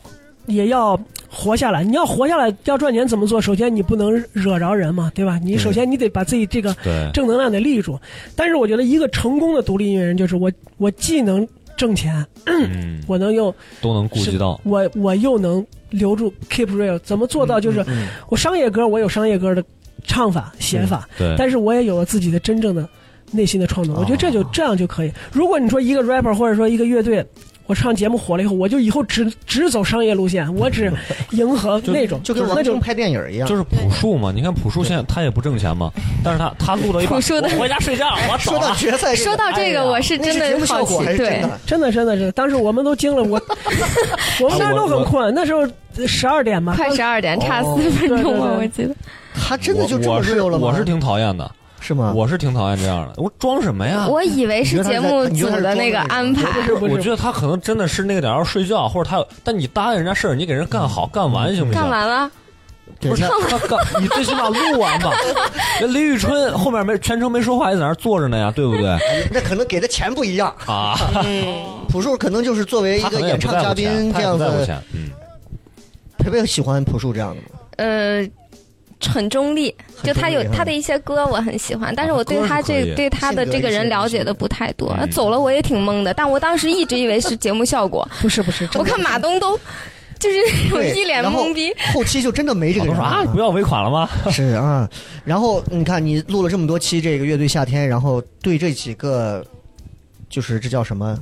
S5: 也要活下来。你要活下来，要赚钱怎么做？首先你不能惹着人嘛，对吧？你
S2: 对
S5: 首先你得把自己这个
S3: 对
S5: 正能量得立住。但是我觉得一个成功的独立音乐人，就是我我既能挣钱，
S3: 嗯，
S5: 我能又
S3: 都能顾及到，
S5: 我我又能留住 keep real，怎么做到？就是
S2: 嗯
S5: 我商业歌，我有商业歌的唱法、写法，
S3: 对，
S5: 但是我也有了自己的真正的内心的创作。我觉得这就这样就可以。如果你说一个 rapper 或者说一个乐队，我唱节目火了以后，我就以后只只走商业路线，我只迎合那种，
S2: 就跟
S5: 是那
S2: 王晶
S5: 种。
S2: 拍电影一样
S3: 就。是朴树嘛，你看朴树现在他也不挣钱嘛，但是他他录了一把，
S4: 朴树的
S3: 我回家睡觉，我走
S2: 说到
S3: 了。
S2: 决赛这个，
S4: 说到这
S3: 哎
S4: 个，
S3: 呀
S4: 我是
S2: 那
S4: 真
S2: 是节目
S4: 的
S2: 效
S4: 好奇
S2: 果还，是真
S4: 对
S2: 的，？
S5: 哎真的，真的是，当时我们都惊了，我我们当时都很困。那时候十二点嘛，
S4: 快十二点，差
S2: 哦
S4: 四分钟了，
S5: 对对对
S4: 我记得。
S2: 他真的就这
S3: 我
S2: 么
S3: 我是
S2: real 了吗？啊
S3: 我是挺讨厌的，
S2: 是吗？
S3: 我是挺讨厌这样的。我装什
S2: 哎
S3: 么呀？
S4: 我以为是节目组的那个安排，
S5: 是不
S3: 我
S5: 是
S3: 觉？得他可能真的是那个点儿要睡觉，或者他有，但你答应人家事儿，你给人干好干完行不行？
S4: 干完了，
S2: 对
S3: 不是
S2: 那
S3: 他干，你最起码录完 吧。人李宇春后面没全程没说话，也在那儿坐着呢呀，对不对？
S2: 那 可能给的钱不一样，
S3: 啊，
S2: 朴树可能就是作为一
S3: 他可
S2: 个
S3: 能也
S2: 演
S3: 不
S2: 唱
S3: 在
S2: 嘉
S3: 乎钱，
S2: 宾
S3: 他
S2: 这
S3: 也
S2: 样
S3: 不在乎
S2: 子。
S3: 钱，嗯，
S2: 培培喜欢朴树这样的吗？
S4: 呃，很中立，就他有
S2: 很中立哈啊
S4: 他的一些歌我很喜欢，但是我对他
S3: 歌是可
S4: 这
S3: 以
S4: 对他的这个人了解的不太多
S3: 性
S2: 嗯
S3: 格。
S4: 走了我也挺懵的，但我当时一直以为是节目 效果，
S5: 不是不是，
S4: 我看马东都就是 那种
S2: 对
S4: 一脸
S2: 然后
S4: 懵逼。
S2: 后期就真的没这
S3: 好
S2: 个
S3: 多
S2: 人
S3: 说
S2: 了
S3: 啊，不要尾款了吗？
S2: 是啊，然后你看，你录了这么多期这个乐队夏天，然后对这几个，就是这叫什么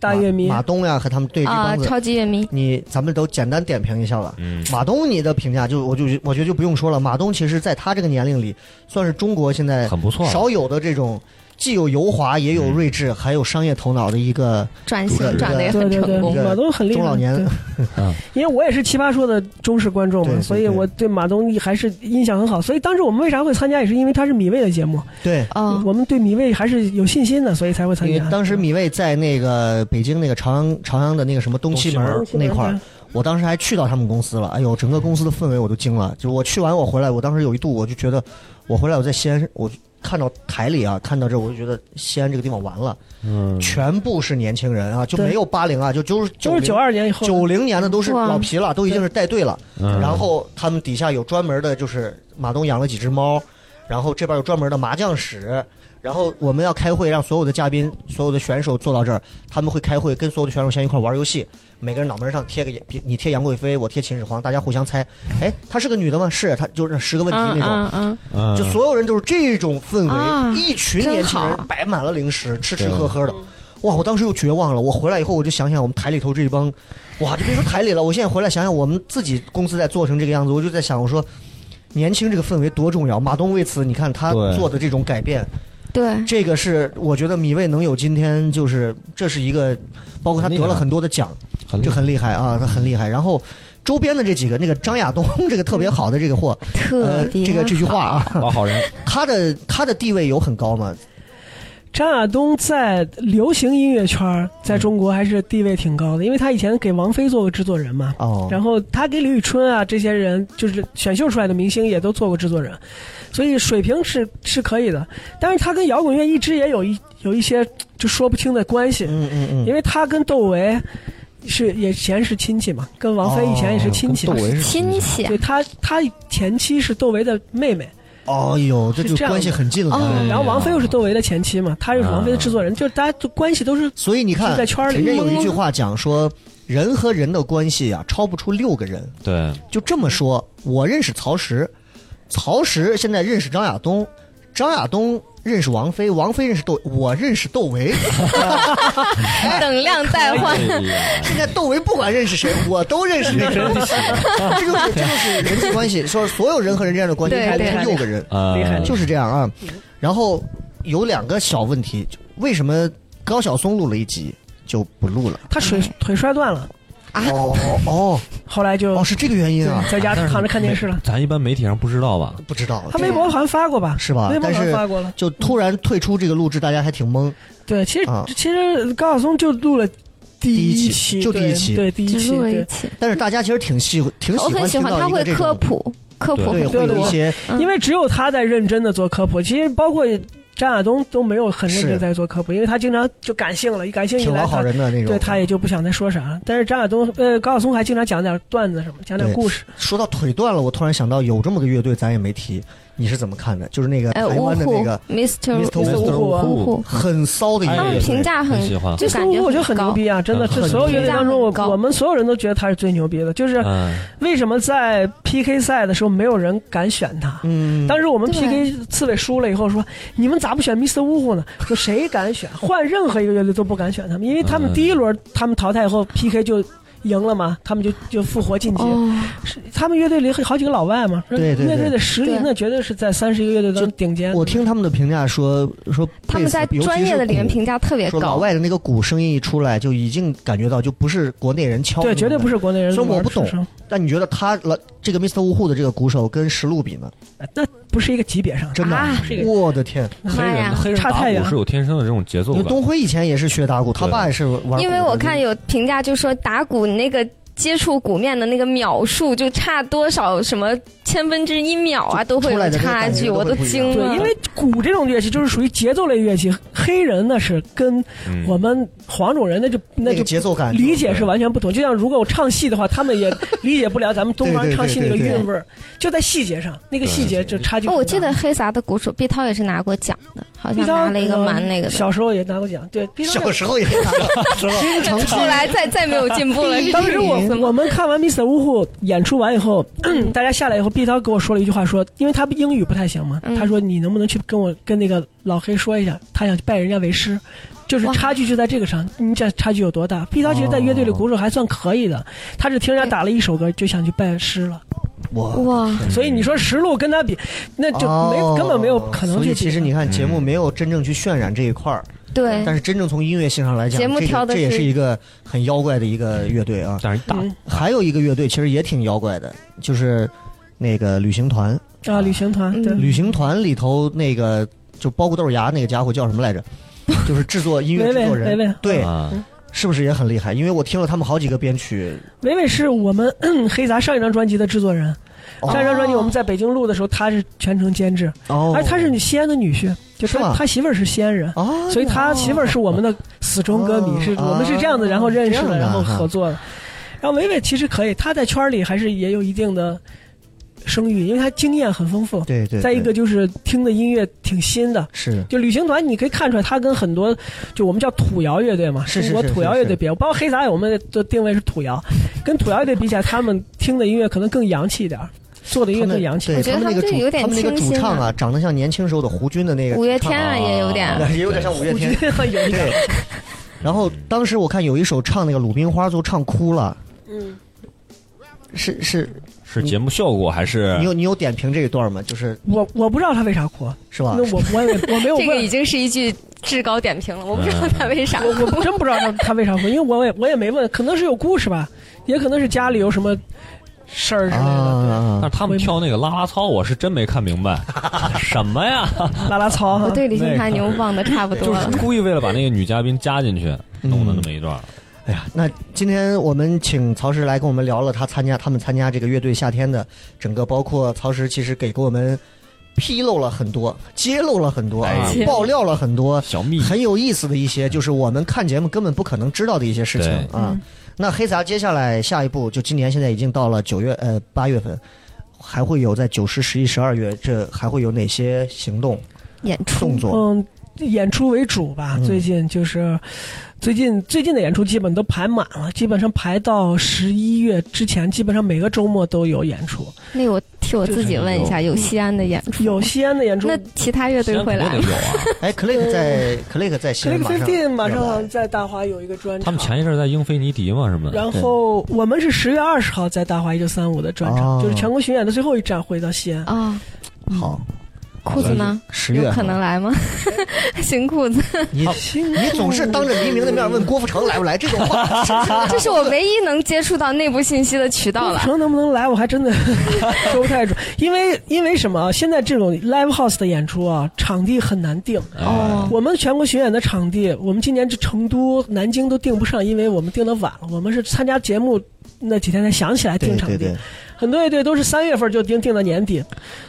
S5: 大
S2: 马
S5: 乐迷
S2: 马东呀和他们对这
S4: 啊，
S2: 帮子，
S4: 超级乐迷，
S2: 你咱们都简单点评一下吧。
S3: 嗯，
S2: 马东，你的评价就我就我觉得就不用说了。马东其实在他这个年龄里，算是中国现在
S3: 很不错了，
S2: 哎
S3: 啊
S2: 少有的这种既有油滑也有睿智，还有商业头脑的一个
S4: 转型转的也
S5: 对
S4: 很
S5: 对对
S4: 成，功。
S5: 马东很厉害。
S2: 中老年
S5: 对
S3: 嗯
S5: 因为我也是奇葩说的忠实观众
S2: 对
S5: 嘛，
S2: 对
S5: 所以我对马东还是印象很好。所以当时我们为啥会参加，也是因为他是米未的节目，
S2: 对。
S4: 哦，
S5: 我们对米未还是有信心的，所以才会参
S2: 因为
S5: 加。
S2: 当时米未在那个北京那个朝阳朝阳的那个什么东西门儿
S3: 东
S5: 西门
S2: 那
S5: 儿
S2: 块儿
S5: 对，
S2: 我当时还去到他们公司了。哎呦，整个公司的氛围我都惊了。就是我去完我回来，我当时有一度我就觉得，我回来我在西安，我看到台里啊，看到这我就觉得西安这个地方完了，
S3: 嗯，
S2: 全部是年轻人啊，就没有八零啊，就就是
S5: 就是九
S2: 九
S5: 二年以后，
S2: 九零年的都是
S4: 哇
S2: 老皮了，都已经是带队了。
S3: 嗯
S2: 然后他们底下有专门的，就是马东养了几只猫，然后这边有专门的麻将室。然后我们要开会，让所有的嘉宾、所有的选手坐到这儿，他们会开会，跟所有的选手先一块玩游戏。每个人脑门上贴个，比你贴杨贵妃，我贴秦始皇，大家互相猜。哎，她是个女的吗？是，她就是十个问题
S4: 嗯
S2: 那种。
S4: 嗯嗯，
S3: 嗯
S2: 就所有人都是这种氛围，
S4: 啊
S2: 一群年轻
S4: 真
S2: 人
S4: 好
S2: 摆满了零食，吃吃喝喝的。哇！我当时又绝望了。我回来以后，我就想想我们台里头这一帮，哇，就别说台里了，我现在回来想想我们自己公司在做成这个样子，我就在想，我说年轻这个氛围多重要。马东为此，你看他
S3: 对
S2: 做的这种改变，
S4: 对，
S2: 这个是我觉得米未能有今天，就是这是一个，包括他得了很多的奖，
S3: 很
S2: 就很厉害啊，他很厉害。然后周边的这几个，那个张亚东 这个特别好的这个货，
S4: 特
S2: 呃，
S4: 别、
S2: 这个这句话啊，
S3: 老好人，
S2: 他的他的地位有很高吗？
S5: 张亚东在流行音乐圈儿在中国还是地位挺高的，因为他以前给王菲做过制作人嘛，
S2: 哦，
S5: 然后他给李宇春啊这些人，就是选秀出来的明星也都做过制作人，所以水平是是可以的。但是他跟摇滚乐一直也有一有一些就说不清的关系，
S2: 嗯嗯嗯，
S5: 因为他跟窦唯是也以前是亲戚嘛，跟王菲以前也
S2: 哦
S5: 是亲戚
S3: 窦
S5: 嘛。
S3: 唯是
S4: 亲戚啊
S5: 对他，他前妻是窦唯的妹妹，
S2: 哦呦，这就是
S5: 这样
S2: 关系
S5: 的嗯
S2: 很近了。
S4: 哦
S5: 然后王菲又是窦唯的前妻嘛，他又是王菲的
S2: 啊
S5: 制作人，就是大家就关系都是
S2: 所以你看，
S5: 就在圈里嗯
S2: 人家有一句话讲说，人和人的关系啊，超不出六个人。
S3: 对，
S2: 就这么说，我认识曹石，曹石现在认识张亚东，张亚东认识王菲，王菲认识窦，我认识窦唯。
S4: 等量代换，
S3: 哎
S2: 哎
S5: 哎
S2: 现在窦唯不管认识 谁，我都认识那个人。这就是这就是人际关系，说所有人和人之间的关系
S4: 对
S2: 超不
S4: 对
S2: 出六个人。
S3: 啊，
S5: 厉
S4: 嗯
S5: 害
S2: 就是这样啊。然后有两个小问题，就为什么高晓松录了一集就不录了？
S5: 他腿腿摔断了，
S4: 啊
S2: 哦哦
S5: 后来就
S2: 哦，是这个原因啊？
S5: 在家
S3: 但是
S5: 躺着看电视了。
S3: 咱一般媒体上不知道吧？
S2: 不知道，
S5: 他微博好像发过吧？
S2: 是吧
S5: 微博好
S2: 但
S5: 像
S2: 是
S5: 发过了。
S2: 就突然退出这个录制，大家还挺懵。
S5: 对，其实、
S2: 啊
S5: 其实高晓松就录了第
S2: 第一期
S5: 期，
S2: 就第一
S5: 对
S2: 期
S5: 对第一
S4: 只
S5: 期，
S4: 录了一
S5: 对，
S4: 期，
S2: 但是大家其实挺喜挺
S4: 我
S2: 喜
S4: 哦很
S2: 欢
S4: 喜
S2: 听
S4: 欢
S2: 到
S4: 他
S2: 一个
S4: 会
S2: 这
S4: 科
S2: 种，
S4: 普，科
S2: 对，
S4: 普很
S2: 会
S4: 多
S5: 对
S2: 有一
S5: 对
S2: 些
S4: 嗯
S5: 因为只有他在认真的做科普，其实包括张亚东都没有很认真地在做科普，因为他经常就感性了，一感性一
S2: 挺
S5: 来
S2: 老好
S5: 他。
S2: 人的那种。
S5: 对，他也就不想再说啥了。但是张亚东，呃，高晓松还经常讲点段子什么，讲点
S2: 对
S5: 故事。
S2: 说到腿断了，我突然想到有这么个乐队，咱也没提，你是怎么看的？就是那个
S4: 哎，
S2: 台
S4: 呜
S2: 湾的
S4: 呼
S2: 那个
S4: ，Mr.
S2: Mr.
S5: 呜呼啊
S4: 呜呼，
S2: 很骚的一个
S4: 他
S2: 乐
S4: 们评
S2: 队，
S4: 价很
S3: 很喜欢
S4: 就
S5: 这
S4: 感觉
S5: 我觉得很牛
S4: 高，
S5: 逼啊！真的，
S3: 很
S5: 这
S2: 嗯很
S5: 所有乐队当中，
S4: 评价很
S5: 我
S4: 高
S5: 我们所有人都觉得他是最牛逼的。就是
S3: 嗯，
S5: 为什么在 PK 赛的时候，没有人敢选他？
S2: 嗯，
S5: 当时我们
S4: 对
S5: PK 刺猬输了以后说，你们咋不选 Mr. Wu 呢？说谁 敢选？换任何一个乐队都不敢选他们，因为他
S3: 嗯
S5: 们第一轮他们淘汰以后 PK 就赢了嘛，他们就就复活晋级。
S4: 哦，
S5: 是他们乐队里好几个老外嘛，
S2: 对对对
S5: 乐队的实力那绝对是在三十一个乐队当中顶尖。
S2: 我听他们的评价说说
S4: 他们在
S2: 贝斯
S4: 专业的里
S2: 尤
S4: 面。
S2: 其是鼓
S4: 评价特别
S2: 说老
S4: 高，
S2: 外的那个鼓声音一出来，就已经感觉到就不是国内人敲，
S5: 对，绝对不。是国内人玩的
S2: 所
S5: 出
S2: 以我不懂
S5: 身。
S2: 但你觉得他了这个 Mr. 呜呼的这个鼓手跟石路比呢？
S5: 那不是一个级别上的。
S2: 真的，
S4: 啊
S2: 我的天！
S3: 黑
S4: 妈哎呀
S3: 人黑人
S5: 差
S3: 打
S5: 太远
S3: 鼓是有天生的这种节奏
S2: 因为
S3: 感，
S2: 东辉以前也是学打鼓，他
S3: 对
S2: 爸也是玩。
S4: 因为我看，有评价就说打鼓你那个。接触鼓面的那个秒数就差多少什么千分之一秒啊，都会
S2: 出来
S4: 有
S2: 的那个
S4: 差
S2: 感觉
S4: 距，
S2: 都
S4: 我
S2: 会
S4: 都
S2: 不一样
S4: 惊
S5: 对
S4: 了。，
S5: 因为鼓这种乐器就是属于节奏类乐器，黑人那是跟
S3: 嗯
S5: 我们黄种人那就那
S2: 那
S5: 就
S2: 个节奏感
S5: 理解是完全不同。就像如果我唱戏的话，他 们也理解不了咱们东方
S2: 对对对
S5: 唱戏那个
S2: 对对
S5: 韵味儿，就在细节上，那个
S3: 对
S5: 细节
S3: 对
S5: 就
S3: 对
S5: 差
S4: 哦，
S5: 距很大。
S4: 我记得黑撒的鼓手毕涛也是拿过奖的，好
S5: 毕
S4: 像
S5: 涛
S4: 拿了一个
S2: 嗯
S5: 呃
S4: 蛮那个的。
S5: 小时候也拿过奖，对，毕涛
S2: 小。时候也打鼓，经常
S4: 后来再再没有进步 了。
S5: 当时我
S4: 怎么
S5: 我们看完 Mr. 呜呼演出完以后， 大家下来以后，毕涛给我说了一句话，说，因为他英语不太行嘛，
S4: 嗯
S5: 他说你能不能去跟我跟那个老黑说一下，他想拜人家为师，就是
S4: 哇
S5: 差距就在这个上，你这差距有多大？毕涛其实在乐队里鼓手还算可以的，他是听人家打了一首歌就想去拜师了。
S2: 我
S4: 哇，
S5: 所以你说石路跟他比，那就没、
S2: 哦
S5: 根本没有可能
S2: 所
S5: 去
S2: 以
S5: 比。
S2: 其实你看，节目
S3: 嗯
S2: 没有真正去渲染这一块儿，
S4: 对
S2: 但是真正从音乐性上来讲，
S4: 嗯节目
S2: 这个
S4: 挑的
S2: 这也
S4: 是
S2: 是一个很妖怪的一个乐队啊。
S3: 但是打
S5: 嗯
S2: 还有一个乐队其实也挺妖怪的，就是那个旅行团。
S5: 啊，旅行团
S4: 嗯
S5: 对，
S2: 旅行团里头那个就包谷豆芽那个家伙叫什么来 着？就是制作音乐制作
S5: 维维维
S2: 人
S5: 维，
S2: 对，
S3: 啊，
S5: 嗯
S2: 是不是也很厉害？因为我听了他们好几个编曲，
S5: 伟伟是我们 黑杂上一张专辑的制作人，
S2: 哦
S5: 上一张专辑我们在北京录的时候，他是全程监制，
S2: 哦，
S5: 而他是你西安的女婿，就是
S2: 吗
S5: 他他媳妇儿是西安人。
S2: 哦，
S5: 所以他媳妇儿是我们的死忠歌迷，
S2: 哦
S5: 是
S2: 哦
S5: 我们是这样的，然后认识
S2: 这样的
S5: 了，然后
S2: 哈
S5: 合作的。然后伟伟其实可以，他在圈儿里还是也有一定的声誉，因为他经验很丰富。
S2: 对对，
S5: 再一个
S2: 对
S5: 就是听的音乐挺新的，
S2: 是
S5: 就旅行团，你可以看出来，它跟很多就我们叫土窑乐队嘛，
S2: 是是
S5: 中国
S2: 是
S5: 土
S2: 是
S5: 窑乐队
S2: 是
S5: 比，包括黑撒我们的定位是土窑，跟土窑乐队比起来，他们听的音乐可能更洋气一点儿，做的音
S2: 他
S5: 乐更
S2: 们
S5: 洋气。
S2: 对
S4: 我觉得
S2: 他们那
S4: 他们
S2: 个
S4: 这个
S2: 主
S4: 有点
S2: 他们那个
S4: 清
S2: 主
S4: 新
S2: 唱
S4: 了
S2: 啊，长得像年轻时候的胡军的那个
S4: 五月
S2: 主唱
S4: 天啊也有点
S3: 啊，
S2: 也 有点像五月
S5: 我觉
S2: 天，
S5: 得有一点
S2: 对
S5: 儿，。
S2: 然后当
S4: 嗯
S2: 时我看有一首唱那个《鲁冰花》，都唱哭了，
S5: 嗯，
S2: 是是
S3: 是节目效果还是
S2: 你有你有点评这一段吗？就是
S5: 我我不知道他为啥哭，
S2: 是吧
S5: 那？我我也我没有
S4: 这个已
S5: 问，
S4: 经是一句至高点评了，我不知道他为啥。
S5: 我我真不知道他他为啥哭，因为我也我也没问，可能是有故事吧，也可能是家里有什么事儿之类的。
S2: 啊，
S3: 但是他们跳那个啦啦操，我是真没看明 白，什么呀？
S5: 拉拉操
S4: 我
S5: 哈，
S4: 对李星他牛忘的差不多
S3: 就是
S4: 了。
S3: 故意为了把那个女嘉宾加进去，
S5: 嗯
S3: 弄的那么一段。
S2: 哎呀，那今天我们请曹石来跟我们聊了他参加他们参加这个乐队夏天的整个，包括曹石其实给给我们披露了很多，揭露了很多啊
S3: 哎，
S2: 爆料了很多，
S3: 小蜜，
S2: 很有意思的一些，就是我们看节目根本不可能知道的一些事情
S3: 对
S2: 啊。那黑撒接下来下一步就今年现在已经到了九月呃八月份，还会有在九十、十一、十二月，这还会有哪些行动
S4: 演
S2: 动
S4: 出，
S2: 作？
S5: 嗯，演出为主吧。
S2: 嗯
S5: 最近就是最近最近的演出基本都排满了，基本上排到十一月之前，基本上每个周末都有演出。
S4: 那我替我自己问一下，有西安的演
S2: 嗯
S4: 出？
S5: 有西安的演出
S4: 那，其他乐
S3: 西
S4: 队
S3: 安
S4: 会
S3: 肯
S4: 来
S3: 定
S4: 吗？
S3: 得有啊。
S2: 哎，Click 在 Click 在西安
S5: Click
S2: 马上
S5: Fifteen 马
S2: 要来
S5: 上在大华有一个专场。
S3: 他们前一阵在英菲尼迪嘛，什么的。
S5: 然后我们是十月二十号在大华一九三五的专场，
S2: 哦
S5: 就是全国巡演的最后一站，回到西安。
S4: 啊，
S2: 好
S4: 裤子呢？
S2: 十月
S4: 有可能来吗？ 新裤子，
S2: 你你 总是当着黎明的面问郭富城来不来这种 话，是不是
S4: 这是我唯一能接触到内部信息的渠道
S5: 郭
S4: 了
S5: 富。城能不能来，我还真的说不太准，因为因为什么啊？现在这种 live house 的演出啊，场地很难定。
S4: 哦，
S5: 我们全国巡演的场地，我们今年这成都、南京都定不上，因为我们定的晚了。我们是参加节目那几天才想起来定
S2: 对
S5: 场地，
S2: 对对，
S5: 很多乐队都是三月份就定，定到年底。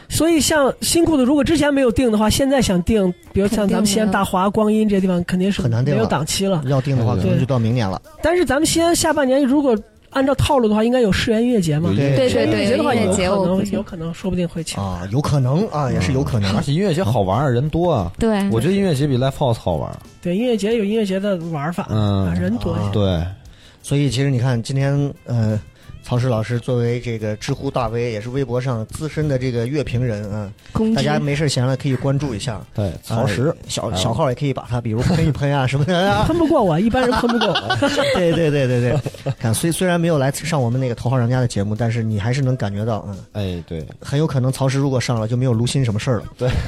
S5: 所以像新裤子，如果之前没有定的话，现在想定，比如像咱们西安大华、光阴这些地方，肯定是
S2: 很难定
S5: 没
S2: 了
S5: 有档期了。
S2: 要定的话可能就到明年了。
S5: 但是咱们西安下半年如果按照套路的话，应该有世园音乐节嘛
S3: 有？
S2: 对
S4: 对对
S5: 世园音乐节
S4: 对，
S5: 的话，
S4: 音乐
S5: 有
S4: 节
S5: 可
S4: 我估
S5: 能
S4: 计
S5: 有可能，说不定会请。
S2: 啊，有可能啊，也是有可能
S4: 嗯
S6: 而。且音乐节好玩儿，人多啊。
S4: 对，
S6: 我觉得音乐节比 live house 好玩儿。
S5: 对，音乐节有音乐节的玩法，
S6: 嗯
S5: 啊，人多一些。
S6: 对，
S2: 所以其实你看，今天呃，曹石老师作为这个知乎大 V，也是微博上资深的这个乐评人啊，
S4: 公
S2: 大
S4: 知
S2: 家没事闲了可以关注一下。
S6: 对，曹石
S2: 啊，
S4: 哎
S2: 小小号也可以把他，比如喷一喷啊什么的 啊。
S5: 喷不过我，一般人喷不过我。
S2: 对对对对对，看虽虽然没有来上我们那个头号玩家的节目，但是你还是能感觉到，嗯，
S6: 哎，对，
S2: 很有可能曹石如果上了就没有卢鑫什么事儿了。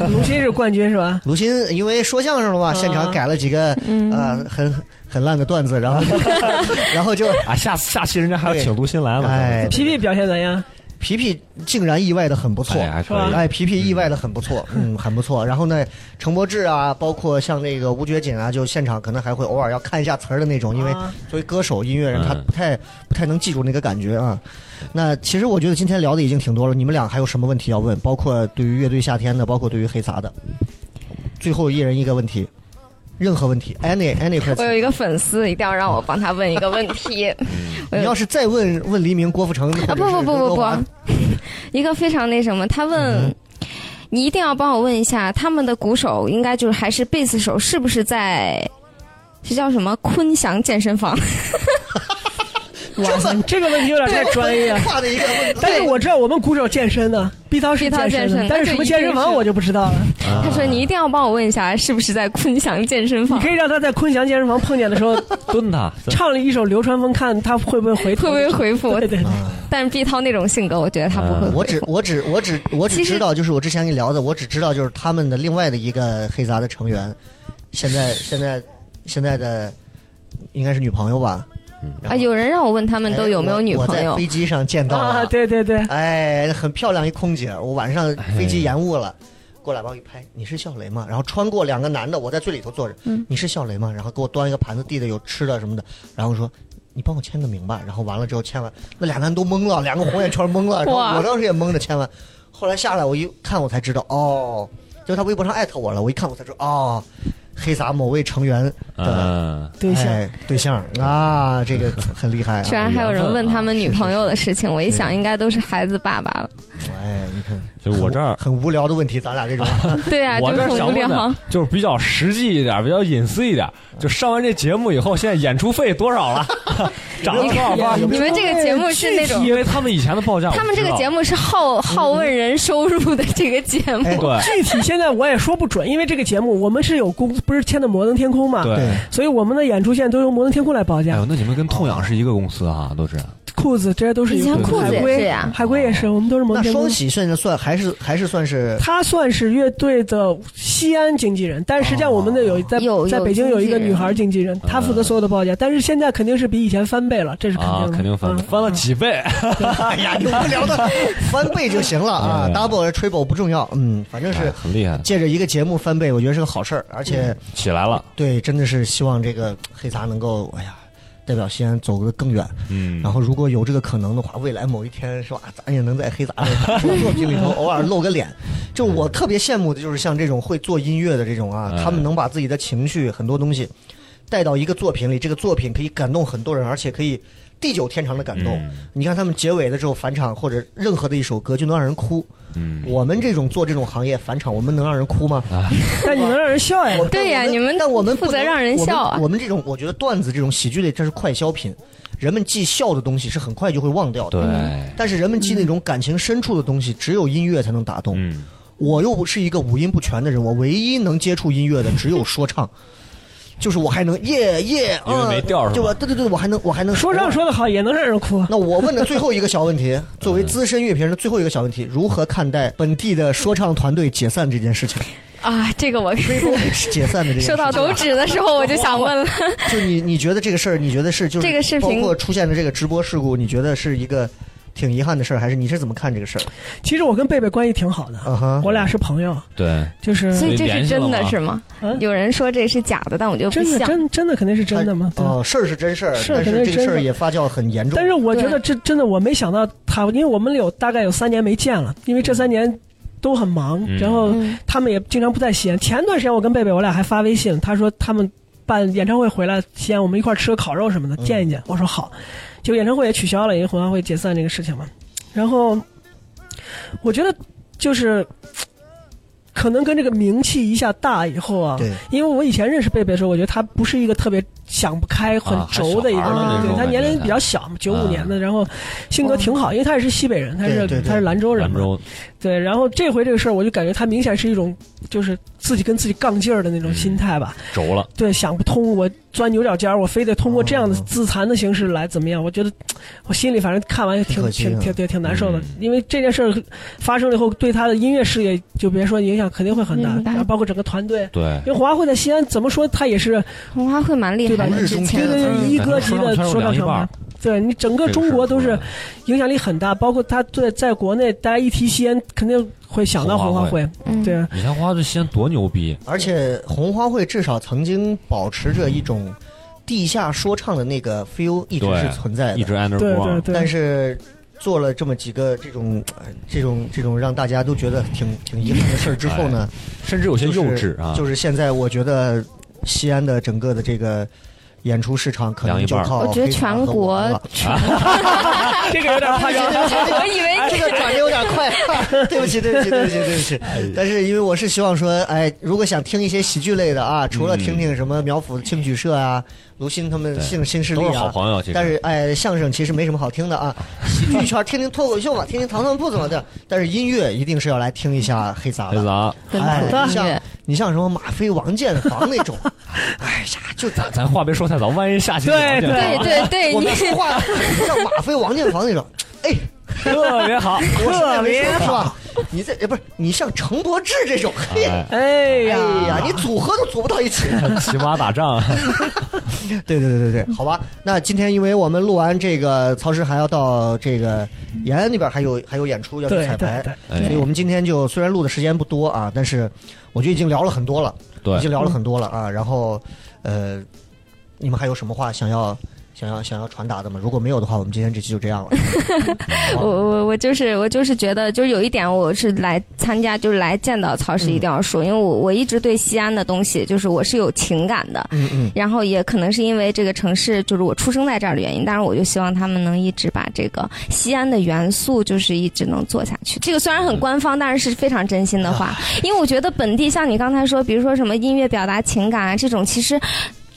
S5: 卢鑫是冠军是吧？
S2: 卢鑫因为说相声了嘛，现场改了几个呃很很烂的段子，然后 然后就
S3: 啊，下次下期人家还要请卢鑫来了。
S2: 哎
S5: 皮皮表现怎样？
S2: 皮皮竟然意外的很不错，
S3: 哎还可以
S2: 哎，皮皮意外的很不错，嗯，很不错。然后呢，程博智啊，包括像那个吴觉锦啊，就现场可能还会偶尔要看一下词儿的那种，因为
S5: 啊
S2: 作为歌手、音乐人，他
S3: 嗯
S2: 不太不太能记住那个感觉啊。那其实我觉得今天聊的已经挺多了，你们俩还有什么问题要问？包括对于乐队夏天的，包括对于黑撒的，最后一人一个问题，任何问题，any any
S4: 我有一
S2: question。
S4: 个粉丝一定要让我帮他问一个问题。 我
S2: 你
S4: 有
S2: 要是再问问黎明、郭富城
S4: 啊
S2: 啊
S4: 不不不不不，一个非常那什么，他问、你一定要帮我问一下，他们的鼓手应该就是还是贝斯手，是不是在？是叫什么昆翔健身房？
S5: 哇塞，这个问题有点太专业。啊
S2: 画的一个问
S5: 但是我知道我们鼓手健身呢，毕涛是
S4: 毕涛
S5: 健
S4: 健身
S5: 的，但是什么健身
S4: 那就一定
S5: 房
S4: 是
S5: 我就不知道了。
S4: 他说你一定要帮我问一下，是不是在昆翔健身
S5: 你
S4: 房？
S5: 可以让他在昆翔健身房碰见的时候
S3: 蹲他，
S5: 唱了一首《流川枫》，看他会不会回头
S4: 会不会回复？
S5: 对对对，
S4: 但是毕涛那种性格，我觉得他不 会
S2: 我
S4: 回
S2: 只我只我只我只
S4: 其实
S2: 知道，就是我之前跟你聊的，我只知道就是他们的另外的一个黑杂的成员，现在现在现在的应该是女朋友吧？
S4: 复啊。有人让我问他们都有没有女朋
S2: 哎我我
S4: 友
S2: 在飞，机上见到
S5: 啊，
S2: 了，
S5: 对 对对，
S2: 哎，很漂亮一空姐，我晚上
S3: 哎
S2: 飞机延误了。过来把我一拍，你是笑雷吗？然后穿过两个男的，我在最里头坐着。
S3: 嗯
S2: 你是笑雷吗？然后给我端一个盘子，递的有吃的什么的。然后说，你帮我签个名吧。然后完了之后签完，那俩男都懵了，两个红眼圈懵了。然后
S4: 哇
S2: 我当时也懵着签完，后来下来我一看我才知道，哦，就他微博上艾特我了，我一看我才知道，哦，黑撒某位成员的、
S3: 嗯，
S5: 对象
S2: 哎对象啊，这个很厉害、啊。
S4: 居然还有人问他们女朋友的事情，我一
S2: 是
S4: 想应该都是孩子爸爸了。
S2: 哎，你看，
S3: 就我这 儿。
S2: 很无聊的问题，咱俩 这种。
S4: 对啊，就
S3: 我这
S4: 是
S3: 儿
S4: 很无
S3: 想问
S4: 聊
S3: 的。，就是比较实际一点，比较隐私一点。就上完这节目以后，现在演出费多少 了？涨了多少
S2: 哎
S3: 分？
S2: 有没有
S4: 你们这个节目是那种
S3: 因为他们以前的报价，
S4: 他们这个节
S3: 目
S4: 目是好好问人收入的这个节目，
S2: 哎
S3: 对
S5: 具体现在我也说不准，因为这个节目我们是有公，不是签的摩登天空嘛，
S3: 对。
S2: 对
S5: 所以我们的演出现在都由摩登天空来报
S3: 哎
S5: 价
S3: 呦，。那你们跟痛痒是一个公司啊，都是
S5: 裤子，这些都是
S4: 以前
S5: 有
S4: 裤子
S5: 海
S4: 也
S5: 龟
S4: 是呀
S5: 海龟也
S3: 哦
S5: 是，我们都是蒙
S2: 那
S5: 天
S2: 双
S5: 宫。
S2: 喜现在算还是还是算是
S5: 她算是乐队的西安经纪人，但实际上我们的有
S3: 哦
S5: 在
S4: 有
S5: 在
S4: 有
S5: 北京有一个
S4: 经纪人
S5: 女孩经纪人，她负责所有的报价，但是现在肯定是比以前翻倍了，这是肯定
S3: 啊，
S5: 的，
S3: 肯定翻
S5: 嗯
S3: 倍翻了几倍。
S2: 哎呀，你无 聊的翻倍就行了啊
S3: 哎
S2: ，double triple 不重要，嗯，反正
S3: 哎
S2: 是
S3: 很厉害，
S2: 借着一个节目翻倍，我觉得是个好事儿，而且
S3: 起来了，
S2: 对，真的是希望这个黑撒能够，哎呀。代表西安走得更远，
S3: 嗯，
S2: 然后如果有这个可能的话，未来某一天是吧，咱也能在黑撒啊 的作品里头偶尔露个脸。就我特别羡慕的就是像这种会做音乐的这种啊，
S3: 哎
S2: 他们能把自己的情绪很多东西带到一个作品里，这个作品可以感动很多人，而且可以地久天长的感动。
S3: 嗯
S2: 你看他们结尾的时候返场，或者任何的一首歌就能让人哭。
S3: 嗯，
S2: 我们这种做这种行业返场，我们能让人哭吗？
S5: 嗯但你能让人笑呀
S2: 我，
S4: 对呀
S2: 我
S4: 你们
S2: 但我们
S4: 负
S2: 不
S4: 责
S2: 能
S4: 让人笑
S2: 我
S4: 啊
S2: 们。我们这种，我觉得段子这种喜剧类，这是快消品，人们记笑的东西是很快就会忘掉的。
S3: 对，
S2: 但是人们
S4: 嗯
S2: 记那种感情深处的东西，只有音乐才能打动。
S3: 嗯，
S2: 我又不是一个五音不全的人，我唯一能接触音乐的只有说唱，就是我还能耶耶，
S3: 因为
S2: 嗯
S3: 没调是
S2: 就
S3: 吧
S2: 我对对对，我还能我还能
S5: 说唱说的好也能让人哭。
S2: 那我问的最后一个小问题，作为资深乐评人的最后一个小问题，如何看待本地的说唱团队解散这件事情
S4: 啊，这个我
S2: ？Triple H 解散的这件事情，
S4: 说到手指的时候，我就想问了，
S2: 就你你觉得这个事儿，你觉得是就是
S4: 这个视频
S2: 包括出现的这个直播事故，你觉得是一个挺遗憾的事儿，还是你是怎么看这个事儿？
S5: 其实我跟贝贝关系挺好的，
S2: 啊哈，
S5: 我俩是朋友，
S3: 对，
S5: 就是
S4: 所以这
S3: 联
S4: 是
S3: 系了
S4: 真的
S3: 吗
S4: 是吗
S5: 嗯？
S4: 有人说这是假的，但我就不
S5: 真的
S4: 想。
S5: 真真的肯定是真的吗？对。
S2: 哦，事儿是真事儿，
S5: 是
S2: 但
S5: 肯
S2: 是
S5: 定
S2: 这个
S5: 真
S2: 事儿
S5: 的
S2: 也发酵很严重。
S5: 但是我觉得这真的我没想到他，因为我们有大概有三年没见了，因为这三年都很忙，
S3: 嗯
S5: 然后
S4: 嗯
S5: 他们也经常不在西安。前段时间我跟贝贝我俩还发微信，他说他们办演唱会回来西安，我们一块儿吃个烤肉什么
S2: 嗯
S5: 的，见一见。我说好，结果演唱会也取消了，因为红安会解散这个事情嘛。然后我觉得就是。可能跟这个名气一下大以后啊，
S2: 对，
S5: 因为我以前认识贝贝的时候，我觉得他不是一个特别想不开、很
S3: 啊还
S5: 轴的一个
S3: 小孩
S5: 人，
S3: 儿
S4: 的那
S5: 对
S4: 种
S5: 他
S3: 感觉
S5: 年龄
S3: 他
S5: 比较小嘛，九五年的，然后性格挺好，因为他也是西北人，他
S2: 对对
S5: 是
S2: 对
S5: 他是兰州人
S3: 兰
S5: 嘛，
S3: 州，
S5: 对。然后这回这个事儿，我就感觉他明显是一种就是自己跟自己杠劲儿的那种心态吧，
S3: 轴了，
S5: 对，想不通，我钻牛角尖儿，我非得通过这样的
S2: 哦
S5: 自残的形式来怎么样？我觉得我心里反正看完也挺
S2: 可惜啊
S5: 挺挺挺挺难受的
S3: 嗯，
S5: 因为这件事儿发生了以后，对他的音乐事业就别说影响肯定会很大
S4: 明，白
S5: 然后包括整个团队。
S3: 对，
S5: 因为华会在西安，怎么说他也是
S4: 红花会蛮厉害
S2: 对吧
S4: 的，之前
S5: 对对
S4: 嗯
S5: 对，一哥级的说唱
S3: 一
S5: 成
S3: 半
S5: 本，对你整个中国都是影响力很大，包括他对在国内，大家一提西安肯定会想到红花会，
S4: 嗯
S5: 对，
S3: 你看花这西安多牛逼，
S2: 而且红花会至少曾经保持着一种地下说唱的那个 feel 一直
S3: 对
S2: 是存在的，
S3: 一直 under
S5: 对对
S3: ground，
S5: 对。
S2: 但是做了这么几个这种、呃这种这种让大家都觉得挺挺遗憾的事儿之后
S3: 哎
S2: 呢，
S3: 甚至有些
S2: 就是
S3: 幼稚啊，
S2: 就是现在我觉得西安的整个的这个。演出市场可能就靠
S4: 我觉得
S2: 黑马哦和
S4: 全
S2: 我
S4: 国
S2: 们了，
S4: 全，
S5: 这个有点夸张，
S4: 我以为
S2: 这个转的有点快， 对不起，对不起，对不起，对不起。
S3: 哎
S2: 但是因为我是希望说，哎，如果想听一些喜剧类的
S3: 嗯
S2: 啊，除了听听什么苗阜的青曲社啊、卢鑫他们
S3: 对
S2: 新新势力
S3: 都是
S2: 啊
S3: 好，朋友，其实
S2: 但是哎，相声其实没什么好听的啊，喜剧圈听听脱口秀嘛，听听糖蒜铺子嘛的。但是音乐一定是要来听一下黑撒
S3: 黑
S2: 的。
S3: 子，
S4: 本
S2: 哎
S4: 土音
S2: 像
S4: 乐，
S2: 你像什么马飞、王建房那种，哎呀，就咱
S3: 咱咱话别说太早，万一下期就
S5: 对
S3: 王建
S5: 对
S3: 房
S4: 对
S3: 了
S4: 对对，
S2: 我
S4: 哎你
S2: 们说话像马飞、王建房那种，哎，
S3: 特别好，
S2: 我是
S5: 特别
S2: 是吧？你这哎不是你像程博智这种，嘿，
S3: 哎
S5: 哎
S2: 哎
S5: 呀，
S2: 呀，你组合都组不到一 起。
S3: 骑马 打仗，
S2: 对对对对对，好吧。那今天因为我们录完这个，曹石还要到这个延安那边还有还有演出要去
S5: 对
S2: 彩
S5: 对
S2: 排，
S5: 对，
S2: 所以
S3: 哎
S2: 我们今天就虽然录的时间不多啊，但是我觉得已经聊了很多了，已经
S3: 对，
S2: 聊了很多了啊。然后，呃，你们还有什么话想要想要想要传达的吗？如果没有的话，我们今天这期就这样了。
S4: 我我我就是我就是觉得，就是有一点我是来参加，就是来见到曹石一定要
S2: 嗯
S4: 说，因为我我一直对西安的东西，就是我是有情感的。
S2: 嗯嗯，
S4: 然后也可能是因为这个城市，就是我出生在这儿的原因，但是我就希望他们能一直把这个西安的元素，就是一直能做下去。这个虽然很官方，但是是非常真心的话，因为我觉得本地像你刚才说，比如说什么音乐表达情感啊这种，其实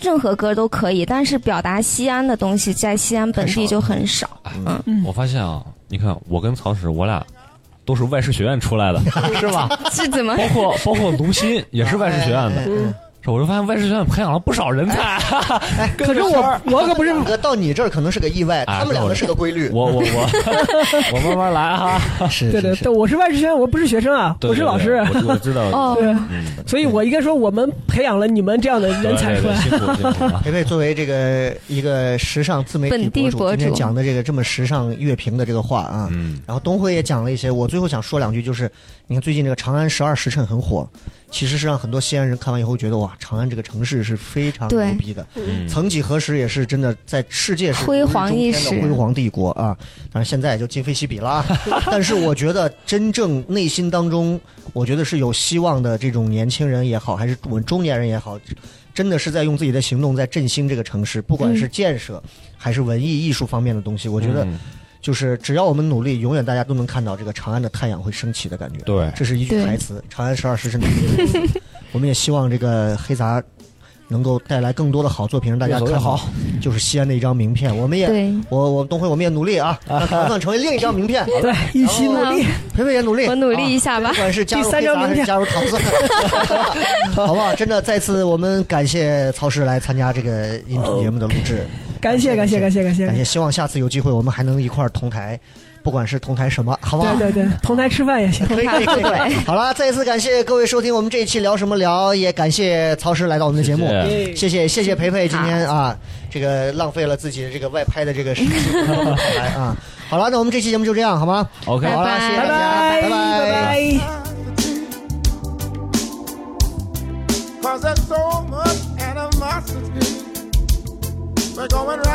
S4: 任何歌都可以，但是表达西安的东西在西安本地就很少。
S3: 我发现啊，你看我跟曹石，我俩都是 外事学院出来的，是吧？
S4: 是怎么？
S3: 包括包括卢鑫也是外事学院的，
S2: 哎哎哎
S3: 我就发现外事学院培养了不少人才。
S2: 哎，
S5: 可是我我可不是
S2: 大哥到你这儿可能是个意外，
S3: 哎
S2: 他们两个是个规律。
S3: 我我我我 慢慢来啊哈。
S2: 是
S5: 对对
S2: 是是
S5: 对，我是外事学院，我不是学生啊，
S3: 对
S5: 我是老师。
S3: 对对我我 知道。
S4: 哦
S5: 对，
S3: 嗯
S5: 所以我应该说，我们培养了你们这样的人才出来。
S3: 对对对辛苦辛苦了。啊
S2: 培培作为这个一个时尚自媒体
S4: 本地
S2: 博主，
S4: 博主
S2: 今天讲的这个这么时尚乐评的这个话啊，
S3: 嗯，
S2: 然后东辉也讲了一些。我最后想说两句，就是你看最近这个《长安十二时辰》很火，其实是让很多西安人看完以后觉得哇，长安这个城市是非常
S4: 对
S2: 牛逼的。
S3: 嗯
S2: 曾几何时也是真的在世界是
S4: 辉煌一
S2: 如
S4: 时
S2: 日中天的辉煌帝国啊！当然现在也就今非昔比啦。 但是我觉得真正内心当中，我觉得是有希望的这种年轻人也好，还是我们中年人也好，真的是在用自己的行动在振兴这个城市，不管是建设还是文艺艺术方面的东西，我觉得
S3: 嗯
S2: 就是只要我们努力，永远大家都能看到这个长安的太阳会升起的感觉。
S6: 对
S2: 这是一句
S4: 对
S2: 台词，《长安十二时辰》的。我们也希望这个黑杂能够带来更多的好作品，让大家
S6: 越走
S2: 看
S6: 越
S2: 到
S6: 好，
S2: 就是西安的一张名片。我们也，
S4: 对，
S2: 我我东辉，我们也努力啊，让唐钻成为另一张名片。
S5: 对，一起努力。
S2: 培培也努力，啊
S4: 我努力一下吧
S2: 不。管是加入
S5: 第三
S2: 黑
S5: 张
S2: 杂还
S5: 名
S2: 是
S5: 片
S2: 加入唐 钻，好不好？真的，再次我们感谢曹石来参加这个音频节目的录制。
S5: 感谢感谢感谢感谢
S2: 感谢，希望下次有机会我们还能一块儿同台，不管是同台什么，好不好？
S5: 对对对，同台吃饭 也行。
S2: 可以可以可以可以。好了，再一次感谢各位收听我们这一期聊什么聊，也感谢曹石来到我们的节目，
S3: 谢
S2: 谢谢谢谢培培今天啊，这个浪费了自己的这个外拍的这个时间 来啊。好了，那我们这期节目就这样，好吗？
S3: OK，
S5: 哎
S2: 好了，
S4: 拜拜
S2: 谢谢
S5: 拜
S2: 大家，
S5: 拜
S2: 拜
S5: 拜拜。
S7: Cause there's so much animosity. We're going round.